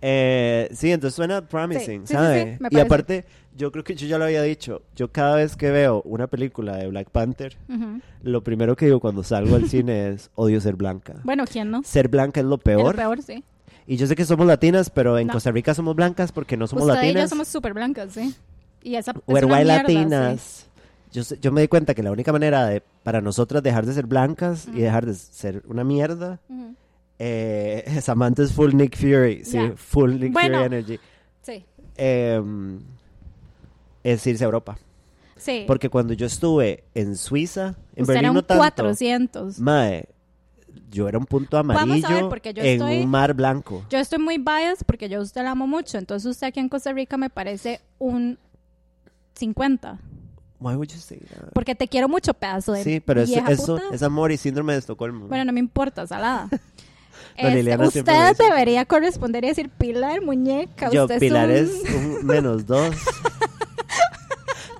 Eh, sí, entonces suena promising,
Sí, sí, sí,
¿sabe?
sí, me
y
parece.
aparte, yo creo que yo ya lo había dicho. Yo cada vez que veo una película de Black Panther,
Ujú.
lo primero que digo cuando salgo al cine es odio ser blanca.
Bueno, ¿quién no?
Ser blanca es lo peor.
El peor, sí.
Y yo sé que somos latinas, pero en
No.
Costa Rica somos blancas porque no somos
Usted y yo
latinas.
Pues somos súper blancas, sí. Y esa es
We're
una
white
mierda,
latinas.
sí.
Yo, sé- yo me di cuenta que la única manera de, para nosotras dejar de ser blancas y dejar de ser una mierda
Ujú.
eh, Samantha es full Nick Fury, sí,
Ya.
full Nick
Bueno.
Fury energy.
Sí.
Em, es irse a Europa.
Sí.
Porque cuando yo estuve en Suiza, en
Usted
Berlín
era un
no tanto,
400.
mae, yo era un punto
a ver,
amarillo
porque yo
en
estoy-
un mar blanco.
Yo estoy muy biased porque yo a usted la amo mucho. Entonces usted aquí en Costa Rica me parece un 50.
Why would you say that?
Porque te quiero mucho, pedazo de
Sí, pero eso,
vieja
eso
puta.
es amor y síndrome de Estocolmo.
Bueno, no me importa, salada.
No, Liliana
Este,
siempre
usted
dice.
debería corresponder y decir Pilar, muñeca.
yo,
usted es
Pilar
un-
es un menos dos.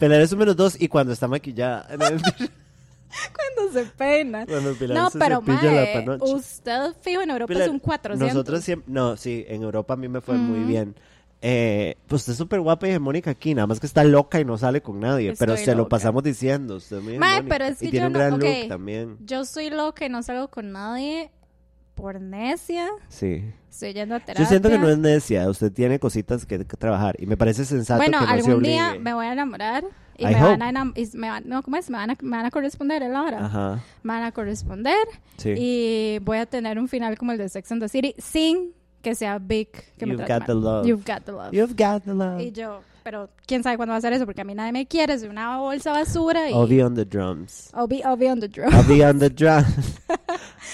Pilar es un menos dos y cuando está maquillada.
cuando se peina.
Cuando Pilar
No,
se
pero
cepilla
mae,
la panocha.
usted fijo en Europa
Pilar,
es un 400.
Nosotros siempre. No, sí, en Europa a mí me fue muy bien. Eh, pues usted es súper guapa y hegemónica aquí, nada más que está loca y no sale con nadie, pero
Estoy
se lo
loca.
pasamos diciendo. Usted es muy
Mae,
hegemónica.
pero es que
y tiene
yo
un
no-
gran
ok.
look también.
Yo soy loca y no salgo con nadie por necia.
Sí.
Estoy yendo a terapia.
Yo siento que no es necia, usted tiene cositas que, que trabajar y me parece sensato
Bueno,
que no se
algún
obligue.
día me voy a enamorar y
I
me
hope.
van, a enam- y me van- no, ¿cómo es? Me van a, me van a corresponder el ahora.
Ajá.
Me van a corresponder
Sí.
y voy a tener un final como el de Sex and the City sin que sea big que me
You've
trate
got the
mal.
love.
You've got the love.
You've got the love.
Y yo, pero quién sabe cuándo va a hacer eso porque a mí nadie me quiere, soy una bolsa basura y
I'll be on the drums.
I'll be, I'll be on the drum.
I'll be on the drums.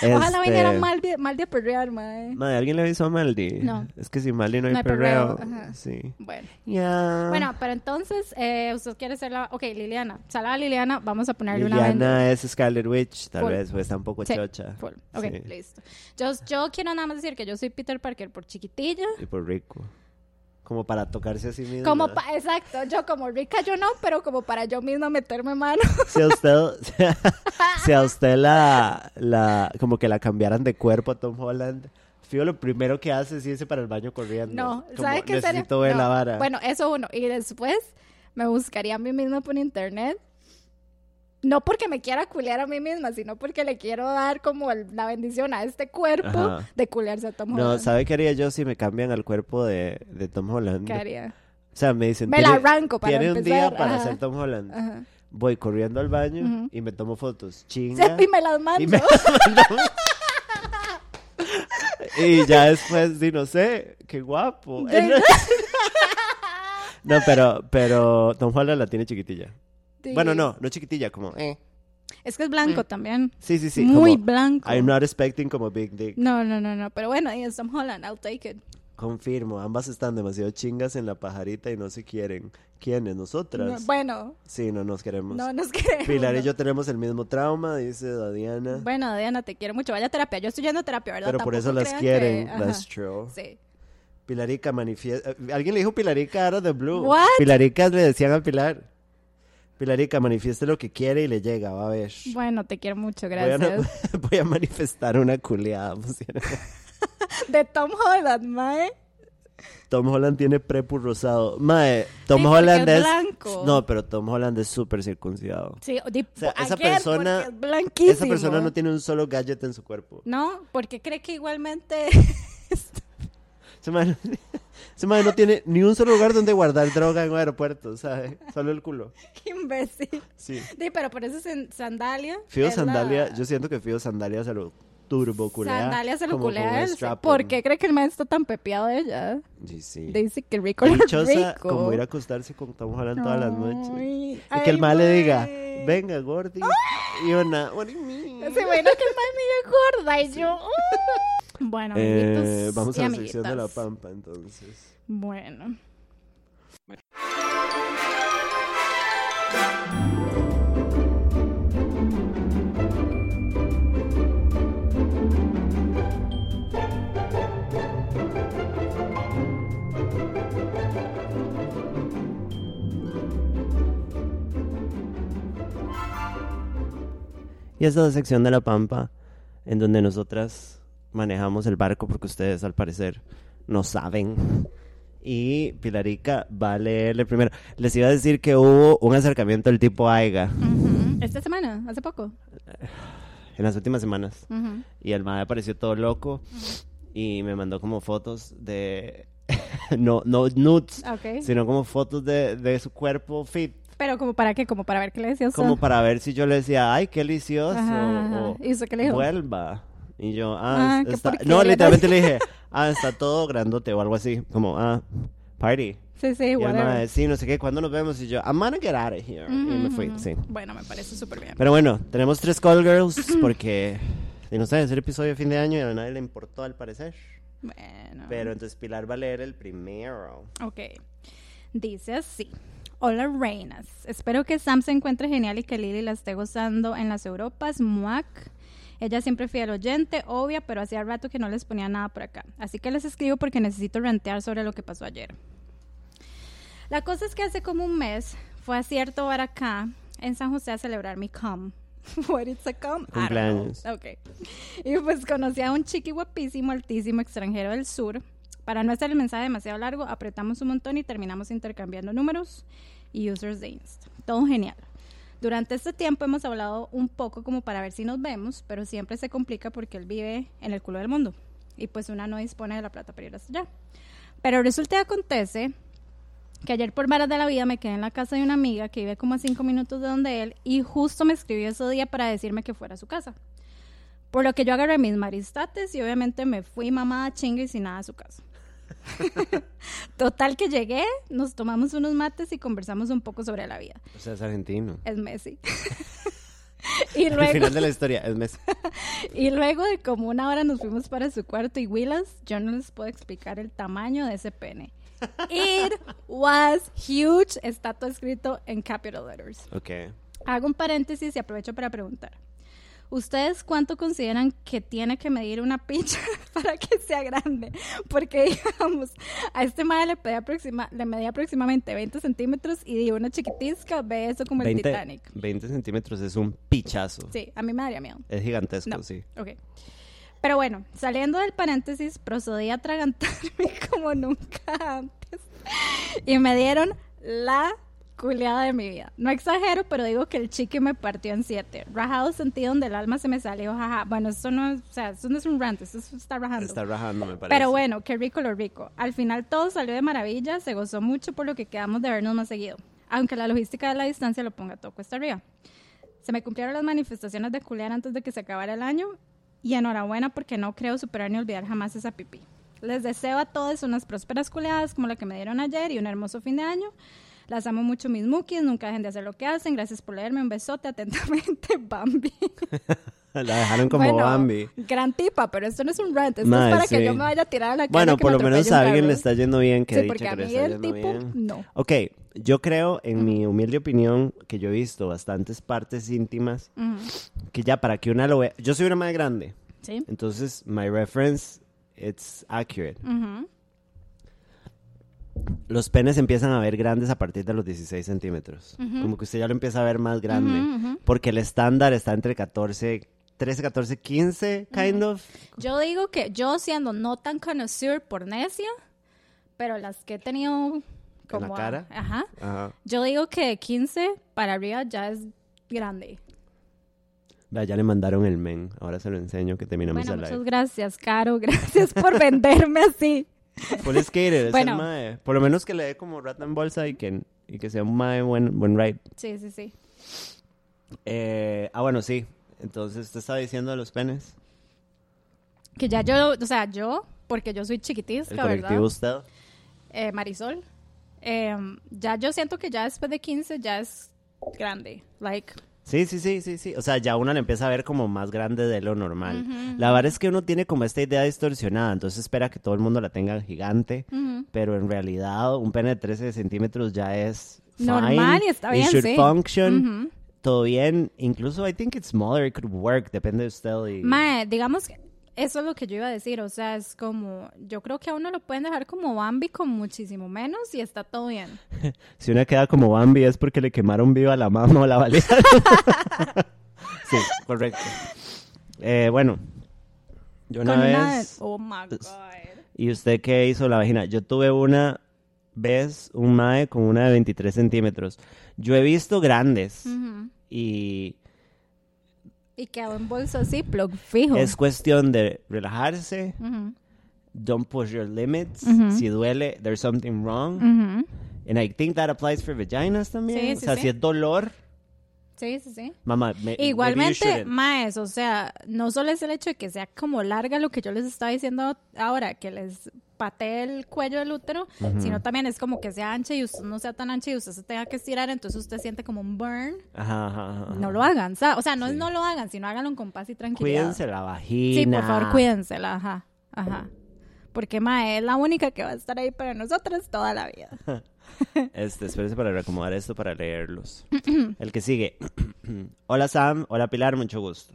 Ojalá
Este,
viniera mal de, mal de perrear, mae.
Madre, ¿alguien le avisó a Maldi?
No.
Es que sin Maldi no hay,
No hay
perreo.
perreo, ajá.
Sí.
Bueno.
Ya.
Bueno, pero entonces, eh, usted quiere ser la... Ok, Liliana. Salada Liliana, vamos a ponerle una
Liliana es Scarlet Witch, tal
Full.
vez, pues está un poco
Sí,
chocha.
venda. Full. Ok,
Sí.
listo. Yo, yo quiero nada más decir que yo soy Peter Parker por chiquitilla.
Y por rico. Como para tocarse a sí misma.
Como pa- exacto, yo como rica yo no, pero como para yo misma meterme mano.
Si a usted, si a usted la, la, como que la cambiaran de cuerpo a Tom Holland, fío lo primero que hace es irse para el baño corriendo.
No,
Como,
¿sabes qué sería?
Necesito ver
No.
la vara.
Bueno, eso uno. Y después me buscaría a mí misma por internet. No porque me quiera culear a mí misma, sino porque le quiero dar como el- la bendición a este cuerpo
Ajá.
de culearse a Tom
no,
Holland.
¿sabe qué haría yo si me cambian al cuerpo de, de Tom Holland?
¿Qué haría?
O sea, me dicen,
Me la
"Tiene-
arranco para
Tiene un
empezar,
día para
ajá.
hacer Tom Holland.
Ajá.
Voy corriendo al baño
Ujú.
y me tomo fotos.
Sí,
Chinga.
y me las mando.
Y me Y ya después, di, no sé, qué guapo.
Sí.
No, pero, pero Tom Holland la tiene chiquitilla.
Sí.
Bueno, no, no chiquitilla, como. eh.
Es que es blanco también.
Sí, sí, sí.
Muy
como,
blanco.
I'm not expecting como Big Dick.
No, no, no, no. Pero bueno, ahí es Tom Holland. I'll take it.
Confirmo, ambas están demasiado chingas en la pajarita y no se quieren. ¿Quiénes?
No,
Nosotras.
bueno,
Sí, no nos queremos.
no nos queremos.
Pilar y
¿no?
yo tenemos el mismo trauma, dice Dadiana.
Bueno, Diana, te quiero mucho. Vaya a terapia. Yo estoy yendo a terapia, ¿verdad?
pero por
Tampoco
eso las
crean
quieren.
que- ajá.
That's true.
Sí.
Pilarica manifiesta. eh, Alguien le dijo Pilarica out of the blue.
What?
Pilarica le decían a Pilar. Pilarica manifieste lo que quiere y le llega, va a ver.
Bueno, te quiero mucho,
Voy a,
gracias.
voy a manifestar una culeada. pusieron.
De Tom Holland, mae.
Tom Holland tiene prepu rosado. Mae, Tom
Sí, porque
Holland
es
es.
blanco.
No, pero Tom Holland es súper circuncidado.
Sí, di-
O sea, esa
Again,
persona.
porque es blanquísimo.
Esa persona no tiene un solo gadget en su cuerpo.
no, porque cree que igualmente
Ese mae, ese mae no tiene ni un solo lugar donde guardar droga en un aeropuerto, ¿sabes? Solo el culo.
Qué imbécil.
Sí.
Sí, pero por eso es sandalia.
Fío
es la-
Sandalia, yo siento que Fío Sandalia se lo turboculea.
Sandalia se lo
como con un
culea a él.
strap-on.
¿Por qué cree que el man está tan pepeado de ella?
Sí, sí.
Dice que rico era
Dichosa
rico.
como ir a acostarse con Tom Holland todas las noches.
Ay,
Y que el mal le
ay,
diga,
mae.
venga, Gordy. Y una, what do you mean?
Se bueno que el man me dio gorda y yo. "Mm". Bueno, amiguitos.
Eh, vamos
y
a la sección de la
amiguitas.
pampa, entonces.
Bueno.
Y esta es la sección de la pampa, en donde nosotras manejamos el barco, porque ustedes al parecer no saben. Y Pilarica va a leerle primero. Les iba a decir que hubo un acercamiento del tipo AIGA
Ujú. Esta semana, hace poco.
en las últimas semanas.
Ujú.
Y el mae apareció todo loco y me mandó como fotos de. no, no nudes,
Ok.
sino como fotos de, de su cuerpo fit.
Pero como para qué, como para ver qué le decías.
Como para ver si yo le decía, ay, qué delicioso.
Ajá,
o
ajá. ¿Y usted qué le dijo?
Vuelva. Y yo, ah,
Ah,
es-
qué
está-
porquería,
No,
¿no?
literalmente le dije, ah, está todo grandote o algo así. Como, ah, party.
Sí, sí,
Y el
whatever.
mae, sí, no sé qué, ¿cuándo nos vemos? Y yo, I'm gonna get out of here.
Ujú,
Y me fui,
ujú.
sí.
Bueno, me parece súper bien.
Pero bueno, tenemos tres Call Girls porque, y no sé, es el episodio de fin de año y a nadie le importó al parecer.
Bueno.
Pero entonces Pilar va a leer el primero.
Ok. Dice así. Hola reinas, espero que Sam se encuentre genial y que Lily la esté gozando en las Europas, muac. Ella siempre fiel oyente, obvia, pero hacía rato que no les ponía nada por acá. Así que les escribo porque necesito rantear sobre lo que pasó ayer. La cosa es que hace como un mes fue a cierto bar acá en San José a celebrar mi cum.
What it's a come.
I don't know.
Cumpleaños.
Ok. Y pues conocí a un chiqui guapísimo, altísimo, extranjero del sur. Para no hacer el mensaje demasiado largo, apretamos un montón y terminamos intercambiando números y users de Insta. Todo genial. Durante este tiempo hemos hablado un poco como para ver si nos vemos, pero siempre se complica porque él vive en el culo del mundo y pues una no dispone de la plata para ir hasta allá. Pero resulta y acontece que ayer por varas de la vida me quedé en la casa de una amiga que vive como a cinco minutos de donde él y justo me escribió ese día para decirme que fuera a su casa. Por lo que yo agarré mis maristates y obviamente me fui mamada chinga y sin nada a su casa. Total que llegué, nos tomamos unos mates y conversamos un poco sobre la vida.
O sea, es argentino.
Es Messi. y
El
Eh, luego
final de la historia es Messi.
y luego de como una hora nos fuimos para su cuarto y Willas, yo no les puedo explicar el tamaño de ese pene. It was huge. Está todo escrito en capital letters.
Ok.
Hago un paréntesis y aprovecho para preguntar. ¿Ustedes cuánto consideran que tiene que medir una pincha para que sea grande? Porque, digamos, a este madre le, pedí aproxima- le medí aproximadamente 20 centímetros y di una chiquitisca, ve eso como el
20,
Titanic.
20 centímetros es un pichazo.
Sí, a mí me daría miedo.
Es gigantesco,
No.
sí.
Ok. Pero bueno, saliendo del paréntesis, procedí a atragantarme como nunca antes. Y me dieron la culeada de mi vida. No exagero, pero digo que el chique me partió en siete. Rajado sentido donde el alma se me salió, jaja. Bueno, esto no, es- o sea, esto no es un rant, esto es- está rajando.
Está rajando, me parece.
Pero bueno, qué rico lo rico. Al final todo salió de maravilla, se gozó mucho por lo que quedamos de vernos más seguido. Aunque la logística de la distancia lo ponga todo cuesta arriba. Se me cumplieron las manifestaciones de culear antes de que se acabara el año y enhorabuena porque no creo superar ni olvidar jamás esa pipí. Les deseo a todos unas prósperas culeadas como la que me dieron ayer y un hermoso fin de año. Las amo mucho mis muquis, nunca dejen de hacer lo que hacen. Gracias por leerme, un besote atentamente, Bambi.
La dejaron como
Bueno,
Bambi.
Gran tipa, pero esto no es un rant, esto
Mae,
es para
sí.
que yo me vaya a tirar a la cara.
Bueno,
que
por
me
lo menos
atropelle
a
un
alguien le
carro.
está yendo bien, que
Sí,
dicho
porque
que
a
le
mí
está
el
yendo
tipo,
bien.
no.
Ok, yo creo, en mi humilde opinión, que yo he visto bastantes partes íntimas,
Ujú.
que ya para que una lo vea... Yo soy una más grande,
Sí.
entonces my reference, it's accurate.
Ujú.
Los penes empiezan a ver grandes a partir de los 16 centímetros. Como que usted ya lo empieza a ver más grande.
Ujú, ujú.
Porque el estándar está entre 14, 13, 14, 15, kind of.
Yo digo que yo siendo no tan conocedor por necia, pero las que he tenido como... a-
cara?
Ajá.
Ajá.
Yo digo que de 15 para arriba ya es grande.
Vea, ya le mandaron el men. Ahora se lo enseño que terminamos
bueno,
el
muchas
live.
gracias, Caro. Gracias por venderme así.
Full skater, es
Bueno.
el mae. Por lo menos que le dé como rata en bolsa y que, y que sea un mae buen, buen ride.
Sí, sí, sí.
Eh, ah, bueno, sí. Entonces, usted estaba diciendo de los penes.
Que ya yo, o sea, yo, porque yo soy chiquitisca,
El
¿verdad?
colectivo usted.
Eh, Marisol. eh, ya yo siento que ya después de 15 ya es grande. Like,
Sí, sí, sí, sí, sí. O sea, ya uno le empieza a ver como más grande de lo normal. La verdad es que uno tiene como esta idea distorsionada, entonces espera que todo el mundo la tenga gigante,
ujú.
pero en realidad un pene de 13 centímetros ya es fine.
Normal y está bien,
It should
sí.
function,
Ujú.
todo bien. Incluso I think it's smaller, it could work, depende de usted. Y...
Mae, digamos que eso es lo que yo iba a decir, o sea, es como, yo creo que a uno lo pueden dejar como Bambi con muchísimo menos y está todo bien.
Si una queda como Bambi es porque le quemaron viva la mama o la balearon. sí, correcto. Eh, bueno, yo una
Con
vez...
una- Oh my god.
¿Y usted qué hizo la vagina? Yo tuve una vez un mae con una de 23 centímetros. Yo he visto grandes
Ujú.
y
Y quedó en bolso Ziploc, fijo.
es cuestión de relajarse,
Ujú,
don't push your limits,
Ujú.
si duele, there's something wrong.
ujú.
And I think that applies for vaginas también.
Sí,
o
sí,
sea,
sí.
si es dolor,
Sí, sí, sí.
mamá, me- maybe you
Igualmente,
shouldn't.
maes, o sea, no solo es el hecho de que sea como larga lo que yo les estaba diciendo ahora, que les patee el cuello del útero, sino también es como que sea ancha y usted no sea tan ancha y usted se tenga que estirar, entonces usted siente como un burn.
Ajá, ajá, ajá.
No lo hagan, sa- o sea, no es
Sí.
no lo hagan, sino háganlo con paz y tranquilidad.
Cuídense la vagina.
Sí, por favor, cuídensela, ajá, ajá. Porque Mae es la única que va a estar ahí para nosotros toda la vida.
Este, espérense para reacomodar esto para leerlos. El que sigue. hola Sam, hola Pilar, mucho gusto.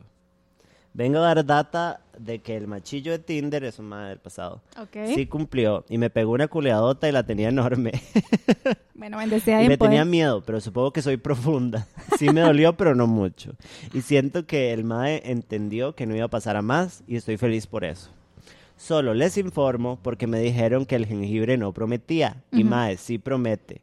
Vengo a dar data de que el machillo de Tinder es un madre del pasado.
Ok.
Sí cumplió y me pegó una culeadota y la tenía enorme.
Bueno, bendecida pues.
y
y
me
poder.
tenía miedo, pero supongo que soy profunda. Sí me dolió, pero no mucho. Y siento que el mae entendió que no iba a pasar a más y estoy feliz por eso. Solo les informo porque me dijeron que el jengibre no prometía y mae sí promete.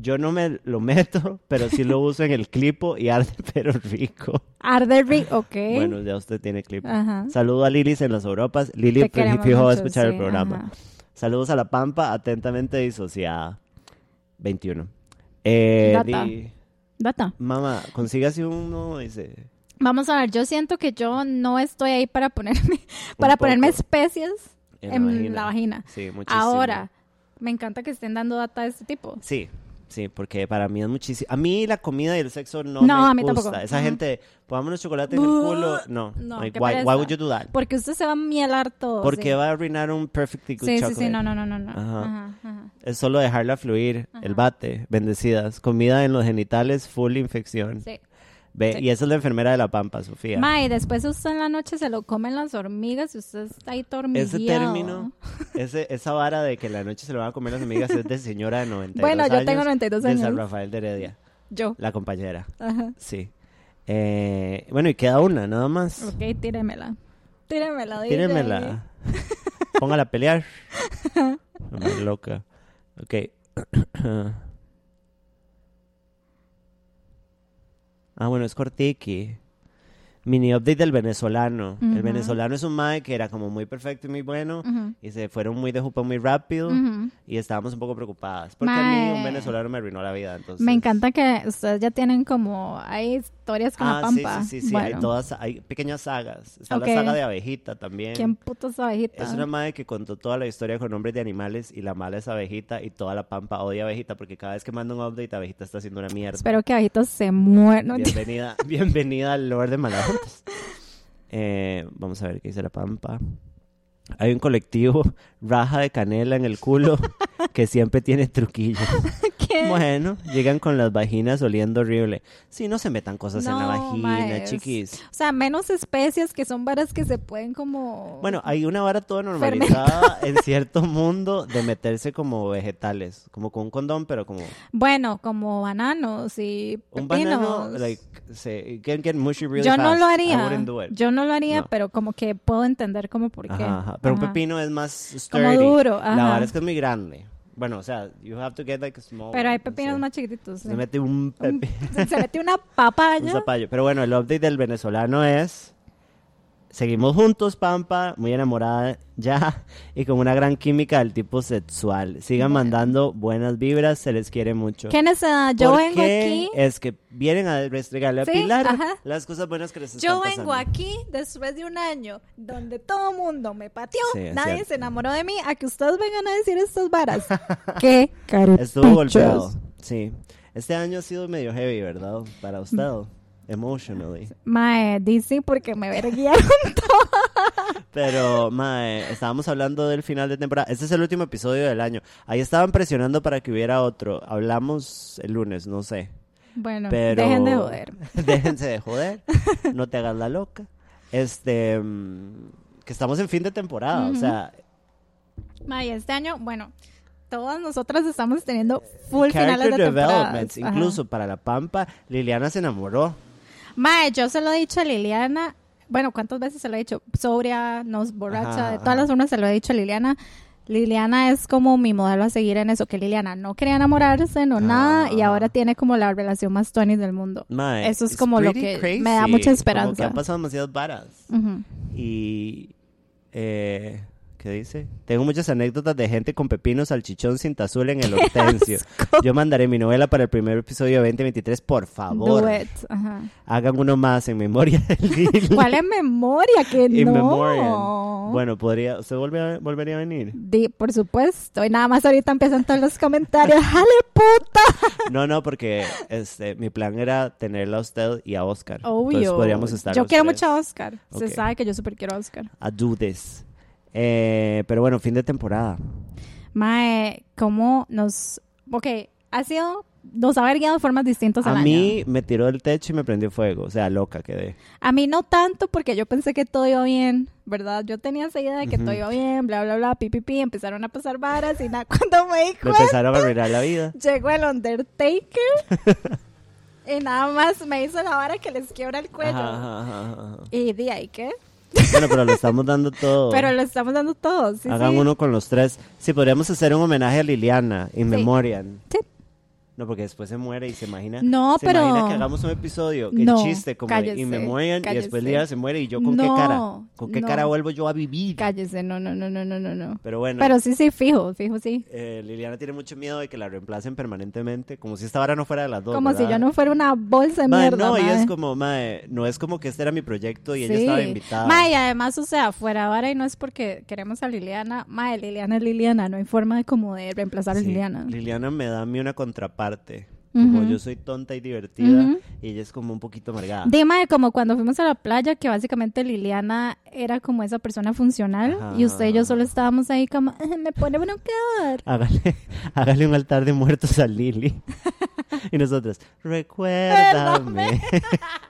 Yo no me lo meto, pero sí lo uso en el clipo y arde pero rico.
Arde Rick, ok.
Bueno, ya usted tiene clipo.
Ajá.
Saludo a Lilis en las Europas. Lili
Te queremos
fijo va a
mucho,
escuchar el
sí,
programa.
ajá.
Saludos a La Pampa, atentamente disociada. 21. Eh,
Data.
di-
Data.
mamá, consígase uno, dice.
Vamos a ver, yo siento que yo no estoy ahí para ponerme, para ponerme
poco.
especies en, la, vagina.
Sí, muchísimo.
Ahora, me encanta que estén dando data de este tipo.
Sí, sí, porque para mí es muchísimo. A mí la comida y el sexo no,
No,
me
a mí
gusta.
tampoco.
Esa
Ujú.
gente, pongámonos chocolate en el
Buh.
culo. No,
No,
like,
qué
why, why
pereza.
would you do that?
Porque usted se va a mielar todo.
Porque
sí.
va a arruinar un perfectly good
Sí, sí,
chocolate.
sí, no, no, no, no. no.
Ajá.
Ajá, ajá.
Es solo dejarla fluir, el
Ajá.
bate, bendecidas, comida en los genitales, full infección.
Sí.
Ve,
Sí.
Y esa es la enfermera de la pampa, Sofía.
Ma, y después usted en la noche se lo comen las hormigas y usted está ahí dormido.
ese término, ese, esa vara de que en la noche se lo van a comer las amigas es de señora de 92
Bueno,
años.
yo tengo 92
De San
años.
Rafael de Heredia,
Yo.
la compañera.
Ajá.
Sí. Eh, bueno, y queda una, nada más.
Ok, tíremela. Tíremela, DJ.
Tírenmela. Póngala a pelear. No más loca. Ok. Ah, bueno, es cortiqui. Mini update del venezolano. El
Ujú.
venezolano es un mae que era como muy perfecto y muy bueno.
Ujú,
Y se fueron muy de jupa muy rápido.
ujú.
Y estábamos un poco preocupadas. Porque a mí un
Mae.
venezolano me arruinó la vida. Entonces...
Me encanta que ustedes ya tienen como. Hay historias con la
Ah, sí,
pampa.
sí, sí, sí.
Bueno,
Hay, todas, hay pequeñas sagas. Está
Ok.
la saga de abejita también.
¿Quién puto es abejita?
Es una madre que contó toda la historia con nombres de animales y la mala es abejita y toda la pampa odia abejita porque cada vez que manda un update abejita está haciendo una mierda.
Espero que abejita se muera. No, mentira.
bienvenida, bienvenida al Lord de Malajuntas. Eh, vamos a ver qué dice la pampa. Hay un colectivo, raja de canela en el culo, que siempre tiene truquillos.
¿Qué?
Bueno, llegan con las vaginas oliendo horrible. Sí, no se metan cosas en la
No,
vagina,
maes.
chiquis.
O sea, menos especies que son varas que se pueden como.
Bueno, hay una vara toda normalizada en cierto mundo de meterse como vegetales, como con un condón, pero como
Bueno, como bananos y pepinos.
un banano, like, se, it can get mushy really
yo no
fast.
lo
I
haría.
wouldn't do it.
Yo no lo haría,
No.
pero como que puedo entender como por qué.
Ajá, ajá. Pero un
Ajá.
pepino es más
Como
sturdy.
duro,
La
ajá.
vara es que es muy grande. Bueno, o sea, you have to get like a small
Pero hay
one, no
pepinos
sé.
más chiquititos. sí.
Se mete un pepino.
Se metió una
Un
papaya.
zapallo. Pero bueno, el update del venezolano es. Seguimos juntos, Pampa, muy enamorada ya y con una gran química del tipo sexual. Sigan mandando buenas vibras, se les quiere mucho.
¿Quién es
uh,
esa? Yo
¿Por
vengo
qué
aquí.
Es que vienen a restregarle a
Sí,
Pilar
ajá.
las cosas buenas que les están
Yo vengo
pasando.
aquí después de un año donde todo mundo me pateó,
Sí, es
nadie
cierto.
se enamoró de mí, a que ustedes vengan a decir estas varas. ¡Qué cariño!
Estuvo golpeado. Sí. Este año ha sido medio heavy, ¿verdad?
Mm.
Para usted. Emotionally.
Mae, dice porque me verguiaron.
Pero, mae, estábamos hablando del final de temporada. Este es el último episodio del año. Ahí estaban presionando para que hubiera otro. Hablamos el lunes, no sé.
Bueno,
Pero...
dejen de joder.
Déjense de joder. No te hagas la loca. Este. mm, Que estamos en fin de temporada. O sea,
Mae, este año, bueno, todas nosotras estamos teniendo full finales de
character
temporadas.
developments.
Ajá.
Incluso para La Pampa, Liliana se enamoró.
Mae, yo se lo he dicho a Liliana. Bueno, ¿cuántas veces se lo he dicho? Sobria, nos borracha,
Ajá,
de
ajá.
todas las formas se lo he dicho a Liliana. Liliana es como mi modelo a seguir en eso, que Liliana no quería enamorarse, no
Ah,
nada, y
ajá.
ahora tiene como la relación más Tony del mundo.
Mae,
Eso es
it's
como lo
pretty
que me
crazy,
da mucha
como que
esperanza.
han pasado demasiadas varas.
Ujú.
Y. Eh, ¿Qué dice? Tengo muchas anécdotas de gente con pepinos, salchichón, cinta azul en el hortensio. Yo mandaré mi novela para el primer episodio de 2023, por favor.
Do it, ajá.
Hagan uno más en memoria del Lili.
¿Cuál es memoria? Que
In
no.
memoriam. Bueno, podría. ¿Usted volve- volvería a venir?
Di, por supuesto. Y nada más ahorita empiezan todos los comentarios. ¡Jale puta!
No, no, porque este, mi plan era tenerla a usted y a Oscar.
Obvio.
Entonces podríamos estar.
yo
los
quiero
tres.
mucho a Oscar.
Ok.
Se sabe que yo súper quiero a Oscar.
A do this. Eh, pero bueno, fin de temporada.
Mae, ¿cómo nos. Ok, ha sido. Nos ha verguiado de formas distintas
A
al año.
mí me tiró del techo y me prendió fuego. O sea, loca quedé.
A mí no tanto porque yo pensé que todo iba bien, ¿verdad? Yo tenía esa idea de que todo iba bien, bla, bla, bla, pi, pi, pi. Empezaron a pasar varas y nada. Cuando me di
Me
cuenta,
empezaron a arruinar la vida.
llegó el Undertaker y nada más me hizo la vara que les quiebra el cuello.
Ajá, ajá, ajá, ajá.
Y de ahí, ¿qué?
Bueno, pero lo estamos dando todo.
Pero lo estamos dando todos. Sí,
Hagan
sí.
uno con los tres. Sí, podríamos hacer un homenaje a Liliana, in memoriam.
Sí.
No, porque después se muere y se imagina.
No,
se
pero-
imagina que hagamos un episodio, que
No,
chiste, como de
cállese,
in memoriam, y después
cállese.
Liliana se muere y yo con qué
No,
cara. ¿Con qué
no.
cara vuelvo yo a vivir?
Cállese, no, no, no, no, no, no, no.
Pero bueno,
Pero sí, sí, fijo, fijo, sí.
eh, Liliana tiene mucho miedo de que la reemplacen permanentemente, como si esta vara no fuera de las dos.
Como si
¿verdad?
yo no fuera una bolsa de
Mae,
mierda.
no, ella
mae.
es como, mae, no es como que este era mi proyecto y ella
Sí.
estaba invitada.
Mae, y además, o sea, fuera vara y no es porque queremos a Liliana. Mae, Liliana es Liliana, no hay forma de como de reemplazar a
Sí,
Liliana.
Liliana me da a mí una contraparte. Como
Ujú.
yo soy tonta y divertida
Ujú.
y ella es como un poquito amargada.
Dima de como cuando fuimos a la playa, que básicamente Liliana era como esa persona funcional
Ajá.
y usted y yo solo estábamos ahí como, "Ah, me pone broncar.
Hágale, hágale un altar de muertos a Lili. y nosotras, recuérdame.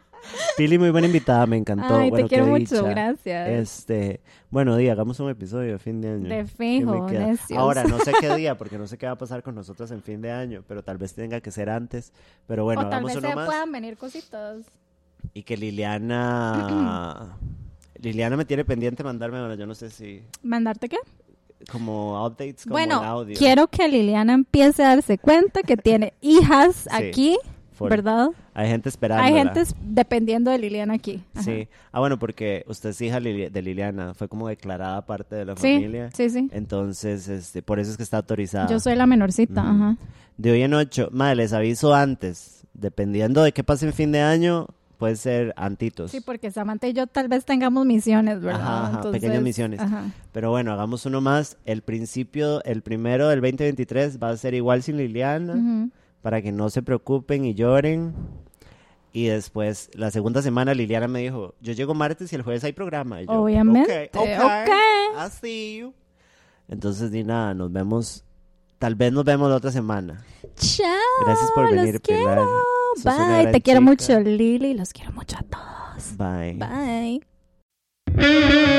Lili, muy buena invitada, me encantó.
Ay,
Bueno,
te quiero
qué
mucho,
dicha.
gracias.
Este, bueno, di, hagamos un episodio de fin de año.
De
¿Qué me
fijo,
queda?
necios.
Ahora, no sé qué día, porque no sé qué va a pasar con nosotras en fin de año, pero tal vez tenga que ser antes. Pero bueno,
o tal
hagamos
vez se
uno más.
puedan venir cositas.
Y que Liliana. Liliana me tiene pendiente mandarme, bueno, yo no sé si.
¿Mandarte qué?
Como updates, como
bueno,
en audio.
quiero que Liliana empiece a darse cuenta que tiene hijas aquí,
full.
¿verdad?
Hay gente esperando.
Hay gente dependiendo de Liliana aquí. Ajá.
Sí. Ah, bueno, porque usted es hija Lili- de Liliana. Fue como declarada parte de la
Sí,
familia.
sí, sí.
Entonces, este, por eso es que está autorizada.
Yo soy la menorcita,
Ujú.
ajá.
De hoy en ocho. Madre, les aviso antes. Dependiendo de qué pase en fin de año, puede ser antitos.
Sí, porque Samantha y yo tal vez tengamos misiones, ¿verdad?
Ajá, ajá, pequeñas misiones.
ajá.
Pero bueno, hagamos uno más. El principio, el primero del 2023 va a ser igual sin Liliana.
Ujú.
para que no se preocupen y lloren. Y después, la segunda semana, Liliana me dijo, yo llego martes y el jueves hay programa. Y yo,
Obviamente,
"Ok, ok,
ok."
I see you". Entonces, di nada, nos vemos, tal vez nos vemos la otra semana.
Chao.
Gracias por venir, Pilar.
los quiero.
Sos una
Bye.
gran
Te quiero
chica.
mucho, Lili. Los quiero mucho a todos.
Bye.
Bye.